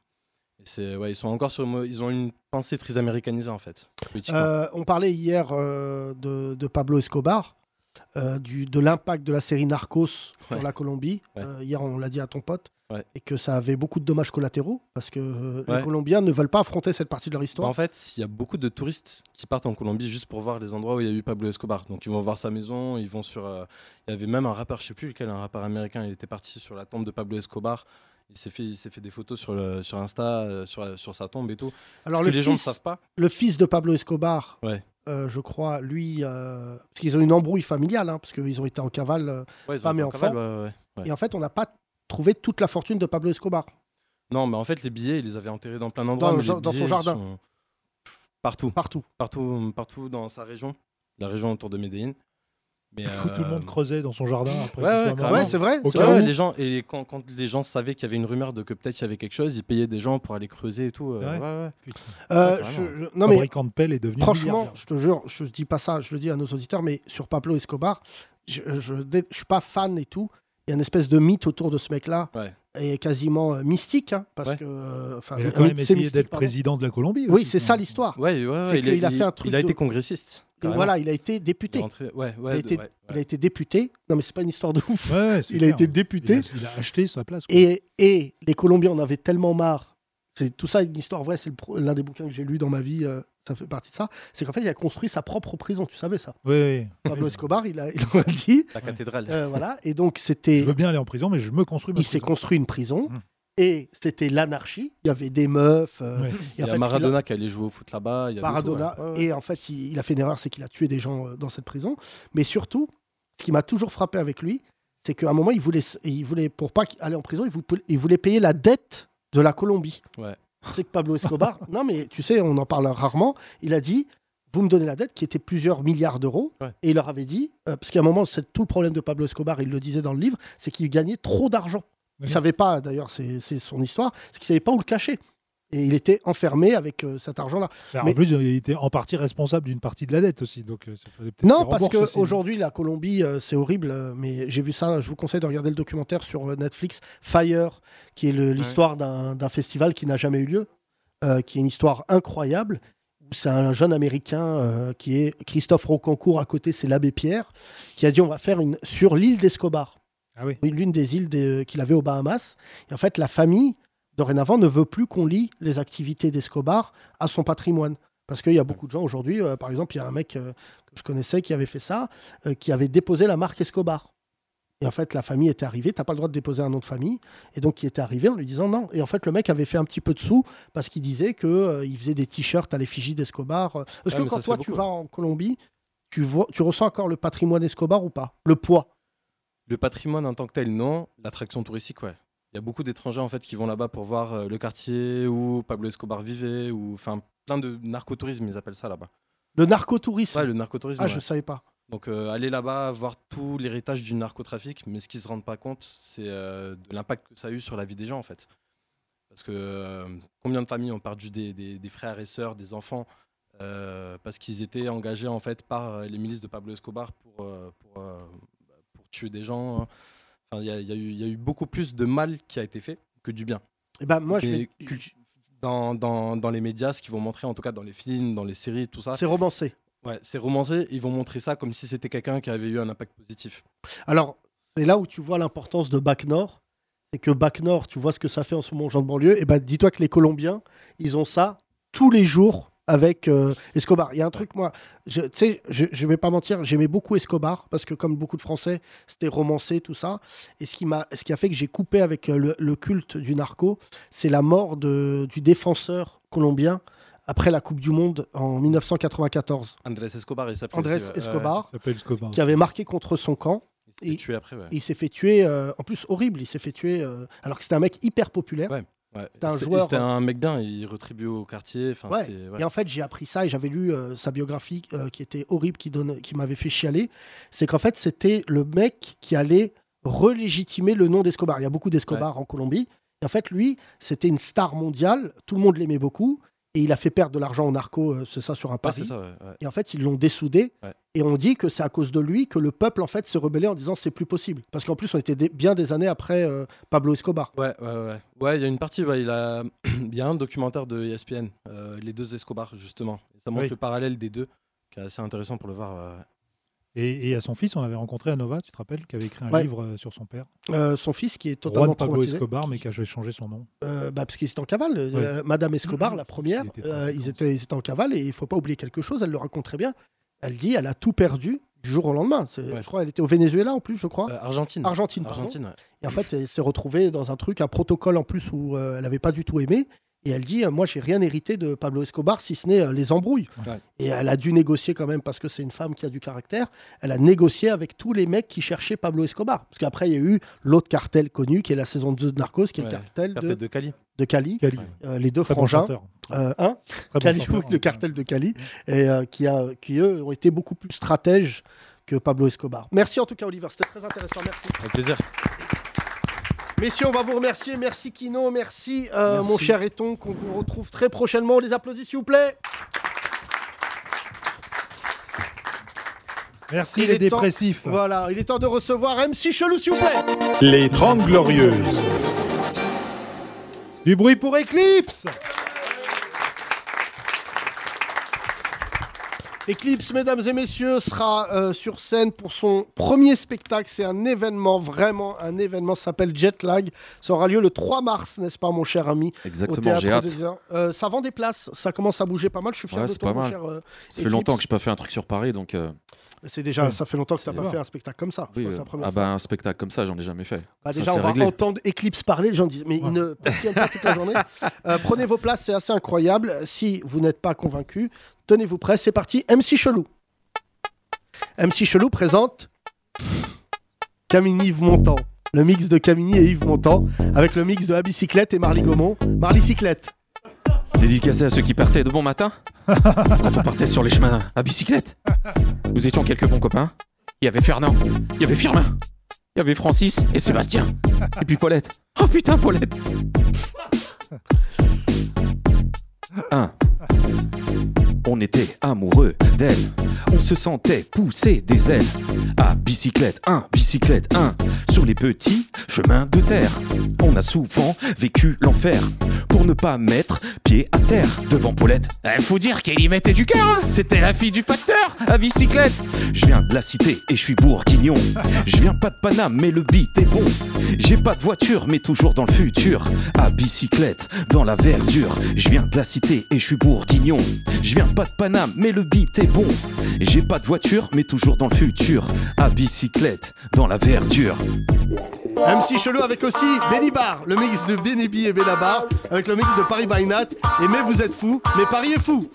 Speaker 22: Et c'est ouais, ils sont encore sur une mo- ils ont une pensée très américanisée en fait. politiquement.
Speaker 3: Euh, on parlait hier euh, de, de Pablo Escobar, euh, du, de l'impact de la série Narcos sur
Speaker 22: Ouais.
Speaker 3: la Colombie.
Speaker 22: Ouais.
Speaker 3: Euh, hier, on l'a dit à ton pote.
Speaker 22: Ouais.
Speaker 3: Et que ça avait beaucoup de dommages collatéraux parce que euh, les
Speaker 22: Ouais.
Speaker 3: Colombiens ne veulent pas affronter cette partie de leur
Speaker 22: Bah,
Speaker 3: histoire.
Speaker 22: en fait, il y a beaucoup de touristes qui partent en Colombie juste pour voir les endroits où il y a eu Pablo Escobar. Donc ils vont voir sa maison, ils vont sur. euh, Il y avait même un rappeur, je sais plus lequel, un rappeur américain, il était parti sur la tombe de Pablo Escobar. Il s'est fait, il s'est fait des photos sur, le, sur Insta, euh, sur, sur sa tombe et tout.
Speaker 3: Alors
Speaker 22: Parce
Speaker 3: le
Speaker 22: que les
Speaker 3: fils,
Speaker 22: gens ne savent pas.
Speaker 3: le fils de Pablo Escobar,
Speaker 22: Ouais.
Speaker 3: euh, je crois, lui, euh, parce qu'ils ont une embrouille familiale, hein, parce qu'ils ont été en cavale, euh,
Speaker 22: Ouais, ils ont
Speaker 3: femme et
Speaker 22: été en
Speaker 3: enfant.
Speaker 22: cavale, ouais, ouais, ouais.
Speaker 3: Et en fait, on n'a pas trouvé toute la fortune de Pablo Escobar.
Speaker 22: Non, mais en fait, les billets, ils les avaient enterrés dans plein d'endroits.
Speaker 3: Dans-
Speaker 22: mais les
Speaker 3: dans son
Speaker 22: billets, ils
Speaker 3: jardin.
Speaker 22: sont Partout.
Speaker 3: Partout.
Speaker 22: Partout. Partout dans sa région, la région autour de Medellin. Mais,
Speaker 5: Faut que tout le monde
Speaker 22: euh,
Speaker 5: creusait dans son jardin après.
Speaker 22: Ouais,
Speaker 5: qu'il
Speaker 22: ouais,
Speaker 5: soit mort.
Speaker 22: carrément.
Speaker 5: Au
Speaker 22: Ouais,
Speaker 5: cas
Speaker 22: ouais,
Speaker 5: où.
Speaker 22: les gens, et quand, quand les gens savaient qu'il y avait une rumeur de que peut-être il y avait quelque chose, ils payaient des gens pour aller creuser et tout. euh,
Speaker 5: Ouais.
Speaker 22: ouais, ouais.
Speaker 5: Putain.
Speaker 3: Euh,
Speaker 22: Ouais,
Speaker 3: je-
Speaker 22: carrément.
Speaker 3: je- non, mais
Speaker 5: Fabricant de pelles est devenu
Speaker 3: Franchement,
Speaker 5: milliardaire.
Speaker 3: je te jure, je dis pas ça, je le dis à nos auditeurs, mais sur Pablo Escobar, je, je, dé- je suis pas fan et tout. Il y a une espèce de mythe autour de ce mec-là,
Speaker 22: Ouais.
Speaker 3: et quasiment euh, mystique, hein, parce
Speaker 22: Ouais.
Speaker 3: que. euh, enfin,
Speaker 5: Il a
Speaker 3: un
Speaker 5: quand même
Speaker 3: mythe, c'est
Speaker 5: essayé
Speaker 3: mystique,
Speaker 5: d'être
Speaker 3: pardon.
Speaker 5: président de la Colombie.
Speaker 3: Oui,
Speaker 5: aussi,
Speaker 3: c'est
Speaker 5: quand
Speaker 3: ça
Speaker 5: même.
Speaker 3: l'histoire.
Speaker 22: Ouais, ouais,
Speaker 3: C'est
Speaker 22: il,
Speaker 3: qu'il a fait un truc
Speaker 22: il a
Speaker 3: de-
Speaker 22: été congressiste.
Speaker 3: Et voilà, il a été député.
Speaker 22: Il est rentré- ouais, ouais,
Speaker 3: il, a
Speaker 22: de-
Speaker 3: été,
Speaker 22: ouais,
Speaker 3: il a été député. Non, mais c'est pas une histoire de ouf.
Speaker 5: Ouais, ouais, c'est
Speaker 3: il a
Speaker 5: clair.
Speaker 3: été député.
Speaker 5: Il a, il a acheté sa place. quoi.
Speaker 3: Et, et les Colombiens en avaient tellement marre. C'est tout ça une histoire vraie. C'est le pro- l'un des bouquins que j'ai lu dans ma vie. euh, ça fait partie de ça. C'est qu'en fait, il a construit sa propre prison. Tu savais ça
Speaker 5: Oui, oui.
Speaker 3: Pablo Escobar, il a, il en a dit.
Speaker 22: La cathédrale.
Speaker 3: Euh, voilà. Et donc, c'était.
Speaker 5: Je veux bien aller en prison, mais je me construis. ma
Speaker 3: Il s'est
Speaker 5: prison. Mmh.
Speaker 3: construit une prison. Et c'était l'anarchie. Il y avait des meufs. euh,
Speaker 5: Ouais.
Speaker 3: et en
Speaker 22: Il y
Speaker 3: fait,
Speaker 22: a
Speaker 3: il
Speaker 22: Maradona qui allait jouer au foot là-bas. il y avait tout,
Speaker 3: Maradona.
Speaker 22: ouais. Ouais, ouais.
Speaker 3: Et en fait, il, il a fait une erreur, c'est qu'il a tué des gens euh, dans cette prison. Mais surtout, ce qui m'a toujours frappé avec lui, c'est qu'à un moment, il voulait, il voulait pour pas qu'il- aller en prison, il vou- il voulait, payer la dette de la Colombie.
Speaker 22: Ouais.
Speaker 3: Tu sais que Pablo Escobar, non mais tu sais, on en parle rarement, il a dit, vous me donnez la dette qui était plusieurs milliards d'euros.
Speaker 22: Ouais.
Speaker 3: Et il leur avait dit, euh, parce qu'à un moment, c'est tout le problème de Pablo Escobar, il le disait dans le livre, c'est qu'il gagnait trop d'argent. Il savait pas, d'ailleurs, c'est c'est son histoire, c'est qu'il savait pas où le cacher. Et il était enfermé avec euh, cet argent-là.
Speaker 22: Bah,
Speaker 5: Alors,
Speaker 3: Mais-
Speaker 5: En plus, il était en partie responsable d'une partie de la dette aussi. Donc, euh, ça fallait peut-être
Speaker 3: Non,
Speaker 5: qu'il
Speaker 3: parce
Speaker 5: rembourse aussi.
Speaker 3: qu'aujourd'hui, la Colombie, euh, c'est horrible, euh, mais j'ai vu ça. Je vous conseille de regarder le documentaire sur euh, Netflix, Fire, qui est le- l'histoire d'un d'un festival qui n'a jamais eu lieu, euh, qui est une histoire incroyable. où C'est un jeune américain euh, qui est Christophe Rocancourt, à côté, c'est l'abbé Pierre, qui a dit on va faire une sur l'île d'Escobar.
Speaker 5: Ah oui.
Speaker 3: L'une des îles des- qu'il avait aux Bahamas. Et en fait, la famille, dorénavant, ne veut plus qu'on lie les activités d'Escobar à son patrimoine. Parce qu'il y a beaucoup de gens aujourd'hui, euh, par exemple, il y a un mec euh, que je connaissais qui avait fait ça, euh, qui avait déposé la marque Escobar. Et en fait, la famille était arrivée, t'as pas le droit de déposer un nom de famille. Et donc, il était arrivé en lui disant non. Et en fait, le mec avait fait un petit peu de sous parce qu'il disait que euh, il faisait des t-shirts à l'effigie d'Escobar. Euh, Est-ce
Speaker 22: Ouais,
Speaker 3: que
Speaker 22: mais
Speaker 3: quand
Speaker 22: ça se
Speaker 3: toi,
Speaker 22: fait
Speaker 3: tu
Speaker 22: beaucoup,
Speaker 3: vas en Colombie, tu, vois, tu ressens encore le patrimoine Escobar ou pas Le poids
Speaker 22: Le patrimoine en tant que tel, non. L'attraction touristique, ouais. Il y a beaucoup d'étrangers en fait qui vont là-bas pour voir euh, le quartier où Pablo Escobar vivait, ou enfin plein de narcotourisme, ils appellent ça là-bas.
Speaker 3: Le narcotourisme
Speaker 22: Ouais, le narcotourisme.
Speaker 3: Ah,
Speaker 22: ouais.
Speaker 3: je savais pas.
Speaker 22: Donc euh, aller là-bas, voir tout l'héritage du narcotrafic, mais ce qu'ils se rendent pas compte, c'est euh, de l'impact que ça a eu sur la vie des gens en fait. Parce que euh, combien de familles ont perdu des, des- des frères et sœurs, des enfants, euh, parce qu'ils étaient engagés en fait par euh, les milices de Pablo Escobar pour, euh, pour, euh, bah, pour tuer des gens. hein. Enfin, Il y, a- il y a eu- il y a eu beaucoup plus de mal qui a été fait que du bien.
Speaker 3: Eh ben, moi, je
Speaker 22: Et
Speaker 3: vais-
Speaker 22: cul- dans, dans- dans les médias, ce qu'ils vont montrer, en tout cas dans les films, dans les séries, tout ça.
Speaker 3: C'est romancé.
Speaker 22: Ouais, c'est romancé. Ils vont montrer ça comme si c'était quelqu'un qui avait eu un impact positif.
Speaker 3: Alors, c'est là où tu vois l'importance de Bac Nord. C'est que Bac Nord, tu vois ce que ça fait en ce moment aux gens de banlieue. Et ben, dis-toi que les Colombiens, ils ont ça tous les jours avec euh, Escobar. Il y a un truc, moi, je, tu sais, je, je vais pas mentir, j'aimais beaucoup Escobar parce que, comme beaucoup de Français, c'était romancé, tout ça. Et ce qui, m'a, ce qui a fait que j'ai coupé avec euh, le, le culte du narco, c'est la mort de- du défenseur colombien après la Coupe du Monde en 1994.
Speaker 22: Andrés Escobar, il s'appelle. euh,
Speaker 3: Andrés
Speaker 22: aussi, ouais.
Speaker 3: Escobar,
Speaker 22: Ouais.
Speaker 3: qui avait marqué contre son camp.
Speaker 22: Il s'est fait tuer après, ouais.
Speaker 3: Il s'est fait tuer, euh, en plus horrible, il s'est fait tuer euh, alors que c'était un mec hyper populaire.
Speaker 22: Ouais.
Speaker 3: C'était un
Speaker 22: C'est-
Speaker 3: joueur. hein.
Speaker 22: C'était un mec bien. Il retribue au quartier. Enfin,
Speaker 3: Ouais.
Speaker 22: c'était- ouais.
Speaker 3: Et en fait, j'ai appris ça et j'avais lu euh, sa biographie euh, qui était horrible, qui, donne, qui m'avait fait chialer. C'est qu'en fait, c'était le mec qui allait relégitimer le nom d'Escobar. Il y a beaucoup d'Escobar en Colombie. Et en fait, lui, c'était une star mondiale. Tout le monde l'aimait beaucoup. Et il a fait perdre de l'argent aux narcos, euh, c'est ça, sur un
Speaker 22: Ouais,
Speaker 3: pari.
Speaker 22: Ah, c'est ça. ouais, ouais.
Speaker 3: Et en fait, ils l'ont dessoudé.
Speaker 22: Ouais.
Speaker 3: Et on dit que c'est à cause de lui que le peuple, en fait, s'est rebellé en disant c'est plus possible. Parce qu'en plus, on était des- bien des années après euh, Pablo Escobar.
Speaker 22: Ouais, ouais, ouais. Ouais, il y a une partie, ouais, il, a... il y a un documentaire de ESPN, euh, les deux Escobar, justement. Et ça montre
Speaker 5: Oui.
Speaker 22: le parallèle des deux, qui est assez intéressant pour le voir. euh, ouais, ouais.
Speaker 5: Et, et à son fils, on l'avait rencontré à Nova, tu te rappelles, qui avait écrit un
Speaker 3: Ouais.
Speaker 5: livre euh, sur son père.
Speaker 3: Euh, son fils qui est totalement
Speaker 5: Juan Pablo
Speaker 3: traumatisé.
Speaker 5: Escobar, mais qui a changé son nom.
Speaker 3: Euh, bah, parce qu'ils étaient en cavale. Euh,
Speaker 5: Ouais.
Speaker 3: Madame Escobar, la première, euh, ils, étaient, ils étaient en cavale et il faut pas oublier quelque chose, elle le raconte très bien. Elle dit elle a tout perdu du jour au lendemain. C'est- Je crois elle était au Venezuela en plus, je crois.
Speaker 5: Euh,
Speaker 22: Argentine.
Speaker 3: Argentine, pardon.
Speaker 22: Argentine, ouais.
Speaker 3: Et en fait, elle s'est retrouvée dans un truc, un protocole en plus où euh, elle n'avait pas du tout aimé. Et elle dit euh, Moi, j'ai rien hérité de Pablo Escobar, si ce n'est euh, les embrouilles.
Speaker 22: Ouais.
Speaker 3: Et elle a dû négocier quand même, parce que c'est une femme qui a du caractère. Elle a négocié avec tous les mecs qui cherchaient Pablo Escobar. Parce qu'après, il y a eu l'autre cartel connu, qui est la saison 2 de Narcos, qui est
Speaker 22: Ouais,
Speaker 3: le cartel de,
Speaker 22: cartel de Cali.
Speaker 3: de Cali. Euh, les deux
Speaker 5: Très bon
Speaker 3: frangins.
Speaker 5: chanteur.
Speaker 3: Euh, hein
Speaker 5: bon
Speaker 3: Cali,
Speaker 5: chanteur,
Speaker 3: oui, le cartel de Cali. Et euh, qui, a, qui, eux, ont été beaucoup plus stratèges que Pablo Escobar. Merci en tout cas, Oliver. C'était très intéressant. Merci.
Speaker 22: Avec plaisir.
Speaker 3: Messieurs, on va vous remercier. Merci Kino, merci, euh,
Speaker 22: Merci.
Speaker 3: mon cher Eton, qu'on vous retrouve très prochainement. On les applaudit, s'il vous plaît.
Speaker 5: Merci
Speaker 3: Il
Speaker 5: les
Speaker 3: est temps-
Speaker 5: dépressifs.
Speaker 3: Voilà, il est temps de recevoir MC Chelou, s'il vous plaît.
Speaker 21: Les 30 Glorieuses.
Speaker 5: Du bruit pour Eclipse
Speaker 3: Eclipse, mesdames et messieurs, sera euh, sur scène pour son premier spectacle. C'est un événement, vraiment un événement. Ça s'appelle Jetlag. Ça aura lieu le 3 mars, n'est-ce pas, mon cher ami au
Speaker 15: Exactement,
Speaker 3: Théâtre
Speaker 15: j'ai hâte.
Speaker 3: des Arts. Euh, ça vend des places. Ça commence à bouger pas mal. Je suis fier
Speaker 15: Ouais,
Speaker 3: de
Speaker 15: c'est
Speaker 3: toi,
Speaker 15: pas
Speaker 3: mon
Speaker 15: mal.
Speaker 3: cher. euh,
Speaker 15: Ça fait
Speaker 3: Eclipse.
Speaker 15: longtemps que j'ai pas fait un truc sur Paris, donc. euh,
Speaker 3: C'est déjà,
Speaker 15: Ouais.
Speaker 3: ça fait longtemps que tu n'as
Speaker 15: C'est-
Speaker 3: pas fait un spectacle comme ça. Je crois
Speaker 15: oui,
Speaker 3: que c'est la
Speaker 15: euh,
Speaker 3: première
Speaker 15: ah bah un spectacle comme ça, j'en ai jamais fait.
Speaker 3: Bah,
Speaker 15: Ça,
Speaker 3: déjà,
Speaker 15: c'est
Speaker 3: on va
Speaker 15: réglé.
Speaker 3: entendre Eclipse parler. Les gens disent, mais ils ne tiennent pas toute la journée. Euh, prenez vos places, c'est assez incroyable. Si vous n'êtes pas convaincu, tenez-vous prêts. C'est parti. MC Chelou. MC Chelou présente Camille Yves Montand. Le mix de Camille et Yves Montand avec le mix de la bicyclette et Marly Gaumont. Marly Cyclette.
Speaker 15: Dédicacé à ceux qui partaient de bon matin, quand on partait sur les chemins à bicyclette. Nous étions quelques bons copains. Il y avait Fernand, il y avait Firmin, il y avait Francis et Sébastien. Et puis Paulette. Oh putain, Paulette 1. On était amoureux d'elle. On se sentait pousser des ailes. À bicyclette 1, bicyclette 1, sur les petits chemins de terre. On a souvent vécu l'enfer pour ne pas mettre pied à terre devant Paulette. Eh, faut dire qu'elle y mettait du cœur, hein. c'était la fille du facteur à bicyclette. Je viens de la cité et je suis bourguignon. Je viens pas de Paname, mais le beat est bon. J'ai pas de voiture, mais toujours dans le futur. À bicyclette, dans la verdure. Je viens de la cité et je suis bourguignon. Je viens pas de Paname, mais le beat est bon. J'ai pas de voiture, mais toujours dans le futur. À bicyclette, dans la verdure.
Speaker 3: MC Chelou avec aussi Benny Bar, le mix de Benebi et Benabar, avec le mix de Paris by Night et Mais vous êtes fou, mais Paris est fou.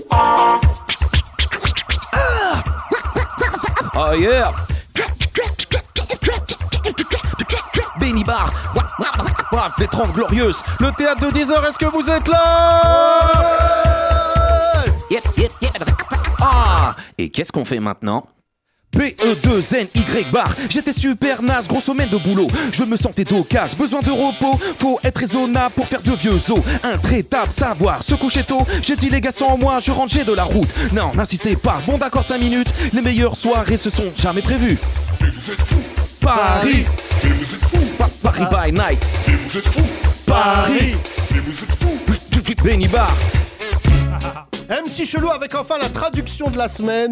Speaker 15: Oh yeah Benny Bar Wap, wap, wap, wap, Les 30 Glorieuses Le théâtre de 10 heures, est-ce que vous êtes là Ah Et qu'est-ce qu'on fait maintenant
Speaker 23: E PE2NY bar, j'étais super naze, grosse semaine de boulot. Je me sentais d'occasion, besoin de repos. Faut être raisonnable pour faire de vieux os. Intraitable, savoir se coucher tôt. J'ai dit les gars sans moi, je rentre, j'ai de la route. Non, n'insistez pas, bon d'accord 5 minutes. Les meilleures soirées se sont jamais prévues. Paris, Pa- Paris by night. Paris, Benny Bar.
Speaker 3: MC Chelou avec enfin la traduction de la semaine.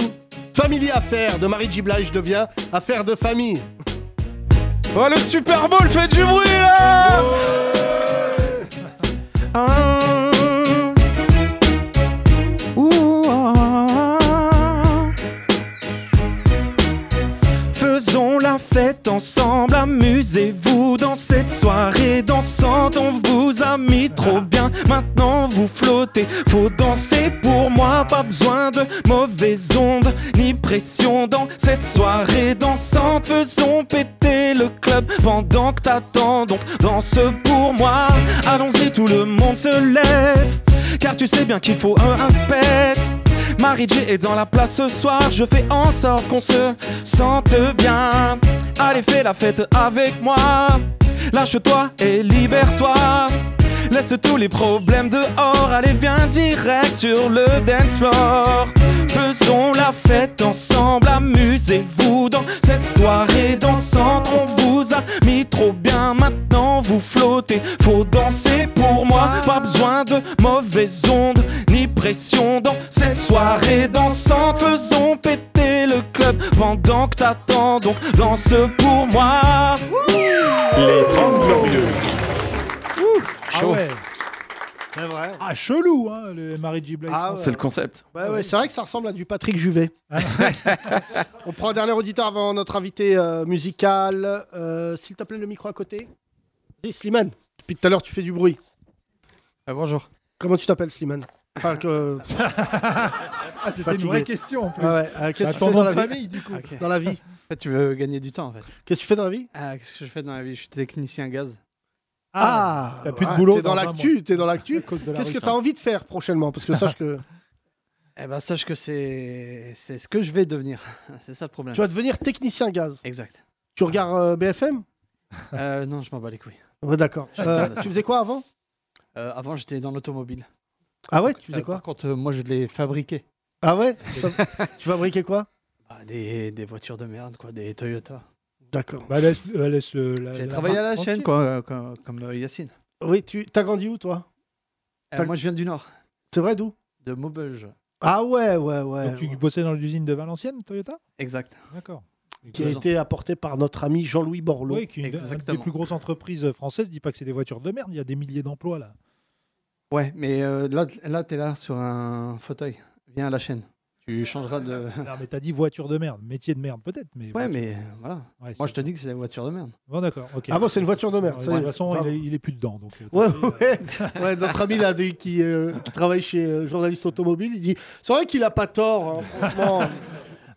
Speaker 3: Family Affaire de Marie J. Blige devient Affaire de famille.
Speaker 15: Oh le Super Bowl, faites du bruit là
Speaker 23: Ah. ah. Faisons la fête ensemble, amusez-vous dans cette soirée dansante. On vous a mis trop bien, maintenant vous flottez. Faut danser pour moi, pas besoin de mauvaises ondes ni pression dans cette soirée dansante. Faisons péter le club pendant que t'attends, donc danse pour moi. Allons-y, tout le monde se lève, car tu sais bien qu'il faut un respect. Marie J est dans la place ce soir, je fais en sorte qu'on se sente bien. Allez, fais la fête avec moi. Lâche-toi et libère-toi. Laisse tous les problèmes dehors, allez viens direct sur le dance floor. Faisons la fête ensemble, amusez-vous dans cette soirée dansante. On vous a mis trop bien, maintenant vous flottez. Faut danser pour moi, pas besoin de mauvaises ondes ni pression dans cette soirée dansante. Faisons péter le club pendant que t'attends, donc danse pour moi.
Speaker 24: Les 30 Glorieuses.
Speaker 5: Ah ouais.
Speaker 3: C'est vrai.
Speaker 5: Ah, chelou, hein, le Marie J. Blige.
Speaker 3: Ah ouais.
Speaker 25: C'est le concept.
Speaker 3: Ouais, ouais, c'est vrai que ça ressemble à du Patrick Juvet. On prend un dernier auditeur avant notre invité euh, musical. Euh, S'il te plaît, le micro à côté. Dis, Slimane, depuis tout à l'heure, tu fais du bruit.
Speaker 26: bonjour.
Speaker 3: Comment tu t'appelles, Slimane Enfin, que...
Speaker 5: Ah, c'était une
Speaker 3: Fatigué.
Speaker 5: vraie question en plus.
Speaker 3: Ah ouais, euh, qu'est-ce que
Speaker 5: Bah,
Speaker 3: tu
Speaker 5: ton
Speaker 3: fais
Speaker 5: nom
Speaker 3: dans
Speaker 5: de
Speaker 3: la vie
Speaker 5: famille, du coup.
Speaker 3: Dans la vie.
Speaker 26: En fait, tu veux gagner du temps, en fait.
Speaker 3: Qu'est-ce que tu fais dans la vie
Speaker 26: Ah, qu'est-ce que je fais dans la vie Je suis technicien gaz.
Speaker 3: Ah,
Speaker 26: T'as plus de
Speaker 3: ouais,
Speaker 26: boulot
Speaker 3: T'es dans
Speaker 26: dans un
Speaker 3: l'actu.
Speaker 26: mois.
Speaker 3: T'es dans l'actu.
Speaker 26: la
Speaker 3: Qu'est-ce
Speaker 26: rue,
Speaker 3: que
Speaker 26: ça.
Speaker 3: t'as envie de faire prochainement Parce que sache que
Speaker 26: Eh ben, sache que c'est c'est ce que je vais devenir. c'est ça le problème.
Speaker 3: tu vas devenir technicien gaz.
Speaker 26: Exact.
Speaker 3: Tu regardes euh, BFM
Speaker 26: Euh, non, je m'en bats les couilles.
Speaker 3: Ouais, d'accord.
Speaker 26: Je
Speaker 3: Euh,
Speaker 26: regarde.
Speaker 3: tu faisais quoi avant
Speaker 26: Euh, avant, j'étais dans l'automobile.
Speaker 3: Ah ouais, tu
Speaker 26: Euh,
Speaker 3: faisais quoi
Speaker 26: Par contre, euh, moi, je l'ai fabriqué.
Speaker 3: Ah ouais Tu fabriquais quoi
Speaker 26: Bah, des, des voitures de merde, quoi, des Toyota.
Speaker 3: D'accord.
Speaker 5: Bah, laisse, euh, laisse, euh, la-
Speaker 26: J'ai
Speaker 5: la
Speaker 26: travaillé à
Speaker 5: marque
Speaker 26: la
Speaker 5: tranquille.
Speaker 26: chaîne, quoi, euh, comme, comme, euh, Yacine.
Speaker 3: Oui, tu t'as grandi où toi
Speaker 26: Euh,
Speaker 3: T'as-
Speaker 26: moi, je viens du Nord,
Speaker 3: C'est vrai d'où
Speaker 26: de Maubeuge.
Speaker 3: Ah ouais, ouais, ouais.
Speaker 5: Donc, tu bossais dans l'usine de Valenciennes, Toyota
Speaker 26: Exact.
Speaker 5: D'accord.
Speaker 3: Qui a été apporté par notre ami Jean-Louis Borloo.
Speaker 5: Oui, qui est une, une des plus grosses entreprises françaises. Dis pas que c'est des voitures de merde, il y a des milliers d'emplois là.
Speaker 26: Ouais, mais euh, là, là t'es là sur un fauteuil. Viens à la chaîne. Tu changeras de.
Speaker 5: Non, mais t'as dit voiture de merde, métier de merde peut-être. Mais
Speaker 26: Ouais,
Speaker 5: voiture-
Speaker 26: mais voilà.
Speaker 5: Ouais,
Speaker 26: Moi, je te dis que c'est des voitures de merde.
Speaker 5: Bon, d'accord. ok.
Speaker 3: Ah bon, c'est une voiture de merde,
Speaker 5: Ouais,
Speaker 3: ça y
Speaker 5: de toute
Speaker 3: est.
Speaker 5: façon, il
Speaker 3: Pardon.
Speaker 5: est, il est plus dedans. Donc, euh,
Speaker 3: Ouais, ouais, ouais, notre ami là, du- qui, euh, qui travaille chez euh, journaliste automobile, il dit c'est vrai qu'il a pas tort, hein, franchement.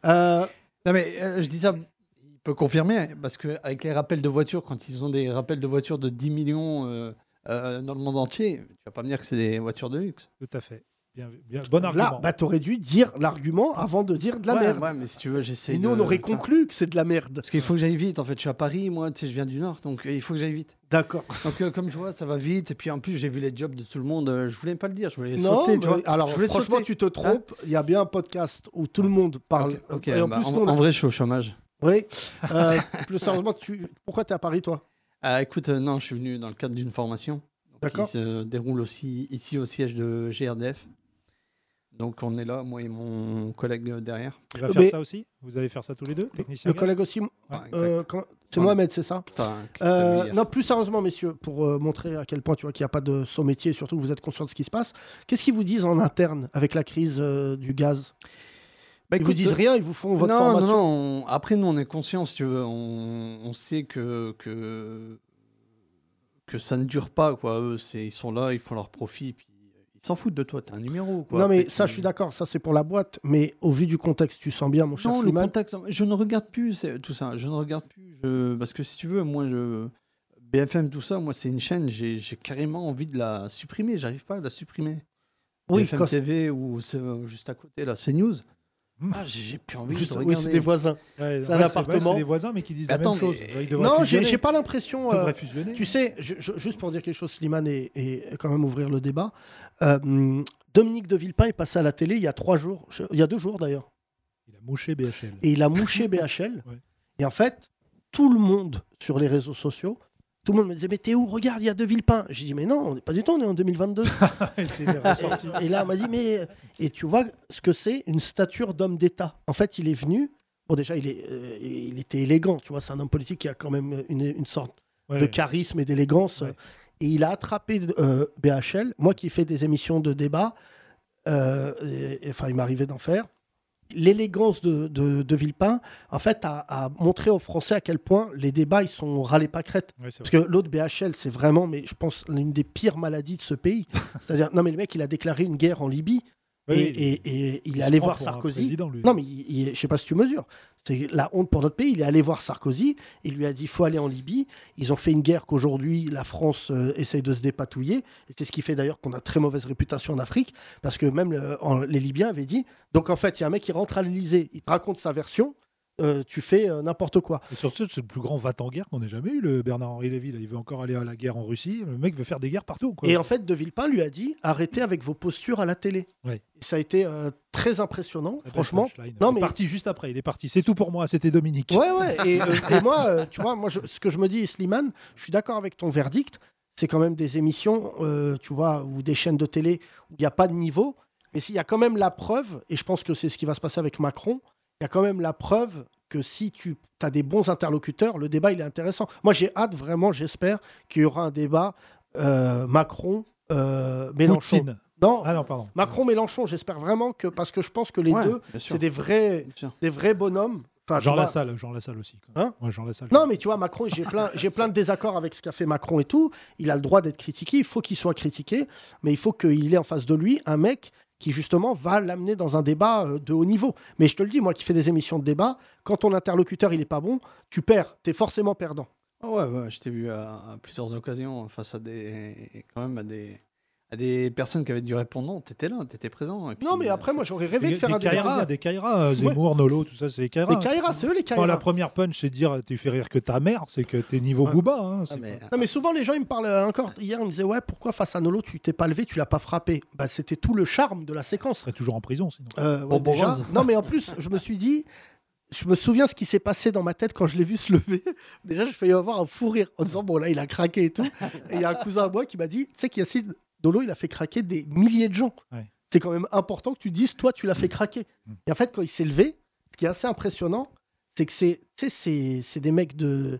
Speaker 3: Euh,
Speaker 26: Non, mais euh, je dis ça, il peut confirmer, hein, parce qu'avec les rappels de voitures, quand ils ont des rappels de voitures de 10 millions euh, euh, dans le monde entier, tu vas pas me dire que c'est des voitures de luxe.
Speaker 5: Tout à fait. Bien, bien- bon
Speaker 3: Là,
Speaker 5: argument.
Speaker 3: bah, t'aurais dû dire l'argument avant de dire de la
Speaker 26: ouais,
Speaker 3: merde.
Speaker 26: ouais, mais si tu veux, j'essaye.
Speaker 3: Et nous, on
Speaker 26: de-
Speaker 3: aurait conclu que c'est de la merde.
Speaker 26: Parce qu'il faut que j'aille vite, en fait. Je suis à Paris, moi, tu sais, je viens du Nord, donc euh, il faut que j'aille vite.
Speaker 3: D'accord.
Speaker 26: Donc, euh, comme je vois, ça va vite. Et puis, en plus, j'ai vu les jobs de tout le monde. euh, je voulais pas le dire, je voulais
Speaker 3: Non,
Speaker 26: sauter, tu
Speaker 3: mais
Speaker 26: vois.
Speaker 3: alors
Speaker 26: je voulais
Speaker 3: franchement,
Speaker 26: sauter.
Speaker 3: tu te trompes. Il y a bien un podcast où tout le monde parle.
Speaker 26: Ok,
Speaker 3: Et en
Speaker 26: bah,
Speaker 3: plus,
Speaker 26: en,
Speaker 3: nous, on a-
Speaker 26: en vrai, je suis au chômage.
Speaker 3: Oui. Euh, plus sérieusement, tu... pourquoi t'es à Paris, toi
Speaker 26: Ah, écoute, euh, non, je suis venu dans le cadre d'une formation donc,
Speaker 3: D'accord.
Speaker 26: qui se déroule aussi ici au siège de GRDF. Donc on est là, moi et mon collègue euh, derrière.
Speaker 5: Tu vas faire ça aussi Vous allez faire ça tous les deux technicien
Speaker 3: Le
Speaker 5: gaz
Speaker 3: collègue aussi. euh, comment- c'est
Speaker 5: Ouais.
Speaker 3: Mohamed, c'est ça
Speaker 26: Putain,
Speaker 3: Euh,
Speaker 26: hier.
Speaker 3: Non, plus sérieusement, messieurs, pour euh, montrer à quel point tu vois qu'il n'y a pas de son métier, et surtout que vous êtes conscient de ce qui se passe. Qu'est-ce qu'ils vous disent en interne avec la crise euh, du gaz
Speaker 26: Bah,
Speaker 3: Ils
Speaker 26: écoute,
Speaker 3: vous disent
Speaker 26: euh,
Speaker 3: rien, ils vous font votre
Speaker 26: non,
Speaker 3: formation.
Speaker 26: Non, non, on- après nous on est conscients, si tu veux, on, on sait que, que que ça ne dure pas quoi. Eux, c'est ils sont là, ils font leur profit, puis ils s'en foutent de toi. T'es un numéro quoi.
Speaker 3: Non, mais
Speaker 26: Après,
Speaker 3: ça,
Speaker 26: tu-
Speaker 3: je suis d'accord, ça c'est pour la boîte, mais au vu du contexte, tu sens bien, mon cher
Speaker 26: Non, le
Speaker 3: Slimane.
Speaker 26: contexte, je ne regarde plus c'est- tout ça. Je ne regarde plus. je- Parce que si tu veux, moi, je... BFM, tout ça, moi, c'est une chaîne, j'ai j'ai carrément envie de la supprimer. J'arrive pas à la supprimer. oui,
Speaker 3: Oui,
Speaker 26: FM
Speaker 3: quand-
Speaker 26: TV ou c'est, euh, juste à côté, là, CNews. Ah, j'ai j'ai plus envie
Speaker 3: Juste-
Speaker 26: de
Speaker 3: oui,
Speaker 26: regarder. hein.
Speaker 3: c'est des voisins.
Speaker 26: Ouais,
Speaker 3: c'est
Speaker 26: ouais,
Speaker 3: un
Speaker 26: ouais,
Speaker 3: appartement.
Speaker 26: c'est des voisins.
Speaker 5: mais qui disent la
Speaker 3: Attends,
Speaker 5: même chose.
Speaker 3: mais-
Speaker 5: Ils devraient
Speaker 3: Non, j'ai
Speaker 5: fusionner.
Speaker 3: j'ai pas l'impression.
Speaker 5: Ils
Speaker 3: euh,
Speaker 5: devraient fusionner.
Speaker 3: tu sais, je- je- juste pour dire quelque chose, Slimane, et, et quand même ouvrir le débat. euh, hum, Dominique de Villepin est passé à la télé il y a trois jours, je- il y a deux jours d'ailleurs,
Speaker 5: Il a mouché BHL.
Speaker 3: et il a mouché BHL. Et en fait, tout le monde sur les réseaux sociaux, tout le monde me disait Mais t'es où Regarde, il y a de Villepin. J'ai dit Mais non, on n'est pas du tout, on est en 2022.
Speaker 5: ressorti.
Speaker 3: et, et là, on m'a dit Mais. Et tu vois ce que c'est Une stature d'homme d'État. En fait, il est venu. Bon, déjà, il, est, euh, il était élégant, tu vois, c'est un homme politique qui a quand même une, une sorte
Speaker 5: Ouais.
Speaker 3: de charisme et d'élégance. Et il a attrapé euh, BHL, moi qui fais des émissions de débat, euh, et- et- enfin, il m'arrivait d'en faire. L'élégance de, de- de Villepin, en fait, a, a montré aux Français à quel point les débats, ils sont râlés pas crête.
Speaker 5: Ouais, c'est
Speaker 3: Parce que
Speaker 5: vrai.
Speaker 3: l'autre BHL, c'est vraiment, mais je pense, l'une des pires maladies de ce pays. C'est-à-dire, non, mais le mec, il a déclaré une guerre en Libye.
Speaker 5: Oui,
Speaker 3: et,
Speaker 5: il-
Speaker 3: et- et il,
Speaker 5: il
Speaker 3: est
Speaker 5: se
Speaker 3: allé
Speaker 5: prend
Speaker 3: voir
Speaker 5: pour un
Speaker 3: Sarkozy.
Speaker 5: président, lui.
Speaker 3: Non, mais il- il- je sais pas si tu mesures. C'est la honte pour notre pays. Il est allé voir Sarkozy. Il lui a dit faut aller en Libye. Ils ont fait une guerre qu'aujourd'hui la France euh, essaye de se dépatouiller. Et c'est ce qui fait d'ailleurs qu'on a très mauvaise réputation en Afrique parce que même le- en- les Libyens avaient dit. Donc en fait, il y a un mec qui rentre à l'Elysée. Il te raconte sa version. euh, tu fais euh, n'importe quoi.
Speaker 5: Et surtout, c'est le plus grand va-t-en-guerre qu'on ait jamais eu, le Bernard-Henri Lévy. Là. Il veut encore aller à la guerre en Russie. Le mec veut faire des guerres partout. Quoi.
Speaker 3: Et en fait, De Villepin lui a dit arrêtez avec vos postures à la télé.
Speaker 5: Ouais.
Speaker 3: Ça a été euh, très impressionnant,
Speaker 5: belle
Speaker 3: franchement.
Speaker 5: punchline.
Speaker 3: Non,
Speaker 5: Il est
Speaker 3: mais
Speaker 5: parti juste après. Il est parti. C'est tout pour moi. C'était Dominique.
Speaker 3: Ouais, ouais. Et, euh, et moi, euh, tu vois, moi, je- ce que je me dis, Slimane, je suis d'accord avec ton verdict. C'est quand même des émissions, euh, tu vois, ou des chaînes de télé où il n'y a pas de niveau. Mais s'il y a quand même la preuve, et je pense que c'est ce qui va se passer avec Macron, il y a quand même la preuve que si tu as des bons interlocuteurs, le débat, il est intéressant. Moi, j'ai hâte, vraiment, j'espère qu'il y aura un débat euh, Macron, euh, Mélenchon.
Speaker 5: Poutine.
Speaker 3: Non,
Speaker 5: Ah non, pardon.
Speaker 3: Macron, Mélenchon, j'espère vraiment que, parce que je pense que les
Speaker 5: Ouais,
Speaker 3: deux,
Speaker 5: bien sûr.
Speaker 3: c'est des vrais, des vrais bonhommes. Enfin, tu
Speaker 5: Jean
Speaker 3: vois-
Speaker 5: Lassalle, Jean Lassalle aussi. quoi.
Speaker 3: Ah, Hein
Speaker 5: Ouais, Jean Lassalle.
Speaker 3: non, mais tu vois, Macron, j'ai plein, j'ai plein de désaccords avec ce qu'a fait Macron et tout. Il a le droit d'être critiqué, il faut qu'il soit critiqué, mais il faut qu'il ait en face de lui un mec qui, justement, va l'amener dans un débat euh, de haut niveau. Mais je te le dis, moi qui fais des émissions de débat, quand ton interlocuteur, il est pas bon, tu perds, tu es forcément perdant.
Speaker 26: Ah ouais, ouais, je t'ai vu à, à plusieurs occasions face à des, quand même à des, à des personnes qui avaient du répondant. T'étais là, t'étais présent. et puis,
Speaker 3: Non, mais après,
Speaker 26: euh,
Speaker 3: moi,
Speaker 26: ça-
Speaker 3: j'aurais
Speaker 26: c'est-
Speaker 3: rêvé de
Speaker 5: Des
Speaker 3: faire un débat.
Speaker 5: Kaira, des Kaira, euh, Zemmour, Nolo, tout ça, c'est des Kaira.
Speaker 3: Des Kaira, c'est eux, les Kaira.
Speaker 5: Quand la première punch, c'est dire tu fais rire que ta mère, c'est que t'es
Speaker 3: Ah.
Speaker 5: niveau Booba.
Speaker 26: Ah,
Speaker 5: hein, c'est pas-
Speaker 3: Non, mais souvent, les gens, ils me parlent euh, encore. Hier, ils me disaient Ouais, pourquoi face à Nolo, tu t'es pas levé, tu l'as pas frappé bah, C'était tout le charme de la séquence.
Speaker 5: serait toujours en prison sinon.
Speaker 3: Euh, ouais, déjà. Non, mais en plus, je me suis dit, je me souviens ce qui s'est passé dans ma tête quand je l'ai vu se lever. Déjà, je failli avoir un fou rire en disant, bon, là, il a craqué et tout. Et il y a un cousin à moi qui m'a dit, tu sais qu'Yacine Dolo, il a fait craquer des milliers de gens.
Speaker 5: Ouais. Mm.
Speaker 3: C'est quand même important que tu dises, toi, tu l'as fait craquer. Et en fait, quand il s'est levé, ce qui est assez impressionnant, c'est que c'est, tu sais, c'est, c'est des mecs de,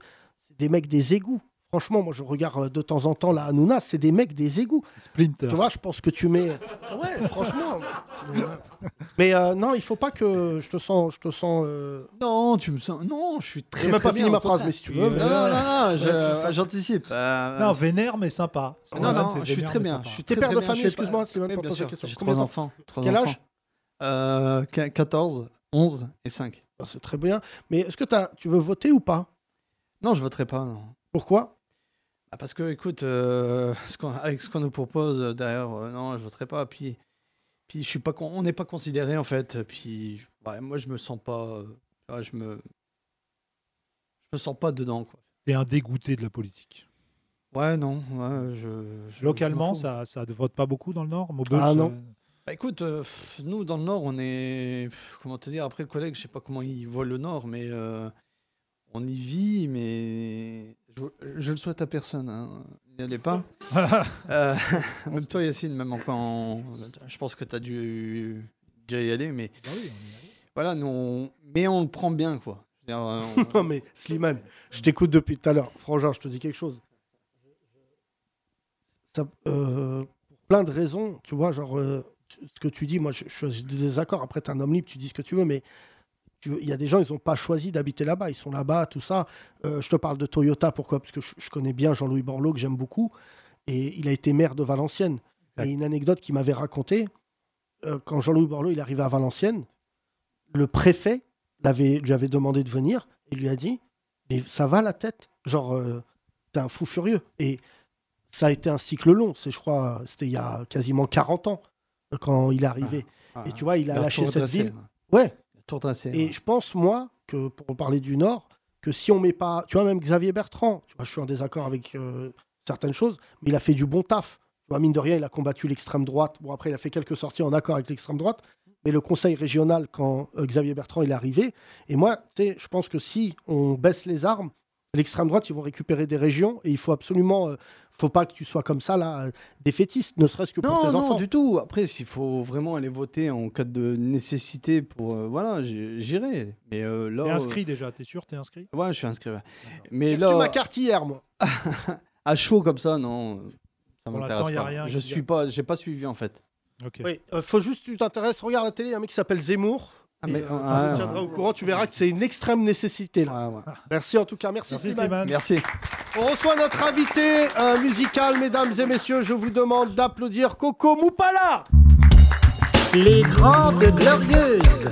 Speaker 3: c'est des mecs des égouts. Franchement, moi, je regarde euh, de temps en temps la Hanouna, c'est des mecs des égouts.
Speaker 5: Splinter.
Speaker 3: Tu vois, je pense que tu mets. Ouais, franchement. Mais euh, non, il faut pas que je te sens, je te sens. euh,
Speaker 26: Non, tu me sens. Non, je suis très.
Speaker 3: J'ai même
Speaker 26: très
Speaker 3: pas
Speaker 26: bien,
Speaker 3: fini ma
Speaker 26: au
Speaker 3: phrase,
Speaker 26: contraire.
Speaker 3: mais si tu veux.
Speaker 26: Non,
Speaker 3: mais-
Speaker 26: non, non, non,
Speaker 3: Ouais,
Speaker 26: je-
Speaker 3: tu me sens-
Speaker 26: j'anticipe. euh,
Speaker 5: Non, vénère mais sympa.
Speaker 26: Non,
Speaker 5: Slimane,
Speaker 26: non,
Speaker 5: c'est
Speaker 26: je suis
Speaker 5: vénère,
Speaker 26: très
Speaker 5: mais
Speaker 26: bien,
Speaker 5: sympa.
Speaker 26: je suis
Speaker 3: T'es
Speaker 26: très,
Speaker 3: père
Speaker 26: très
Speaker 3: de
Speaker 26: bien,
Speaker 3: famille,
Speaker 26: je sais pas.
Speaker 3: excuse-moi, Slimane,
Speaker 26: Oui,
Speaker 3: pour
Speaker 26: bien
Speaker 3: poser la
Speaker 26: sûr,
Speaker 3: question.
Speaker 26: J'ai
Speaker 3: Combien
Speaker 26: trois
Speaker 3: de temps
Speaker 26: enfants. trois
Speaker 3: Quel
Speaker 26: enfants.
Speaker 3: âge
Speaker 26: Euh, qu- 14, 11 et 5.
Speaker 3: Ah, C'est très bien. Mais est-ce que t'as- tu veux voter ou pas
Speaker 26: Non, je voterai pas. non.
Speaker 3: Pourquoi
Speaker 26: Ah, Parce que, écoute, euh, ce qu'on- avec ce qu'on nous propose, euh, derrière, euh, non, je voterai pas. Puis, puis je suis pas, con- on n'est pas considéré, en fait. Puis, ouais, moi, je me sens pas. euh, tu vois, je me. Je me sens pas dedans, quoi.
Speaker 5: T'es un dégoûté de la politique.
Speaker 26: Ouais, non. ouais, je, je- je
Speaker 5: Localement,
Speaker 26: m'en fous.
Speaker 5: ça ça ne vote pas beaucoup dans le Nord Maubeuge, euh,
Speaker 26: Bah, écoute, euh, pff, nous, dans le Nord, on est. pff, comment te dire Après, le collègue, je sais pas comment il voit le Nord, mais euh, on y vit, mais. Je, je le souhaite à personne. hein. N'y allez pas. Euh, même toi, Yacine, même encore. en- Je pense que tu as dû déjà y aller, mais.
Speaker 5: Bah
Speaker 26: Voilà, nous, on- mais on le prend bien, quoi. Je veux dire, euh, on-
Speaker 3: Non, mais Slimane, je t'écoute depuis tout à l'heure. Frangin, je te dis quelque chose. Ça, euh, pour plein de raisons, tu vois, genre, euh, tu- ce que tu dis, moi, je, je suis désaccord. Après, t'es un homme libre, tu dis ce que tu veux, mais tu- il y a des gens, ils n'ont pas choisi d'habiter là-bas. Ils sont là-bas, tout ça. Euh, je te parle de Toyota, pourquoi Parce que je, je connais bien Jean-Louis Borloo, que j'aime beaucoup. Et il a été maire de Valenciennes. Et une anecdote qu'il m'avait racontée, euh, quand Jean-Louis Borloo, il arrivait à Valenciennes, le préfet l'avait, lui avait demandé de venir et lui a dit Mais ça va la tête Genre, euh, t'es un fou furieux. Et ça a été un cycle long. C'est, je crois, c'était il y a quasiment 40 ans. euh, quand il est arrivé.
Speaker 26: Ah, ah,
Speaker 3: et tu vois, il a
Speaker 26: la
Speaker 3: lâché
Speaker 26: tour
Speaker 3: cette
Speaker 26: Dracel.
Speaker 3: ville. Ouais.
Speaker 26: Tour Dracel,
Speaker 3: Et je pense, moi, que pour parler du Nord, que si on met pas. Tu vois, même Xavier Bertrand, tu vois, je suis en désaccord avec euh, certaines choses, mais il a fait du bon taf. Tu vois, mine de rien, il a combattu l'extrême droite. Bon, après, il a fait quelques sorties en accord avec l'extrême droite. Mais le conseil régional, quand euh, Xavier Bertrand il est arrivé, et moi, tu sais, je pense que si on baisse les armes, l'extrême droite, ils vont récupérer des régions et il faut absolument. euh, faut pas que tu sois comme ça, là, euh, défaitiste, ne serait-ce que pour
Speaker 26: Non,
Speaker 3: tes
Speaker 26: non,
Speaker 3: enfants.
Speaker 26: du tout. Après, s'il faut vraiment aller voter en cas de nécessité pour. euh, voilà, j- j'irai. Mais euh, là.
Speaker 5: T'es inscrit
Speaker 26: euh,
Speaker 5: déjà, t'es sûr, t'es inscrit
Speaker 26: Ouais, je suis inscrit. ouais. Mais
Speaker 3: J'ai
Speaker 26: là.
Speaker 3: reçu ma carte hier, moi.
Speaker 26: À chaud comme ça, non. Ça
Speaker 3: Pour
Speaker 26: m'intéresse
Speaker 3: l'instant, y a
Speaker 26: pas.
Speaker 3: rien
Speaker 26: Je
Speaker 3: qui-
Speaker 26: suis pas. J'ai pas suivi, en fait.
Speaker 3: Oui, euh, faut juste tu t'intéresses, regarde la télé, il y a un mec qui s'appelle Zemmour.
Speaker 26: Ah, mais-
Speaker 3: Et, euh,
Speaker 26: ah,
Speaker 3: tu te
Speaker 26: ouais,
Speaker 3: tiendras
Speaker 26: ouais. Ah,
Speaker 3: au courant, tu verras que c'est une extrême nécessité. Là. Merci en tout cas, merci, Slimane.
Speaker 26: Merci.
Speaker 3: On reçoit notre invité euh, musical, mesdames et messieurs, je vous demande d'applaudir Coco Moupala.
Speaker 27: Les Grandes Glorieuses.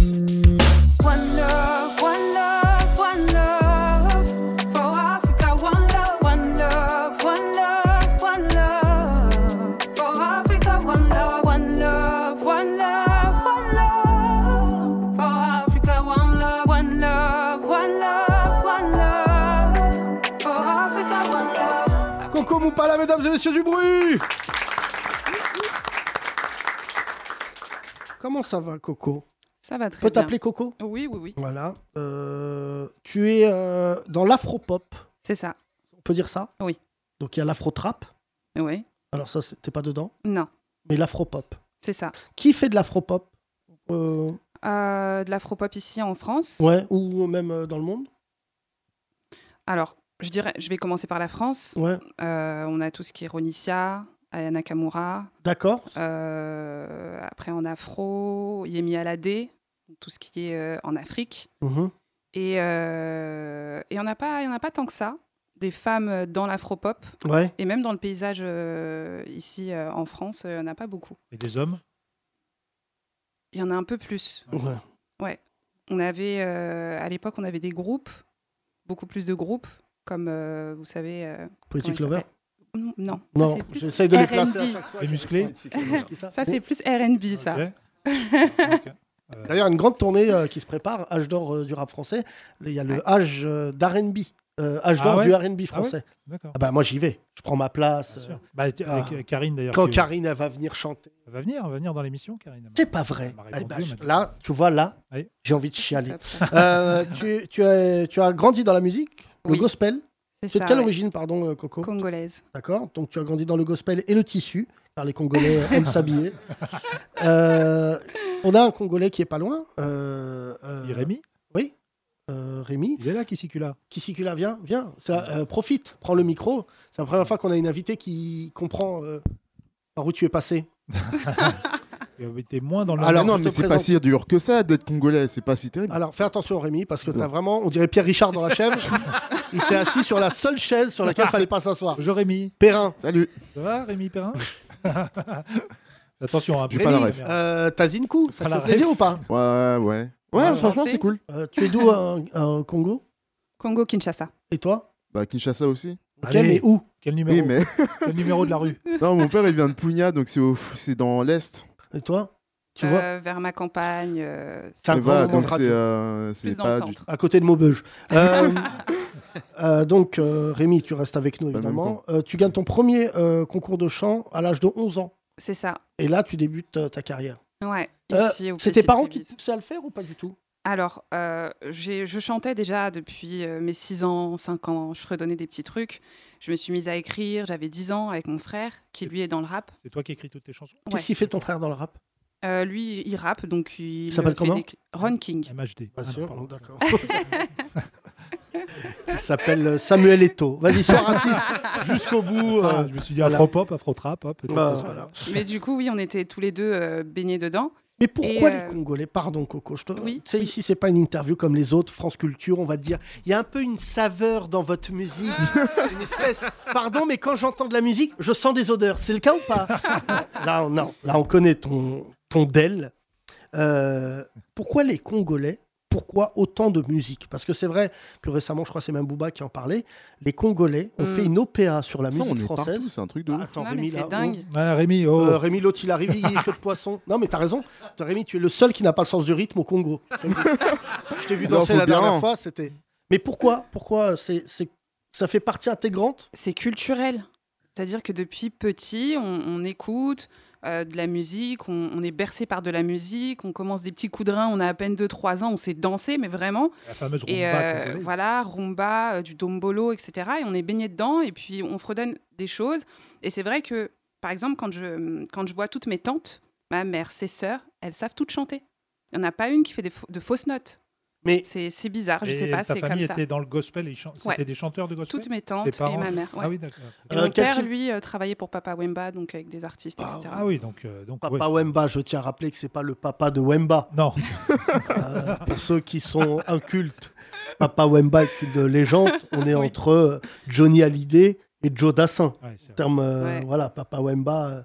Speaker 10: One love, one love, one love. For Africa, one love, one love, one love, one love. For Africa, one love, one love, one love, one love. For Africa, one love, one love, one love, one love. For Africa, one love.
Speaker 3: Coco Moupala, mesdames et messieurs du bruit. Comment ça va, Coco
Speaker 10: Ça va très
Speaker 3: Peut
Speaker 10: bien.
Speaker 3: t'appeler Coco
Speaker 10: Oui, oui, oui.
Speaker 3: Voilà. Euh, tu es euh, dans l'afro-pop.
Speaker 10: C'est ça.
Speaker 3: On peut dire ça
Speaker 10: Oui.
Speaker 3: Donc il y a l'afro-trap.
Speaker 10: Oui.
Speaker 3: Alors ça, c'est- t'es pas dedans
Speaker 10: Non,
Speaker 3: Mais l'afro-pop.
Speaker 10: c'est ça.
Speaker 3: Qui fait de l'afro-pop Euh,
Speaker 10: Euh, de l'afropop ici en France.
Speaker 3: Ouais, ou même euh, dans le monde
Speaker 10: Alors, je dirais, je vais commencer par la France.
Speaker 3: Ouais.
Speaker 10: Euh, on a tout ce qui est Ronicia, Aya Nakamura.
Speaker 3: D'accord.
Speaker 10: Euh, après, en afro, Yemi Alade, tout ce qui est euh, en Afrique.
Speaker 3: Mhm.
Speaker 10: Et euh, et il n'y en, a pas- il y en a pas tant que ça, des femmes euh, dans l'afropop.
Speaker 3: Ouais.
Speaker 10: Et même dans le paysage euh, ici euh, en France, euh, il n'y en a pas beaucoup.
Speaker 5: Et des hommes
Speaker 10: Il y en a un peu plus.
Speaker 3: Ouais.
Speaker 10: Ouais. On avait, euh, à l'époque, on avait des groupes, beaucoup plus de groupes, comme, euh, vous savez... euh,
Speaker 3: Poetic
Speaker 10: comment
Speaker 3: Lover
Speaker 10: ils s'appellent Non.
Speaker 3: Non,
Speaker 10: ça, c'est plus
Speaker 3: j'essaye de les placer à
Speaker 10: R&B.
Speaker 3: chaque fois, Les je- musclés
Speaker 10: Ça, c'est plus R&B, ça.
Speaker 3: D'ailleurs, une grande tournée euh, qui se prépare, Âge d'or euh, du rap français. Il y a le âge euh, d'R&B, euh, Âge
Speaker 5: Ah
Speaker 3: d'or
Speaker 5: ouais
Speaker 3: du
Speaker 5: Ah ouais
Speaker 3: R&B français.
Speaker 5: D'accord.
Speaker 3: Ah bah, moi, j'y vais. Je prends ma place. euh,
Speaker 5: Bah, t- avec, euh, Karine, d'ailleurs,
Speaker 3: Quand
Speaker 5: qui-
Speaker 3: Karine, elle va venir chanter.
Speaker 5: Elle va venir, elle va venir dans l'émission, Karine.
Speaker 3: C'est pas vrai.
Speaker 5: m'a
Speaker 3: Eh
Speaker 5: répondu,
Speaker 3: ben,
Speaker 5: elle
Speaker 3: je-
Speaker 5: m'a dit.
Speaker 3: là, tu vois, là,
Speaker 5: Oui.
Speaker 3: j'ai envie de chialer.
Speaker 10: Top, top.
Speaker 3: Euh, tu, tu as, tu as grandi dans la musique,
Speaker 10: Oui.
Speaker 3: le gospel.
Speaker 10: C'est
Speaker 3: C'est de
Speaker 10: ça,
Speaker 3: quelle
Speaker 10: ouais.
Speaker 3: origine, pardon, euh, Coco
Speaker 10: Congolaise.
Speaker 3: D'accord. Donc, tu as grandi dans le gospel et le tissu, car les Congolais euh, aiment s'habiller. Euh, on a un Congolais qui est pas loin. Euh, euh,
Speaker 5: Rémi
Speaker 3: Oui. Euh, Rémi.
Speaker 5: Il est là, Kissikula.
Speaker 3: Kissikula, viens, viens. Ça, euh, profite, prends le micro. C'est la première fois qu'on a une invitée qui comprend euh, par où tu es passé.
Speaker 5: Elle était moins dans le.
Speaker 3: Alors,
Speaker 14: non,
Speaker 3: je
Speaker 14: mais
Speaker 3: te
Speaker 14: c'est pas
Speaker 3: présente-
Speaker 14: si dur que ça d'être congolais, c'est pas si terrible.
Speaker 3: Alors fais attention Rémi parce que t'as vraiment, on dirait Pierre Richard dans la chèvre. Il s'est assis sur la seule chaise sur laquelle fallait pas s'asseoir.
Speaker 5: Bonjour Rémi.
Speaker 3: Perrin.
Speaker 14: Salut.
Speaker 5: Ça va, Rémi Perrin Attention, hein,
Speaker 3: Rémi, euh, t'as Zinkou, ça
Speaker 5: Pas
Speaker 3: te
Speaker 5: la
Speaker 3: fait plaisir
Speaker 5: ref.
Speaker 3: ou pas
Speaker 14: Ouais, Ah ouais. Ouais,
Speaker 10: Bah,
Speaker 14: franchement, c'est cool.
Speaker 3: Euh, tu es d'où euh, euh, Congo
Speaker 10: Congo-Kinshasa.
Speaker 3: Et toi
Speaker 14: Bah, Kinshasa aussi.
Speaker 3: Ok, Allez. mais où Quel numéro
Speaker 14: Oui, mais.
Speaker 5: Quel numéro de la rue
Speaker 14: Non, mon père, il vient de Pugna, donc c'est au- c'est dans l'Est.
Speaker 3: Et toi
Speaker 14: Tu
Speaker 10: Euh,
Speaker 14: vois
Speaker 10: vers ma campagne. euh,
Speaker 14: Ça
Speaker 10: c'est-
Speaker 14: va,
Speaker 10: c'est-
Speaker 14: donc c'est euh, c'est
Speaker 10: Plus dans le
Speaker 14: pas
Speaker 10: centre.
Speaker 14: du
Speaker 3: À côté de Maubeuge. Euh, euh, donc euh, Rémi, tu restes avec nous
Speaker 14: le même
Speaker 3: évidemment. Euh, tu gagnes ton premier euh, concours de chant à l'âge de 11 ans.
Speaker 10: C'est ça.
Speaker 3: Et là, tu débutes euh, ta carrière.
Speaker 10: Ouais.
Speaker 3: Euh,
Speaker 10: ici, au
Speaker 3: c'est
Speaker 10: Plessis
Speaker 3: tes parents
Speaker 10: Trevi.
Speaker 3: qui te poussaient à le faire ou pas du tout
Speaker 10: Alors, euh, j'ai- je chantais déjà depuis euh, mes 6 ans, 5 ans. Je redonnais des petits trucs. Je me suis mise à écrire. J'avais 10 ans avec mon frère, qui lui est dans le rap.
Speaker 5: C'est toi qui écris toutes tes chansons
Speaker 3: Qu'est-ce qu'il fait ton frère dans le rap
Speaker 10: Euh, lui, il rappe, donc il.
Speaker 3: Il s'appelle
Speaker 10: fait
Speaker 3: comment
Speaker 10: des cl- Ron King.
Speaker 5: MHD.
Speaker 3: Pas sûr, non, d'accord. Il s'appelle euh, Samuel Eto. Vas-y, sois raciste jusqu'au bout. euh,
Speaker 5: Ah, je me suis dit
Speaker 3: voilà.
Speaker 5: afro-pop, afro-trap, hein, peut-être.
Speaker 3: Bah,
Speaker 5: ça se
Speaker 3: voilà.
Speaker 10: Mais du coup, oui, on était tous les deux euh, baignés dedans.
Speaker 3: Mais pourquoi
Speaker 10: Et, euh,
Speaker 3: les Congolais Pardon, Coco. Je te... Tu sais, ici, c'est pas une interview comme les autres, France Culture, on va te dire. Il y a un peu une saveur dans votre musique. une espèce. Pardon, mais quand j'entends de la musique, je sens des odeurs. C'est le cas ou pas là, on, non, là, on connaît ton, ton Dell. Euh, pourquoi les Congolais pourquoi autant de musique Parce que c'est vrai que récemment, je crois que c'est même Booba qui en parlait, les Congolais ont
Speaker 22: Hmm.
Speaker 3: fait une OPA sur la
Speaker 22: Ça,
Speaker 3: musique
Speaker 22: on est partout,
Speaker 3: française. Bah,
Speaker 22: c'est un truc de ouf.
Speaker 3: Attends,
Speaker 22: Non, mais
Speaker 3: Rémi,
Speaker 22: c'est
Speaker 3: là,
Speaker 22: dingue.
Speaker 3: oh.
Speaker 5: Ah, Rémi, oh.
Speaker 3: Euh, Rémi Lotti, il arrive, il est chaud de poisson. Non, mais t'as raison. T'as- Rémi, tu es le seul qui n'a pas le sens du rythme au Congo. Je t'ai vu
Speaker 22: Non,
Speaker 3: danser
Speaker 22: faut
Speaker 3: la
Speaker 22: bien.
Speaker 3: dernière fois, c'était. Mais pourquoi Pourquoi c'est, c'est- ça fait partie intégrante
Speaker 10: C'est culturel. C'est-à-dire que depuis petit, on, on écoute euh, de la musique, on, on est bercé par de la musique, on commence des petits coups de rein, on a à peine 2-3 ans, on sait danser, mais vraiment.
Speaker 5: La fameuse
Speaker 10: et
Speaker 5: rumba
Speaker 10: euh,
Speaker 5: congolaise.
Speaker 10: voilà, rumba, euh, du dombolo, etc. Et on est baigné dedans, et puis on fredonne des choses. Et c'est vrai que, par exemple, quand je, quand je vois toutes mes tantes, ma mère, ses sœurs, elles savent toutes chanter. Il n'y en a pas une qui fait des fa- de fausses notes.
Speaker 3: Mais
Speaker 10: c'est c'est bizarre, je
Speaker 5: Et
Speaker 10: sais pas,
Speaker 5: ta
Speaker 10: c'est comme
Speaker 5: famille
Speaker 10: ça.
Speaker 5: était dans le gospel, et ils chan-
Speaker 10: Ouais.
Speaker 5: c'était des chanteurs de gospel
Speaker 10: Toutes mes
Speaker 5: Tes
Speaker 10: tantes et
Speaker 5: parents
Speaker 10: ma mère. ouais.
Speaker 5: Ah oui, d'accord.
Speaker 10: Et
Speaker 3: Euh,
Speaker 10: mon père,
Speaker 3: Cathy-
Speaker 10: lui, euh, travaillait pour Papa Wemba, donc avec des artistes, etc.
Speaker 5: Ah oui, donc. euh, donc
Speaker 3: Papa Wemba, je tiens à rappeler que c'est pas le papa de Wemba. Euh,
Speaker 5: Non.
Speaker 3: pour ceux qui sont incultes, Papa Wemba est une légende. On est entre euh, Johnny Hallyday et Joe Dassin.
Speaker 5: c'est
Speaker 3: en termes, euh, voilà, Papa Wemba. euh,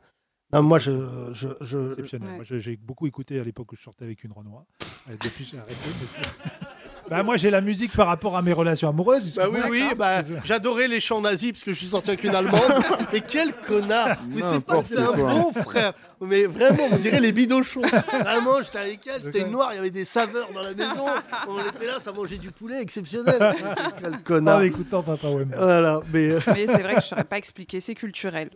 Speaker 3: non, moi, je, je, je-
Speaker 5: Exceptionnel. Moi, je- j'ai beaucoup écouté à l'époque où je sortais avec une Renoir. Euh, depuis, j'ai arrêté. parce que- bah, moi, j'ai la musique par rapport à mes relations amoureuses.
Speaker 1: Bah oui, oui, bah, j'adorais les chants nazis parce que je suis sorti avec une Allemande. Mais quel connard Mais c'est pas
Speaker 22: N'importe
Speaker 1: c'est un
Speaker 22: quoi.
Speaker 1: bon frère Mais vraiment, on dirait les bidochons. Vraiment, j'étais avec elle, c'était une noire, il y avait des saveurs dans la maison. On était là, ça mangeait du poulet exceptionnel. Quel connard euh.
Speaker 5: En écoutant Papa Wemba.
Speaker 3: Voilà, mais.
Speaker 10: Mais c'est vrai que je ne saurais pas expliquer, c'est culturel.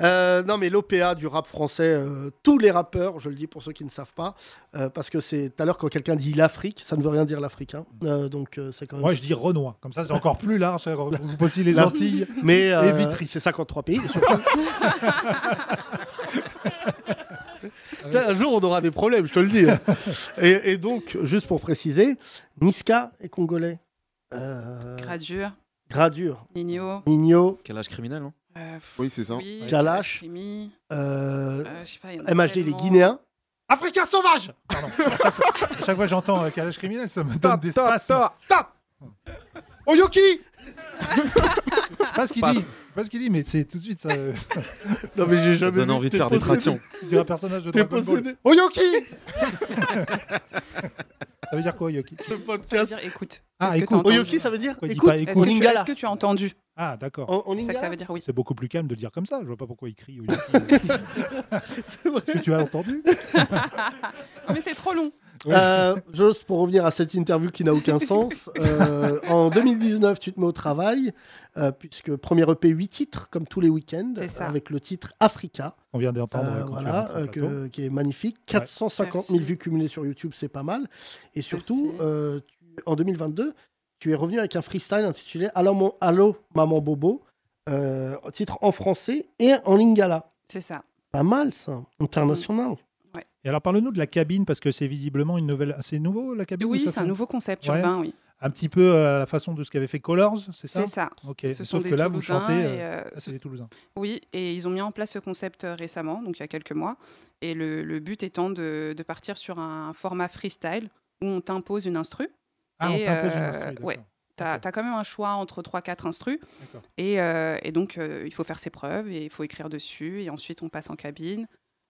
Speaker 3: Euh, non, mais l'OPA du rap français, euh, tous les rappeurs, je le dis pour ceux qui ne savent pas, euh, parce que c'est tout à l'heure quand quelqu'un dit l'Afrique, ça ne veut rien dire l'Africain. Euh, donc euh, c'est quand même.
Speaker 5: Moi, je dis Renoir. Comme ça, c'est encore plus large. On coupe aussi les
Speaker 3: Là-
Speaker 5: Antilles
Speaker 3: Bah, Mais
Speaker 5: et
Speaker 3: euh,
Speaker 5: Vitry.
Speaker 3: c'est 53 pays. et surtout- Tiens, Un jour, on aura des problèmes, je te le dis. hein. Et, et donc, juste pour préciser, Niska est congolais. Euh,
Speaker 10: Gradure,
Speaker 3: Gradure.
Speaker 10: Nino,
Speaker 3: Nino.
Speaker 28: Calage criminel, non
Speaker 10: euh,
Speaker 22: Oui, c'est ça.
Speaker 10: Fouille,
Speaker 3: Kalash.
Speaker 10: Krimi.
Speaker 3: euh,
Speaker 10: Euh, je sais pas, il y en a
Speaker 3: MHD, les
Speaker 10: tellement.
Speaker 3: Guinéens.
Speaker 5: Africain sauvage Pardon. À chaque fois, j'entends euh, calage criminel, ça me donne des spasmes. Oh Yoki Je sais pas ce qu'il dit. Je sais pas ce qu'il dit, mais c'est tout de suite ça.
Speaker 1: non mais j'ai Ça jamais donne vu, envie de t'es faire des possédé. tractions.
Speaker 5: On dirait un personnage de
Speaker 1: T'es
Speaker 5: Dragon Ball.
Speaker 1: possédé.
Speaker 5: Oh Yoki Ça veut dire quoi Yoki
Speaker 1: Le podcast. Oh,
Speaker 10: Ça veut dire écoute.
Speaker 5: Ah,
Speaker 10: Est-ce que
Speaker 5: écoute.
Speaker 10: t'as entendu
Speaker 5: Oyoki, ça veut dire
Speaker 10: Pourquoi il dit
Speaker 5: écoute,
Speaker 10: pas Est-ce que,
Speaker 5: en
Speaker 10: tu,
Speaker 5: lingala.
Speaker 10: est-ce que tu as entendu
Speaker 5: Ah d'accord.
Speaker 10: C'est ça que ça veut dire oui.
Speaker 5: C'est beaucoup plus calme de le dire comme ça. Je vois pas pourquoi il crie. C'est vrai. que tu as entendu Ah,
Speaker 10: Non, mais c'est trop long.
Speaker 3: Euh, juste pour revenir à cette interview qui n'a aucun sens, euh, en 2019, tu te mets au travail, euh, puisque premier EP 8 titres, comme tous les week-ends, avec le titre Africa.
Speaker 5: On vient d'entendre.
Speaker 3: Euh,
Speaker 5: quand tu
Speaker 3: voilà,
Speaker 5: rentres au
Speaker 3: euh,
Speaker 5: plateau.
Speaker 3: que- qui est magnifique. 450 000 vues cumulées sur YouTube, c'est pas mal. Et surtout, euh, tu- en 2022, tu es revenu avec un freestyle intitulé Allô, mon- Allô, maman Bobo, euh, titre en français et en lingala.
Speaker 10: C'est ça.
Speaker 3: Pas mal ça, international.
Speaker 5: Et alors parle-nous de la cabine parce que c'est visiblement une nouvelle. ah, C'est nouveau la cabine
Speaker 10: Oui,
Speaker 5: ou ça
Speaker 10: c'est un
Speaker 5: fait-
Speaker 10: nouveau concept urbain, oui.
Speaker 5: Un petit peu euh, à la façon de ce qu'avait fait Colors, c'est ça
Speaker 10: C'est ça.
Speaker 5: Ok.
Speaker 10: Ce
Speaker 5: Sauf
Speaker 10: sont des
Speaker 5: que là vous
Speaker 10: Toulousains
Speaker 5: chantez.
Speaker 10: et,
Speaker 5: euh,
Speaker 10: euh,
Speaker 5: ah, c'est des Toulousains.
Speaker 10: Oui, et ils ont mis en place ce concept euh, récemment, donc il y a quelques mois. Et le, le but étant de, de partir sur un format freestyle où on t'impose une instru.
Speaker 11: Ah, on
Speaker 10: Et, euh,
Speaker 11: t'impose une instru, d'accord.
Speaker 10: Ouais. T'as as quand même un choix entre 3-4 instrus.
Speaker 11: D'accord.
Speaker 10: Et, euh, et donc, euh, il faut faire ses preuves et il faut écrire dessus. Et ensuite, on passe en cabine,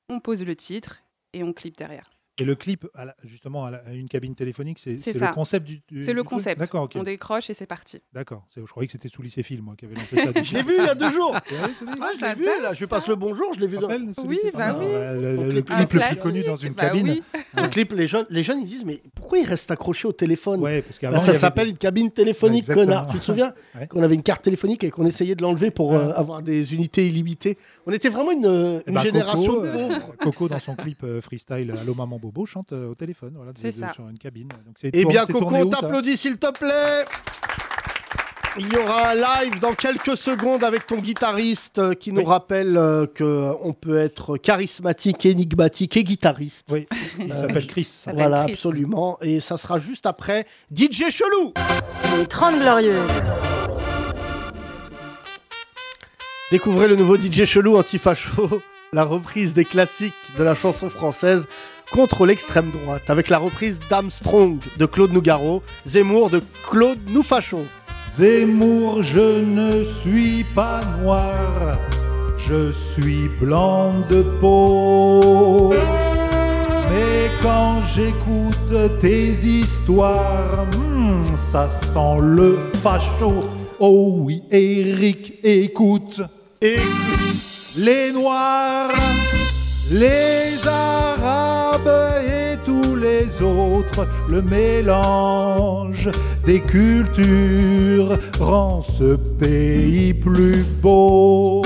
Speaker 10: on pose le titre et on clip derrière.
Speaker 5: Et le clip, à la- justement, à, la- à une cabine téléphonique, c'est
Speaker 10: C'est
Speaker 5: c'est
Speaker 10: ça.
Speaker 5: le concept du. du-
Speaker 10: C'est
Speaker 5: du
Speaker 10: le
Speaker 5: truc
Speaker 10: concept.
Speaker 5: D'accord, ok.
Speaker 10: On décroche et c'est parti.
Speaker 5: D'accord. C'est- Je croyais que c'était sous lycée film, moi, qui avait lancé Hein, ça.
Speaker 10: Je l'ai vu il y a deux jours.
Speaker 5: Ouais, c'est lui.
Speaker 10: Ah,
Speaker 3: je l'ai vu, là, je lui passe le bonjour, je l'ai vu dans. Ah,
Speaker 10: Oui, bah oui.
Speaker 5: Euh, le- le-
Speaker 3: Au
Speaker 5: le
Speaker 3: clip.
Speaker 5: clip le plus connu dans une
Speaker 3: Bah
Speaker 5: cabine.
Speaker 3: oui. Ce clip, les jeunes, les jeunes, ils disent mais pourquoi ils restent accrochés au téléphone
Speaker 5: qu'avant,
Speaker 3: Bah,
Speaker 5: il y
Speaker 3: Ça
Speaker 5: avait
Speaker 3: s'appelle une cabine téléphonique,
Speaker 5: Ouais, exactement.
Speaker 3: connard. Tu te souviens
Speaker 5: Ouais.
Speaker 3: qu'on avait une carte téléphonique et qu'on essayait de l'enlever pour euh, avoir des unités illimitées. On était vraiment une, euh,
Speaker 5: Eh
Speaker 3: une
Speaker 5: ben,
Speaker 3: génération
Speaker 5: Coco, euh,
Speaker 3: pauvre.
Speaker 5: Coco, dans son clip euh, freestyle Allô Maman Bobo, chante euh, au téléphone voilà, de-
Speaker 3: C'est
Speaker 5: de-
Speaker 3: ça.
Speaker 5: sur une cabine. Donc, c'est
Speaker 1: Eh
Speaker 5: tour-
Speaker 1: bien,
Speaker 5: c'est
Speaker 1: Coco,
Speaker 5: tourné
Speaker 1: on
Speaker 5: où, ça
Speaker 1: t'applaudit, s'il te plaît. Il y aura un live dans quelques secondes avec ton guitariste euh, qui nous rappelle euh, que euh, on peut être charismatique, énigmatique et guitariste. Euh,
Speaker 5: Oui, il s'appelle Chris.
Speaker 3: Voilà,
Speaker 29: Chris.
Speaker 3: absolument. Et ça sera juste après DJ Chelou.
Speaker 29: Les 30 Glorieuses.
Speaker 3: Découvrez le nouveau DJ Chelou Antifacho, la reprise des classiques de la chanson française contre l'extrême droite, avec la reprise d'Armstrong de Claude Nougaro, Zemmour de Claude Noufachon.
Speaker 5: Zemmour, je ne suis pas noir, je suis blanc de peau. Mais quand j'écoute tes histoires. hmm, ça sent le facho. Oh oui, Eric, écoute. Écoute. Les Noirs, les Arabes et tous les autres. Le mélange des cultures rend ce pays plus beau.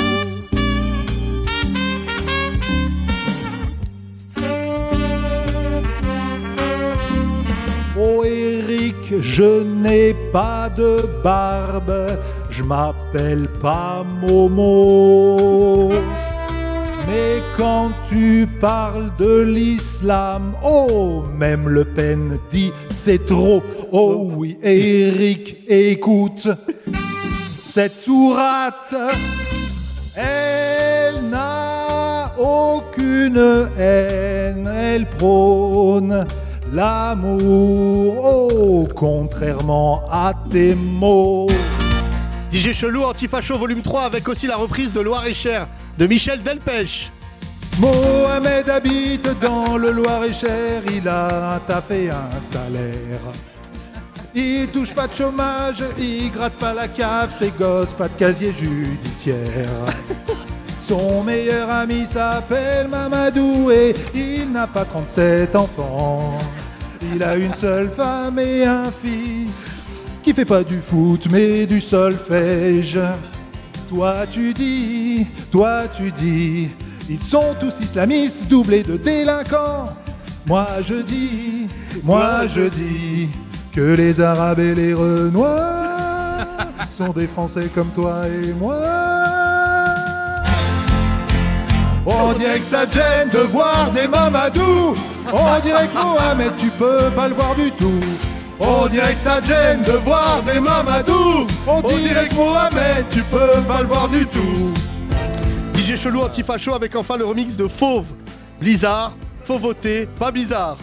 Speaker 5: Oh Eric, je n'ai pas de barbe, je m'appelle pas Momo. Mais quand tu parles de l'islam, oh, même Le Pen dit c'est trop. Oh oui, Eric, écoute cette sourate. Elle n'a aucune haine, elle prône l'amour, oh, contrairement à tes mots.
Speaker 7: DJ Chelou Antifacho volume 3 avec aussi la reprise de Loire-et-Cher de Michel Delpech.
Speaker 5: Mohamed habite dans le Loir-et-Cher, il a tapé un salaire. Il touche pas de chômage, il gratte pas la cave, ses gosses pas de casier judiciaire. Son meilleur ami s'appelle Mamadou et il n'a pas 37 enfants. Il a une seule femme et un fils qui fait pas du foot mais du solfège. Toi tu dis, toi tu dis, ils sont tous islamistes doublés de délinquants. Moi je dis, moi je dis que les Arabes et les Renois sont des Français comme toi et moi. On dirait que ça te gêne de voir des Mamadou. On dirait que Mohamed, tu peux pas le voir du tout. On dirait que ça te gêne de voir des Mamadou. On dirait que Mohamed, tu peux pas le voir du tout.
Speaker 7: DJ Chelou Antifacho avec enfin le remix de Fauve. Blizzard, faut voter, pas Blizzard.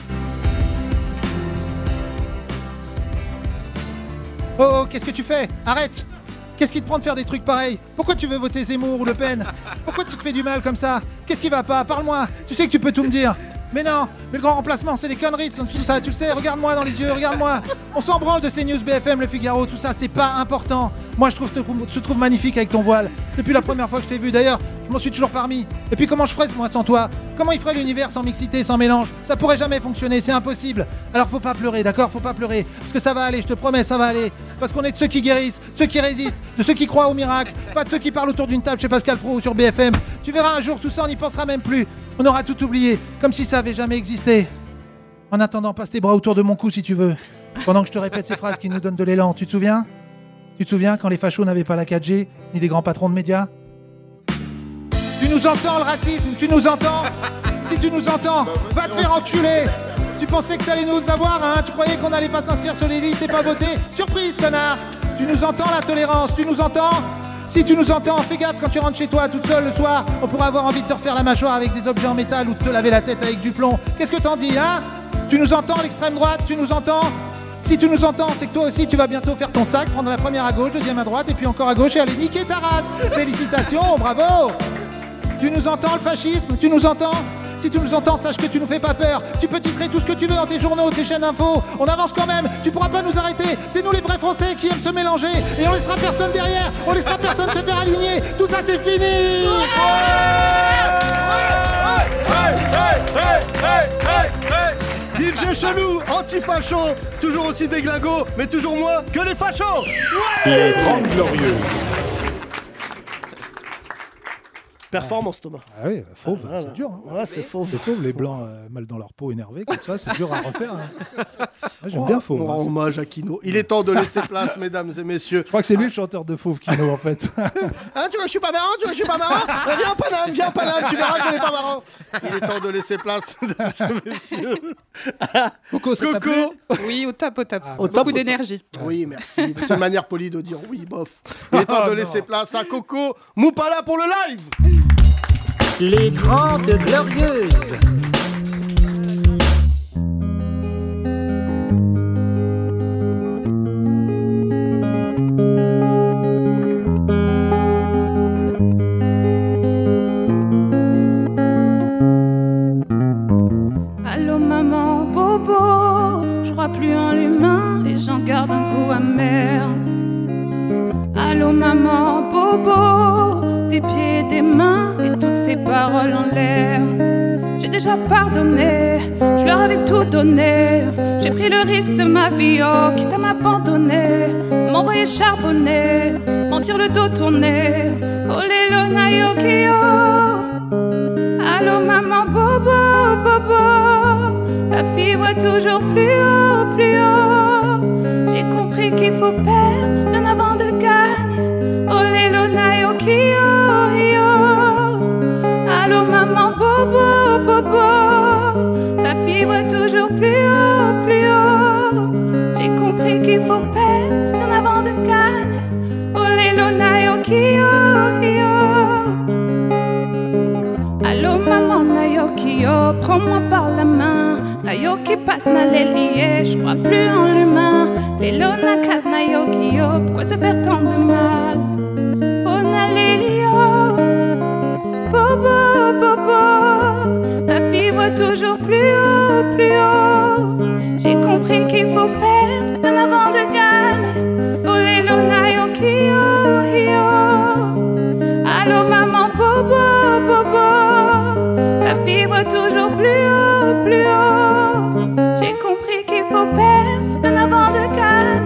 Speaker 1: Oh, qu'est-ce que tu fais Arrête Qu'est-ce qui te prend de faire des trucs pareils Pourquoi tu veux voter Zemmour ou Le Pen Pourquoi tu te fais du mal comme ça Qu'est-ce qui va pas Parle-moi Tu sais que tu peux tout me dire Mais non Mais le grand remplacement, c'est des conneries, c'est tout ça, tu le sais, regarde-moi dans les yeux, regarde-moi On s'en branle de ces news BFM, Le Figaro, tout ça, c'est pas important Moi, je trouve te, je te trouve magnifique avec ton voile. Depuis la première fois que je t'ai vu, d'ailleurs, je m'en suis toujours parmi. Et puis comment je ferais moi sans toi Comment il ferait l'univers sans mixité, sans mélange Ça pourrait jamais fonctionner, c'est impossible. Alors faut pas pleurer, d'accord Faut pas pleurer. Parce que ça va aller, je te promets, ça va aller. Parce qu'on est de ceux qui guérissent, de ceux qui résistent, de ceux qui croient au miracle, pas de ceux qui parlent autour d'une table chez Pascal Pro ou sur BFM. Tu verras un jour tout ça, on n'y pensera même plus. On aura tout oublié, comme si ça avait jamais existé. En attendant, passe tes bras autour de mon cou si tu veux. Pendant que je te répète ces phrases qui nous donnent de l'élan, tu te souviens Tu te souviens quand les fachos n'avaient pas la 4G, ni des grands patrons de médias tu nous entends le racisme Tu nous entends Si tu nous entends, va te faire enculer Tu pensais que t'allais nous avoir, hein Tu croyais qu'on allait pas s'inscrire sur les listes et pas voter Surprise, connard Tu nous entends la tolérance Tu nous entends Si tu nous entends, fais gaffe quand tu rentres chez toi toute seule le soir, on pourrait avoir envie de te refaire la mâchoire avec des objets en métal ou de te laver la tête avec du plomb. Qu'est-ce que t'en dis, hein Tu nous entends l'extrême droite Tu nous entends si tu nous entends, c'est que toi aussi tu vas bientôt faire ton sac, prendre la première à gauche, deuxième à droite, et puis encore à gauche et aller niquer ta race. Félicitations, bravo tu nous entends le fascisme Tu nous entends Si tu nous entends, sache que tu nous fais pas peur. Tu peux titrer tout ce que tu veux dans tes journaux, tes chaînes info. On avance quand même, tu pourras pas nous arrêter. C'est nous les vrais Français qui aiment se mélanger. Et on laissera personne derrière, on laissera personne se faire aligner. Tout ça c'est fini
Speaker 7: DJ Chelou, anti-facho, toujours aussi déglingo, mais toujours moins que les fachos
Speaker 21: Les 30 Glorieuses.
Speaker 3: Performance, Thomas.
Speaker 5: Ah oui, fauve, c'est dur. hein.
Speaker 3: Voilà, c'est fauve.
Speaker 5: C'est fauve, les blancs euh, mal dans leur peau, énervés, comme ça, c'est dur à refaire. hein. Ah, J'aime
Speaker 7: Oh,
Speaker 5: bien fauve.
Speaker 7: on rend
Speaker 5: hein.
Speaker 7: hommage à Kino. Il est temps de laisser place, mesdames et messieurs.
Speaker 5: Je crois que c'est lui le chanteur de fauve, Kino, en fait.
Speaker 7: Hein, tu vois, je suis pas marrant, tu vois, je suis pas marrant. Bah, viens, Paname, viens, Paname, tu verras qu'on est pas marrant. Il est temps de laisser place, mesdames et messieurs.
Speaker 5: Coco,
Speaker 4: ça t'a
Speaker 7: Coco.
Speaker 4: Oui, au top, au top.
Speaker 5: Ah,
Speaker 7: Au top, au
Speaker 4: Ah, bah, Beaucoup
Speaker 7: top.
Speaker 4: d'énergie.
Speaker 7: Oui, merci. C'est une manière polie de dire oui, bof. Il est temps de laisser place à Coco Moupala pour le live.
Speaker 1: Les Grandes Glorieuses.
Speaker 11: Allô maman, polluant l'humain, les gens gardent un goût amer. Allô maman, bobo, des pieds, et des mains et toutes ces paroles en l'air. J'ai déjà pardonné, je leur avais tout donné. J'ai pris le risque de ma vie, oh, quitte à m'abandonner, m'envoyer charbonner, mentir le dos tourné. Olé le oh, Nayokio. Allô maman, bobo, bobo, ta fille voit toujours plus haut, plus haut. J'ai compris qu'il faut perdre bien avant de gagner. Olé le Nayokio, yo. Allô maman, bobo, bobo, ta fille voit toujours plus haut, plus haut. J'ai compris qu'il faut perdre bien avant de gagner. Olé le Nayokio, yo. Allô maman Nayoki, oh, prends-moi par la main. Nayoki passe na les liés, je crois plus en l'humain. Les lonakat Nayoki, oh, pourquoi se faire tant de mal? Oh Nalélio, Bobo, Bobo, ta fille voit toujours plus haut, plus haut. J'ai compris qu'il faut perdre bien avant de gagner. Oh les Nayoki, oh, yo. Allô maman, Bobo, Bobo. Ta fille voit toujours plus haut, plus haut. J'ai compris qu'il faut perdre bien avant de gagner.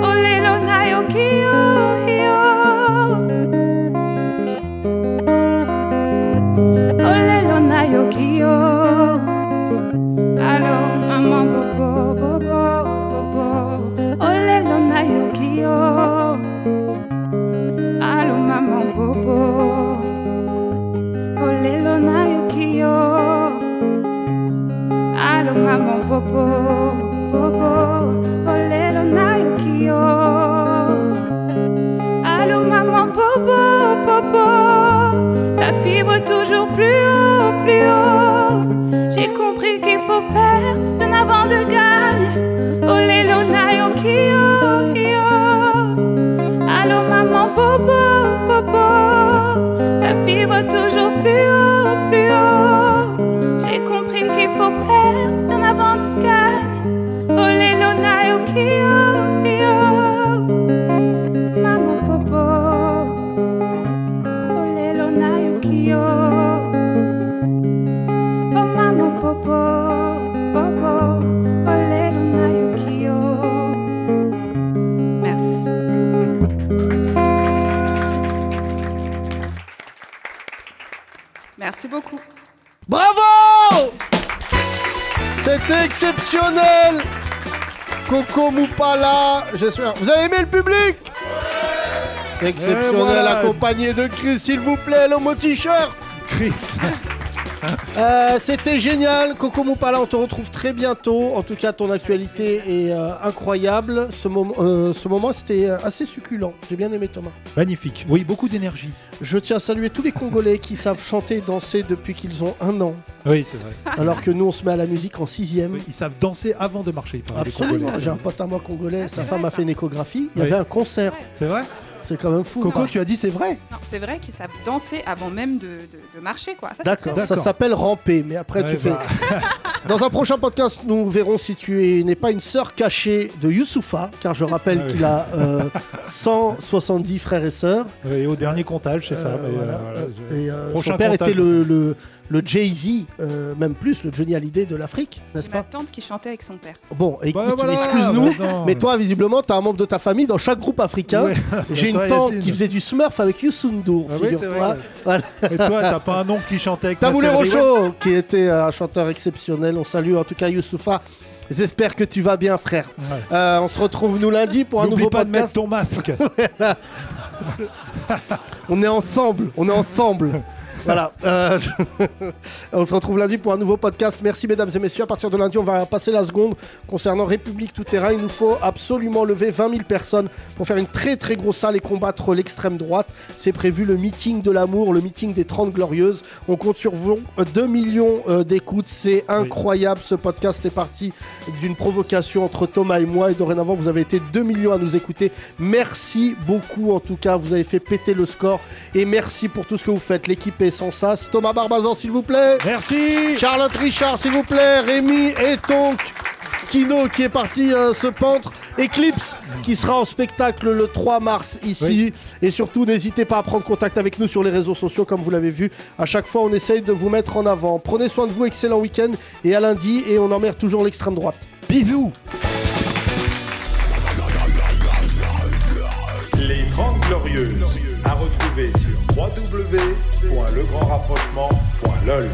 Speaker 11: Oh les Nayoki, oh, yo. Oh les Nayoki, oh. Allô, maman, bobo, bobo, bobo. Oh les Nayoki, oh. Allô, maman, bobo. Olelo na yokio Alo mamo bobo bobo Olelo na yokio Alo maman bobo bobo Ta fille voit toujours plus haut plus haut J'ai compris qu'il faut perdre bien avant de gagner Olelo na yokio Allô maman bobo bobo Ta fille va toujours plus haut plus haut J'ai compris qu'il faut perdre bien avant de gagner Olé lona yoki yo, yo. Maman bobo Olé lona yoki yo Oh maman bobo bobo Olé lona yoki yo Merci
Speaker 10: Merci beaucoup.
Speaker 3: Bravo C'était exceptionnel Coco Moupala, j'espère. Vous avez aimé le public Exceptionnel,
Speaker 1: Et voilà.
Speaker 3: accompagné de Chris, s'il vous plaît, l'homme au t-shirt Chris Euh, C'était génial, Coco Moupala, on te retrouve très bientôt. En tout cas, ton actualité est euh, incroyable. Ce, moment, euh, ce moment, c'était euh, assez succulent. J'ai bien aimé Thomas.
Speaker 5: Magnifique. Oui, beaucoup d'énergie.
Speaker 3: Je tiens à saluer tous les Congolais qui savent chanter et danser depuis qu'ils ont un an.
Speaker 5: Oui, c'est vrai.
Speaker 3: Alors que nous, on se met à la musique en sixième.
Speaker 5: Ils savent danser avant de marcher. il paraît, les
Speaker 3: Absolument.
Speaker 5: Congolais.
Speaker 3: J'ai un pote à moi congolais, sa
Speaker 10: vrai,
Speaker 3: femme a
Speaker 10: ça.
Speaker 3: fait une échographie. Il y
Speaker 5: Oui.
Speaker 3: avait un concert.
Speaker 5: C'est vrai
Speaker 3: C'est quand même fou.
Speaker 5: Coco, tu as dit c'est vrai
Speaker 10: Non, c'est vrai qu'ils savent danser avant même de, de- de marcher, quoi. Ça, c'est
Speaker 3: D'accord,
Speaker 10: très-
Speaker 3: ça s'appelle ramper, mais après
Speaker 10: Ouais,
Speaker 3: tu fais.
Speaker 10: bah.
Speaker 3: Dans un prochain podcast, nous verrons si tu es- n'es pas une sœur cachée de Youssoufa, car je rappelle
Speaker 5: Ah oui.
Speaker 3: qu'il a euh, 170 frères et sœurs.
Speaker 5: Et au dernier comptage, c'est ça. mais, euh, voilà, je-
Speaker 3: Et, euh,
Speaker 5: Prochain
Speaker 3: son père
Speaker 5: comptage.
Speaker 3: était le, le- le Jay-Z, euh, même plus, le Johnny Hallyday de l'Afrique, n'est-ce pas
Speaker 10: Ma tante qui chantait avec son père.
Speaker 3: Bon, écoute,
Speaker 5: voilà,
Speaker 3: excuse-nous,
Speaker 5: bah non.
Speaker 3: mais toi, visiblement, t'as un membre de ta famille dans chaque groupe africain.
Speaker 5: Ouais.
Speaker 3: J'ai une
Speaker 5: Toi,
Speaker 3: tante
Speaker 5: Yacine.
Speaker 3: qui faisait du smurf avec Youssou N'Dour,
Speaker 5: Ah oui, c'est
Speaker 3: figure-toi.
Speaker 5: vrai.
Speaker 3: Voilà.
Speaker 5: Et toi, t'as pas un nom qui chantait avec
Speaker 3: Taboulé
Speaker 5: Marcel Rivel
Speaker 3: Rochaud, qui était euh, un chanteur exceptionnel. On salue en tout cas Youssoufa. J'espère que tu vas bien, frère. Euh, on se retrouve nous lundi pour un
Speaker 5: N'oublie
Speaker 3: nouveau
Speaker 5: pas de
Speaker 3: podcast.
Speaker 5: mettre ton masque.
Speaker 3: Voilà. on est ensemble, on est ensemble. Voilà. Euh, on se retrouve lundi pour un nouveau podcast. Merci, mesdames et messieurs. À partir de lundi, on va passer la seconde concernant République Tout Terrain. Il nous faut absolument lever 20 000 personnes pour faire une très très grosse salle et combattre l'extrême droite. C'est prévu le meeting de l'amour, le meeting des 30 glorieuses. On compte sur vous. Euh, 2 millions euh, d'écoutes, c'est incroyable. Ce podcast est parti d'une provocation entre Thomas et moi. Et dorénavant, vous avez été 2 millions à nous écouter. Merci beaucoup en tout cas. Vous avez fait péter le score. Et merci pour tout ce que vous faites. L'équipe est sans sas. Thomas Barbazan, s'il vous plaît.
Speaker 5: Merci.
Speaker 3: Charlotte Richard, s'il vous plaît. Rémi et Tonk. Kino qui est parti euh, se pendre. Eclipse qui sera en spectacle le 3 mars ici. Et surtout, n'hésitez pas à prendre contact avec nous sur les réseaux sociaux, comme vous l'avez vu. À chaque fois, on essaye de vous mettre en avant. Prenez soin de vous, excellent week-end. Et à lundi, et on emmerde toujours l'extrême droite. Bisous
Speaker 5: Les 30 Glorieuses, à retrouver sur www.legrandrapprochement.lol.